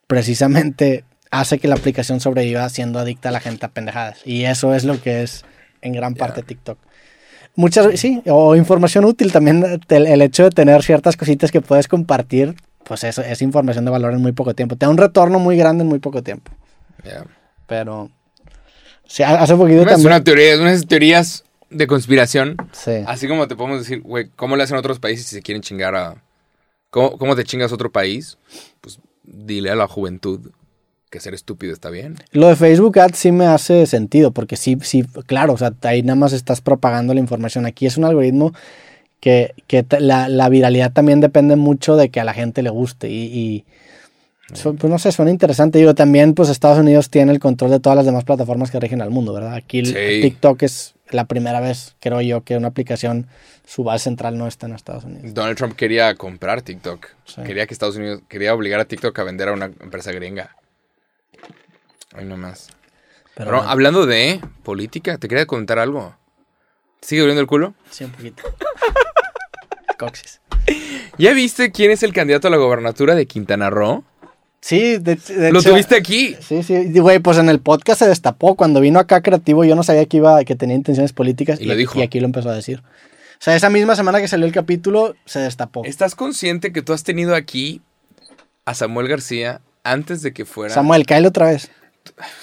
Speaker 2: precisamente hace que la aplicación sobreviva siendo adicta a la gente a pendejadas. Y eso es lo que es en gran
Speaker 1: Ya.
Speaker 2: parte TikTok. Muchas ve- sí, o información útil también, te- el, hecho de tener ciertas cositas que puedes compartir, pues eso es información de valor en muy poco tiempo. Te da un retorno muy grande en muy poco tiempo.
Speaker 1: Ya.
Speaker 2: Pero sí, ha- hace poquito
Speaker 1: Es
Speaker 2: también.
Speaker 1: una teoría, es unas teorías de conspiración.
Speaker 2: Sí.
Speaker 1: Así como te podemos decir, güey, ¿cómo le hacen otros países si se quieren chingar a... ¿Cómo, cómo te chingas a otro país? Pues dile a la juventud que ser estúpido está bien.
Speaker 2: Lo de Facebook Ads sí me hace sentido, porque sí, sí, claro, o sea, ahí nada más estás propagando la información. Aquí es un algoritmo que, que te- la, la viralidad también depende mucho de que a la gente le guste. Y, y su- pues no sé, suena interesante. Digo, también, pues Estados Unidos tiene el control de todas las demás plataformas que rigen al mundo, ¿verdad? Aquí el-
Speaker 1: Sí.
Speaker 2: TikTok es la primera vez, creo yo, que una aplicación, su base central no está en Estados Unidos.
Speaker 1: Donald Trump quería comprar TikTok.
Speaker 2: Sí.
Speaker 1: Quería que Estados Unidos... Quería obligar a TikTok a vender a una empresa gringa. Ay, no más.
Speaker 2: Pero,
Speaker 1: Pero
Speaker 2: bueno,
Speaker 1: hablando de política, te quería contar algo. ¿Te ¿Sigue doliendo el culo?
Speaker 2: sí, un poquito. Coxis.
Speaker 1: ¿Ya viste quién es el candidato a la gobernatura de Quintana Roo?
Speaker 2: Sí, de, de
Speaker 1: Lo
Speaker 2: hecho-
Speaker 1: tuviste aquí.
Speaker 2: Sí, sí, y, güey, pues en el podcast se destapó. Cuando vino acá Creativo, yo no sabía que iba, que tenía intenciones políticas.
Speaker 1: Y lo dijo.
Speaker 2: Y aquí lo empezó a decir. O sea, esa misma semana que salió el capítulo, se destapó.
Speaker 1: ¿Estás consciente que tú has tenido aquí a Samuel García antes de que fuera...
Speaker 2: Samuel, cáele otra vez.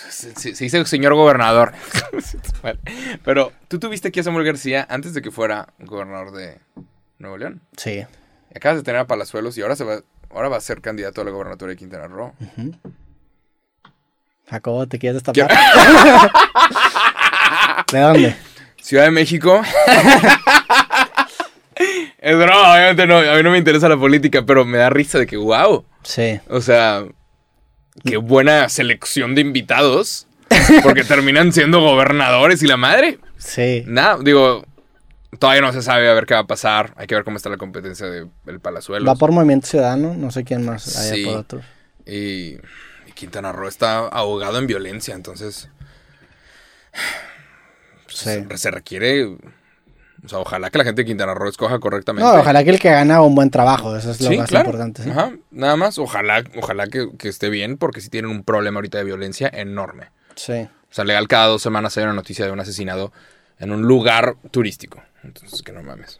Speaker 1: Se, se- se dice señor gobernador. Bueno, Pero tú tuviste aquí a Samuel García antes de que fuera gobernador de Nuevo León.
Speaker 2: Sí.
Speaker 1: Y Acabas de tener a Palazuelos y ahora, se va, ahora va a ser candidato a la gobernatura de Quintana Roo.
Speaker 2: Ujú. Jacobo, ¿te quieres destapar? ¿De dónde?
Speaker 1: Ciudad de México. Es broma, obviamente no, a mí no me interesa la política, pero me da risa de que, wow.
Speaker 2: Sí.
Speaker 1: O sea, qué buena selección de invitados. Porque terminan siendo gobernadores y la madre.
Speaker 2: Sí.
Speaker 1: Nada, digo, todavía no se sabe a ver qué va a pasar. Hay que ver cómo está la competencia del Palazuelo.
Speaker 2: Va por Movimiento Ciudadano, no sé quién más. Allá
Speaker 1: Sí.
Speaker 2: por otros.
Speaker 1: Y, y Quintana Roo está ahogado en violencia, entonces pues,
Speaker 2: Sí.
Speaker 1: se, se requiere. O sea, ojalá que la gente de Quintana Roo escoja correctamente.
Speaker 2: No, ojalá que el que gana haga un buen trabajo. Eso es lo
Speaker 1: Sí,
Speaker 2: más
Speaker 1: claro.
Speaker 2: importante. sí.
Speaker 1: Ajá, nada más, ojalá, ojalá que, que esté bien, porque sí tienen un problema ahorita de violencia enorme.
Speaker 2: sí.
Speaker 1: O sea, legal, cada dos semanas hay una noticia de un asesinado en un lugar turístico. Entonces, que no mames.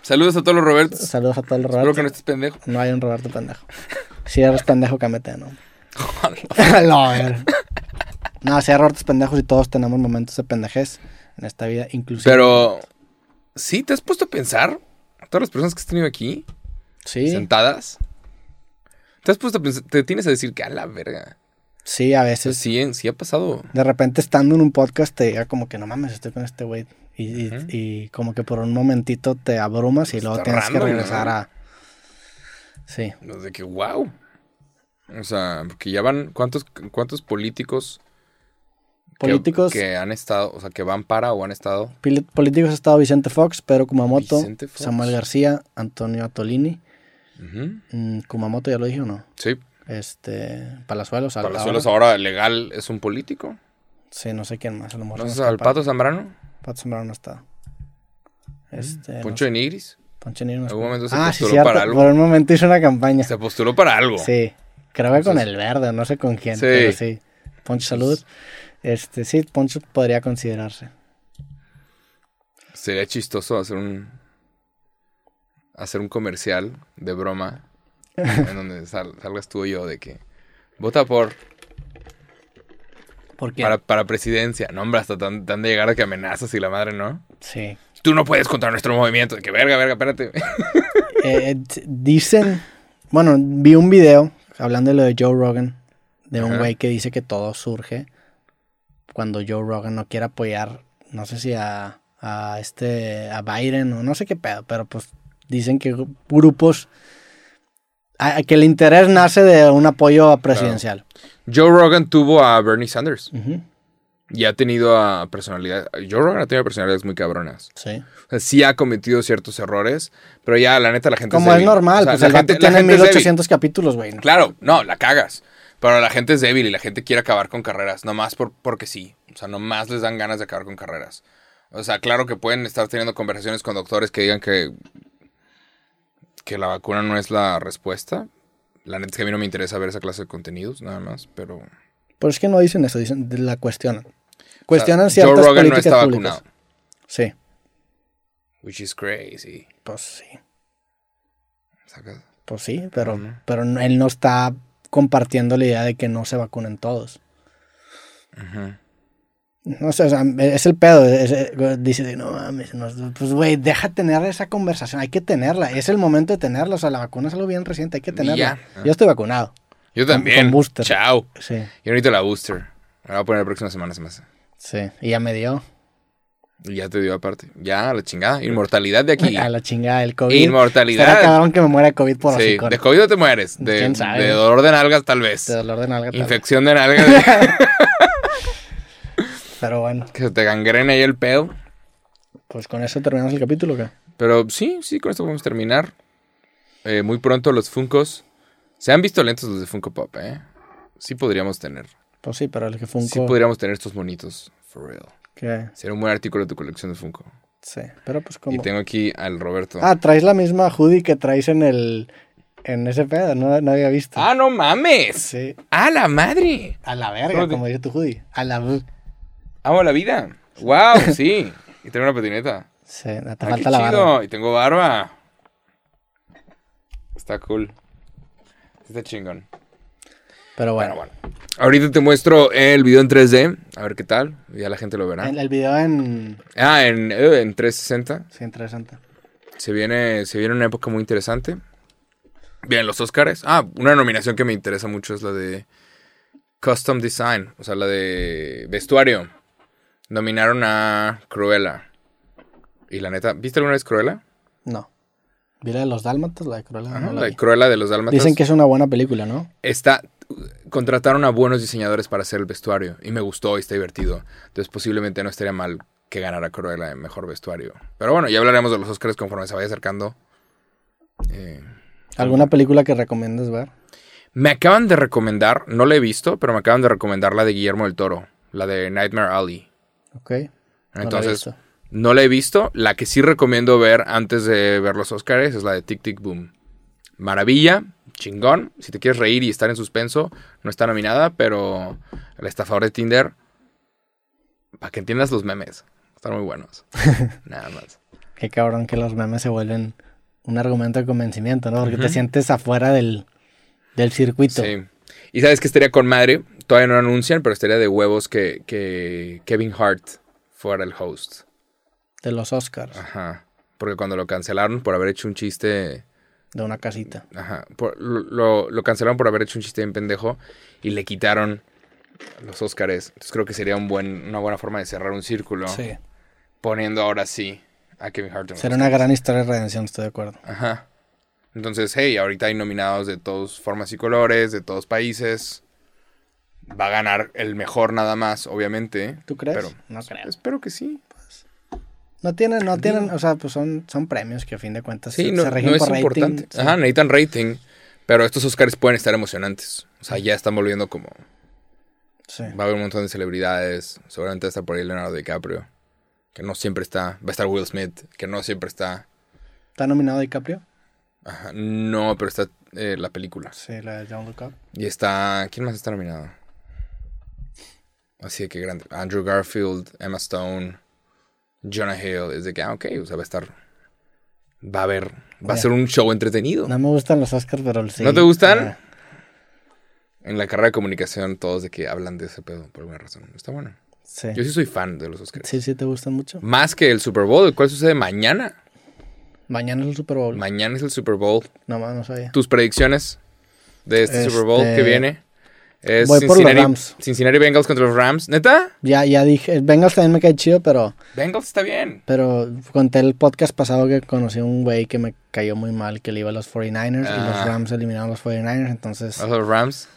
Speaker 1: Saludos a todos los Roberts.
Speaker 2: Saludos a todo el Roberto.
Speaker 1: Espero que no estés pendejo.
Speaker 2: No hay un Roberto pendejo. Si eres pendejo, cámete, ¿no? no, a ver. No, si hay Robertos pendejos y todos tenemos momentos de pendejez en esta vida, inclusive.
Speaker 1: Pero, ¿sí te has puesto a pensar? A todas las personas que has tenido aquí,
Speaker 2: Sí,
Speaker 1: sentadas. Te has puesto a pensar, te tienes a decir que a la verga.
Speaker 2: sí, a
Speaker 1: O sea,
Speaker 2: veces.
Speaker 1: sí, sí ha pasado.
Speaker 2: De repente estando en un podcast te llega como que no mames, estoy con este güey. Y, y-
Speaker 1: Ujú.
Speaker 2: y como que por un momentito te abrumas y luego
Speaker 1: Está
Speaker 2: tienes que
Speaker 1: random,
Speaker 2: regresar
Speaker 1: ¿no?
Speaker 2: a. Sí.
Speaker 1: No, De que, wow. O sea, porque ya van, ¿cuántos, cuántos políticos, que-
Speaker 2: Políticos,
Speaker 1: Que, han estado, o sea, que van para o han estado?
Speaker 2: pili- políticos ha estado Vicente Fox, Pedro Kumamoto,
Speaker 1: Vicente Fox.
Speaker 2: Samuel García, Antonio Atolini.
Speaker 1: Ujú.
Speaker 2: Mm, Kumamoto ya lo dije o no.
Speaker 1: Sí,
Speaker 2: Este. Palazuelos. al-
Speaker 1: Palazuelos
Speaker 2: ahora.
Speaker 1: ahora legal es un político.
Speaker 2: Sí, no sé quién más. A lo mejor se
Speaker 1: ¿No
Speaker 2: me
Speaker 1: es al
Speaker 2: escapa.
Speaker 1: Pato Zambrano?
Speaker 2: Pato Zambrano no está. Este,
Speaker 1: ¿Poncho de Nigris?
Speaker 2: no- Poncho Nigro no
Speaker 1: En
Speaker 2: está.
Speaker 1: algún momento se
Speaker 2: ah, sí,
Speaker 1: postuló
Speaker 2: cierto.
Speaker 1: para algo.
Speaker 2: Por un momento hizo una campaña.
Speaker 1: Se postuló para algo.
Speaker 2: Sí. Creo que con
Speaker 1: Entonces-
Speaker 2: el verde, no sé con quién,
Speaker 1: Sí.
Speaker 2: pero sí. Poncho Salud. Este, sí, Poncho podría considerarse.
Speaker 1: Sería chistoso hacer un hacer un comercial de broma en donde sal- salgas tú y yo de que vota por
Speaker 2: Porque
Speaker 1: Para, para presidencia. No, hombre, hasta tan, tan de llegar a que amenazas y la madre, ¿no?
Speaker 2: sí.
Speaker 1: Tú no puedes contra nuestro movimiento. Que verga, verga, espérate.
Speaker 2: Eh, t- dicen, bueno, vi un video hablando de lo de Joe Rogan, de un
Speaker 1: Ajá.
Speaker 2: güey que dice que todo surge cuando Joe Rogan no quiere apoyar, no sé si a, a este, a Biden o no sé qué pedo, pero pues dicen que gru- grupos, a- a que el interés nace de un apoyo presidencial.
Speaker 1: Joe Rogan tuvo a Bernie Sanders
Speaker 2: Ujú,
Speaker 1: y ha tenido a personalidades. Joe Rogan ha tenido personalidades muy cabronas.
Speaker 2: sí.
Speaker 1: O sea, sí ha cometido ciertos errores, pero ya la neta la gente
Speaker 2: Como es
Speaker 1: débil.
Speaker 2: normal,
Speaker 1: O sea,
Speaker 2: pues
Speaker 1: la
Speaker 2: el
Speaker 1: gente-
Speaker 2: gente,
Speaker 1: la
Speaker 2: tiene
Speaker 1: gente es débil.
Speaker 2: 1800 capítulos, güey. ¿no?
Speaker 1: Claro, no, la cagas. Pero la gente es débil y la gente quiere acabar con carreras, nomás por, porque sí. O sea, nomás les dan ganas de acabar con carreras. O sea, claro que pueden estar teniendo conversaciones con doctores que digan que, que la vacuna no es la respuesta. La neta es que a mí no me interesa ver esa clase de contenidos, nada más, pero...
Speaker 2: Pero es que no dicen eso, dicen, la cuestionan.
Speaker 1: o sea,
Speaker 2: Cuestionan ciertas
Speaker 1: Joe Rogan no
Speaker 2: políticas
Speaker 1: está
Speaker 2: públicas.
Speaker 1: vacunado,
Speaker 2: Sí,
Speaker 1: which is crazy.
Speaker 2: pues sí.
Speaker 1: ¿Sacas?
Speaker 2: Pues sí, pero,
Speaker 1: Ujú.
Speaker 2: pero no- él no está compartiendo la idea de que no se vacunen todos.
Speaker 1: Ujú.
Speaker 2: No sé, o sea, es el pedo. es- es- dice, no mames, no- pues güey, deja tener esa conversación, hay que tenerla. Es el momento de tenerla. O sea, la vacuna es algo bien reciente, hay que
Speaker 1: Y
Speaker 2: tenerla.
Speaker 1: ya.
Speaker 2: Yo estoy vacunado.
Speaker 1: Yo
Speaker 2: Con-
Speaker 1: también.
Speaker 2: con booster.
Speaker 1: Chao.
Speaker 2: Sí,
Speaker 1: Yo necesito la booster. Me la voy a poner la próxima semana, se me hace.
Speaker 2: sí. Y ya me dio
Speaker 1: Y ya te dio aparte. Ya, la chingada. Inmortalidad de aquí.
Speaker 2: a la chingada del COVID. Estará
Speaker 1: Inmortalidad.
Speaker 2: cabrón que me muera de COVID por
Speaker 1: Sí,
Speaker 2: así
Speaker 1: de COVID no te mueres. De,
Speaker 2: ¿Quién sabe?
Speaker 1: de dolor de nalgas, tal vez.
Speaker 2: de dolor de nalga. tal vez.
Speaker 1: Infección de nalgas.
Speaker 2: Pero bueno,
Speaker 1: que se te gangrene ahí el pedo.
Speaker 2: pues con eso terminamos el capítulo, ¿qué?
Speaker 1: Pero sí, sí, con esto podemos terminar. Eh, muy pronto los Funcos. Se han visto lentos los de Funko Pop, ¿eh? Sí podríamos tener.
Speaker 2: Pues sí, pero el que
Speaker 1: Sí
Speaker 2: Funko...
Speaker 1: podríamos tener estos monitos. For real.
Speaker 2: que-
Speaker 1: Sería un buen artículo de tu colección de Funko.
Speaker 2: sí, pero pues como...
Speaker 1: Y tengo aquí al Roberto.
Speaker 2: Ah, traes la misma hoodie que traes en el. En ese pedo, no, no había visto.
Speaker 1: ¡Ah, no mames!
Speaker 2: Sí.
Speaker 1: ¡A la madre!
Speaker 2: A la
Speaker 1: ¿Cómo
Speaker 2: verga,
Speaker 1: te-
Speaker 2: como dice tu hoodie. A la. bu-
Speaker 1: Amo la vida. ¡Wow! Sí. Y tengo una patineta.
Speaker 2: Sí, no te
Speaker 1: Ah,
Speaker 2: falta
Speaker 1: qué
Speaker 2: la
Speaker 1: chido.
Speaker 2: barba.
Speaker 1: Y tengo barba. Está cool. Está chingón.
Speaker 2: Pero
Speaker 1: Bueno,
Speaker 2: bueno.
Speaker 1: bueno. Ahorita te muestro el video en 3D. A ver qué tal. Ya la gente lo verá.
Speaker 2: El, el video en.
Speaker 1: Ah, en, eh, en 360.
Speaker 2: Sí, interesante.
Speaker 1: Se viene, se viene una época muy interesante. Bien, los Oscars. Ah, una nominación que me interesa mucho es la de Custom Design. O sea, la de vestuario. Nominaron a Cruella. Y la neta, ¿viste alguna vez Cruella?
Speaker 2: No. Vi la de los Dálmatas, la de Cruella.
Speaker 1: Ajá,
Speaker 2: Ah, no la
Speaker 1: la
Speaker 2: vi.
Speaker 1: de Cruella de los Dálmatas.
Speaker 2: Dicen que es una buena película, ¿no?
Speaker 1: está contrataron a buenos diseñadores para hacer el vestuario y me gustó y está divertido. Entonces posiblemente no estaría mal que ganara Cruella en mejor vestuario. Pero bueno, ya hablaremos de los Oscars conforme se vaya acercando. Eh,
Speaker 2: ¿Alguna película que recomiendas ver?
Speaker 1: me acaban de recomendar, no la he visto, pero me acaban de recomendar la de Guillermo del Toro, la de Nightmare Alley.
Speaker 2: Ok. no la he
Speaker 1: Entonces,
Speaker 2: visto.
Speaker 1: no la he visto. La que sí recomiendo ver antes de ver los Oscars es la de Tic Tic Boom. Maravilla, chingón. Si te quieres reír y estar en suspenso, no está nominada, pero el estafador de Tinder, para que entiendas los memes, están muy buenos. Nada más.
Speaker 2: Qué cabrón que los memes se vuelven un argumento de convencimiento, ¿no? Porque te
Speaker 1: Ujú.
Speaker 2: sientes afuera del, del circuito.
Speaker 1: Sí. Y sabes que estaría con madre, todavía no lo anuncian, pero estaría de huevos que, que Kevin Hart fuera el host.
Speaker 2: De los Oscars.
Speaker 1: Ajá. Porque cuando lo cancelaron por haber hecho un chiste
Speaker 2: De una casita.
Speaker 1: Ajá. por- lo, lo- lo cancelaron por haber hecho un chiste bien pendejo y le quitaron los Óscares. Entonces creo que sería un buen, una buena forma de cerrar un círculo.
Speaker 2: Sí.
Speaker 1: Poniendo ahora sí a Kevin Hart. en los
Speaker 2: Será una gran historia de redención, estoy de acuerdo.
Speaker 1: Óscar. Ajá. Entonces, hey, ahorita hay nominados de todas formas y colores, de todos países. Va a ganar el mejor nada más, obviamente.
Speaker 2: ¿Tú crees?
Speaker 1: Pero
Speaker 2: no creo.
Speaker 1: espero que sí.
Speaker 2: No tienen, no tienen, o sea, pues son, son premios que a fin de cuentas
Speaker 1: Sí,
Speaker 2: se,
Speaker 1: no,
Speaker 2: se rigen
Speaker 1: no es
Speaker 2: por rating.
Speaker 1: importante.
Speaker 2: Sí.
Speaker 1: Ajá, necesitan rating. Pero estos Óscares pueden estar emocionantes. O sea, ya están volviendo como
Speaker 2: Sí.
Speaker 1: Va a haber un montón de celebridades. Seguramente va a estar por ahí Leonardo DiCaprio. Que no siempre está. Va a estar Will Smith. Que no siempre está.
Speaker 2: ¿Está nominado DiCaprio?
Speaker 1: Ajá, No, pero está eh, la película.
Speaker 2: Sí, la de Don't Look Up.
Speaker 1: Y está. ¿Quién más está nominado? Así de que grande. Andrew Garfield, Emma Stone, Jonah Hill. Es de que, ah, ok. O sea, va a estar. Va a haber. Va a
Speaker 2: Ya.
Speaker 1: ser un show entretenido.
Speaker 2: No me gustan los Oscars, pero sí.
Speaker 1: ¿No te gustan?
Speaker 2: Ah.
Speaker 1: En la carrera de comunicación todos de que hablan de ese pedo por alguna razón. Está bueno.
Speaker 2: Sí.
Speaker 1: Yo sí soy fan de los Oscars.
Speaker 2: Sí, sí, te gustan mucho.
Speaker 1: Más que el Super Bowl, el cual sucede mañana.
Speaker 2: Mañana es el Super Bowl.
Speaker 1: Mañana es el Super Bowl.
Speaker 2: no, ma- no sabía.
Speaker 1: Tus predicciones de este,
Speaker 2: Este-
Speaker 1: Super Bowl que viene. Es
Speaker 2: Voy por los
Speaker 1: Cincinnati,
Speaker 2: Rams.
Speaker 1: Cincinnati Bengals contra los Rams. ¿Neta?
Speaker 2: Ya, ya dije. Bengals también me cae chido, pero,
Speaker 1: Bengals está bien.
Speaker 2: pero conté el podcast pasado que conocí a un güey que me cayó muy mal, que le iba a los 49ers y
Speaker 1: Ah.
Speaker 2: los Rams eliminaron a los 49ers, entonces
Speaker 1: ¿Vas a los Rams?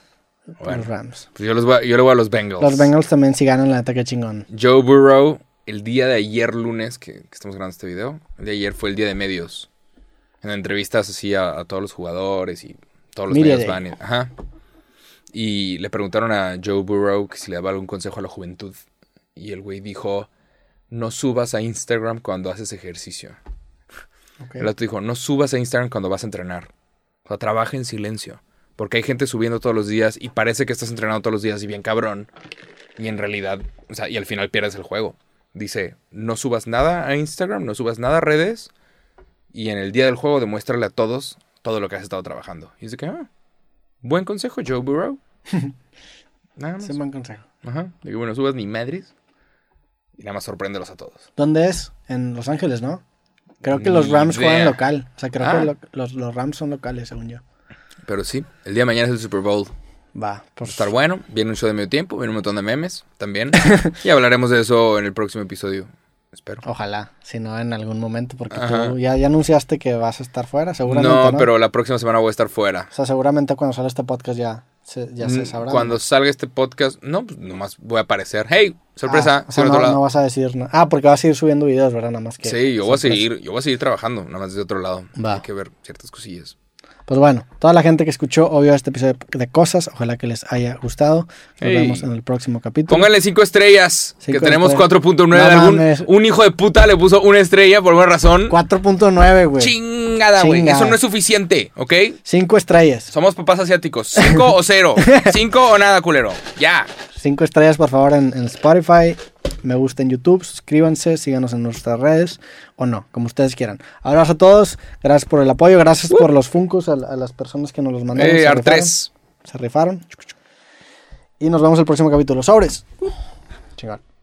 Speaker 1: Bueno,
Speaker 2: los Rams.
Speaker 1: pues yo, los voy a- yo le voy a los Bengals.
Speaker 2: Los Bengals también si ganan, la neta que chingón.
Speaker 1: Joe Burrow, el día de ayer lunes, que, que estamos grabando este video, el día de ayer fue el día de medios. En entrevistas así a, a todos los jugadores y todos los
Speaker 2: Media
Speaker 1: medios
Speaker 2: Day.
Speaker 1: van. y- ajá. Y le preguntaron a Joe Burrow que si le daba algún consejo a la juventud. Y el güey dijo, no subas a Instagram cuando haces ejercicio.
Speaker 2: Ok.
Speaker 1: El otro dijo, no subas a Instagram cuando vas a entrenar. O sea, trabaja en silencio. Porque hay gente subiendo todos los días y parece que estás entrenando todos los días y bien cabrón. Y en realidad, o sea, y al final pierdes el juego. Dice, no subas nada a Instagram, no subas nada a redes. Y en el día del juego demuéstrale a todos todo lo que has estado trabajando. Y dice que, ah, buen consejo, Joe Burrow. Nada más.
Speaker 2: Sí, buen consejo.
Speaker 1: Ajá. De que, bueno, subas ni madres. Y nada más sorpréndelos a todos.
Speaker 2: ¿Dónde es? En Los Ángeles, ¿no? Creo que los
Speaker 1: Ni
Speaker 2: Rams
Speaker 1: idea.
Speaker 2: juegan local. O sea, creo
Speaker 1: Ah.
Speaker 2: que lo- los, los Rams son locales, según yo.
Speaker 1: Pero sí, el día de mañana es el Super Bowl.
Speaker 2: Va,
Speaker 1: Va a
Speaker 2: pues.
Speaker 1: estar bueno. Viene un show de medio tiempo, viene un montón de memes también. y hablaremos de eso en el próximo episodio. Espero.
Speaker 2: Ojalá, si no en algún momento, porque
Speaker 1: Ajá.
Speaker 2: tú ya, ya anunciaste que vas a estar fuera, seguramente. No,
Speaker 1: No, pero la próxima semana voy a estar fuera.
Speaker 2: O sea, seguramente cuando sale este podcast ya se, ya se
Speaker 1: Mm,
Speaker 2: sabrá.
Speaker 1: Cuando
Speaker 2: ¿no?
Speaker 1: salga este podcast, no, pues nomás voy a aparecer. ¡Hey! ¡Sorpresa!
Speaker 2: Ah, o sea,
Speaker 1: Por
Speaker 2: no,
Speaker 1: otro lado.
Speaker 2: no vas a decir. na- Ah, porque vas a ir subiendo videos, ¿verdad? Nada más que.
Speaker 1: sí, yo voy a
Speaker 2: sorpresa.
Speaker 1: seguir, yo voy a seguir trabajando, nada más de otro lado.
Speaker 2: Va.
Speaker 1: Hay que ver ciertas cosillas.
Speaker 2: Pues bueno, toda la gente que escuchó o vio este episodio de cosas, ojalá que les haya gustado. Nos
Speaker 1: Ey.
Speaker 2: vemos en el próximo capítulo.
Speaker 1: Pónganle cinco estrellas,
Speaker 2: Cinco
Speaker 1: que tenemos
Speaker 2: estrellas.
Speaker 1: 4.9 de
Speaker 2: No
Speaker 1: algún.
Speaker 2: mames.
Speaker 1: Un hijo de puta le puso una estrella por alguna razón.
Speaker 2: 4.9, güey.
Speaker 1: Chingada, güey.
Speaker 2: Chingada.
Speaker 1: Eso no es suficiente, ¿ok?
Speaker 2: 5 estrellas.
Speaker 1: Somos papás asiáticos. ¿Cinco o cero? ¿Cinco o nada, culero? Ya.
Speaker 2: 5 estrellas por favor en, en Spotify, me gusta en YouTube, suscríbanse, síganos en nuestras redes o no, como ustedes quieran. Abrazo a todos, gracias por el apoyo, gracias por los funcos a, a las personas que nos los mandaron.
Speaker 1: Eh,
Speaker 2: se,
Speaker 1: ar
Speaker 2: rifaron,
Speaker 1: 3.
Speaker 2: se rifaron. Y nos vemos el próximo capítulo. Sobres. Chingón.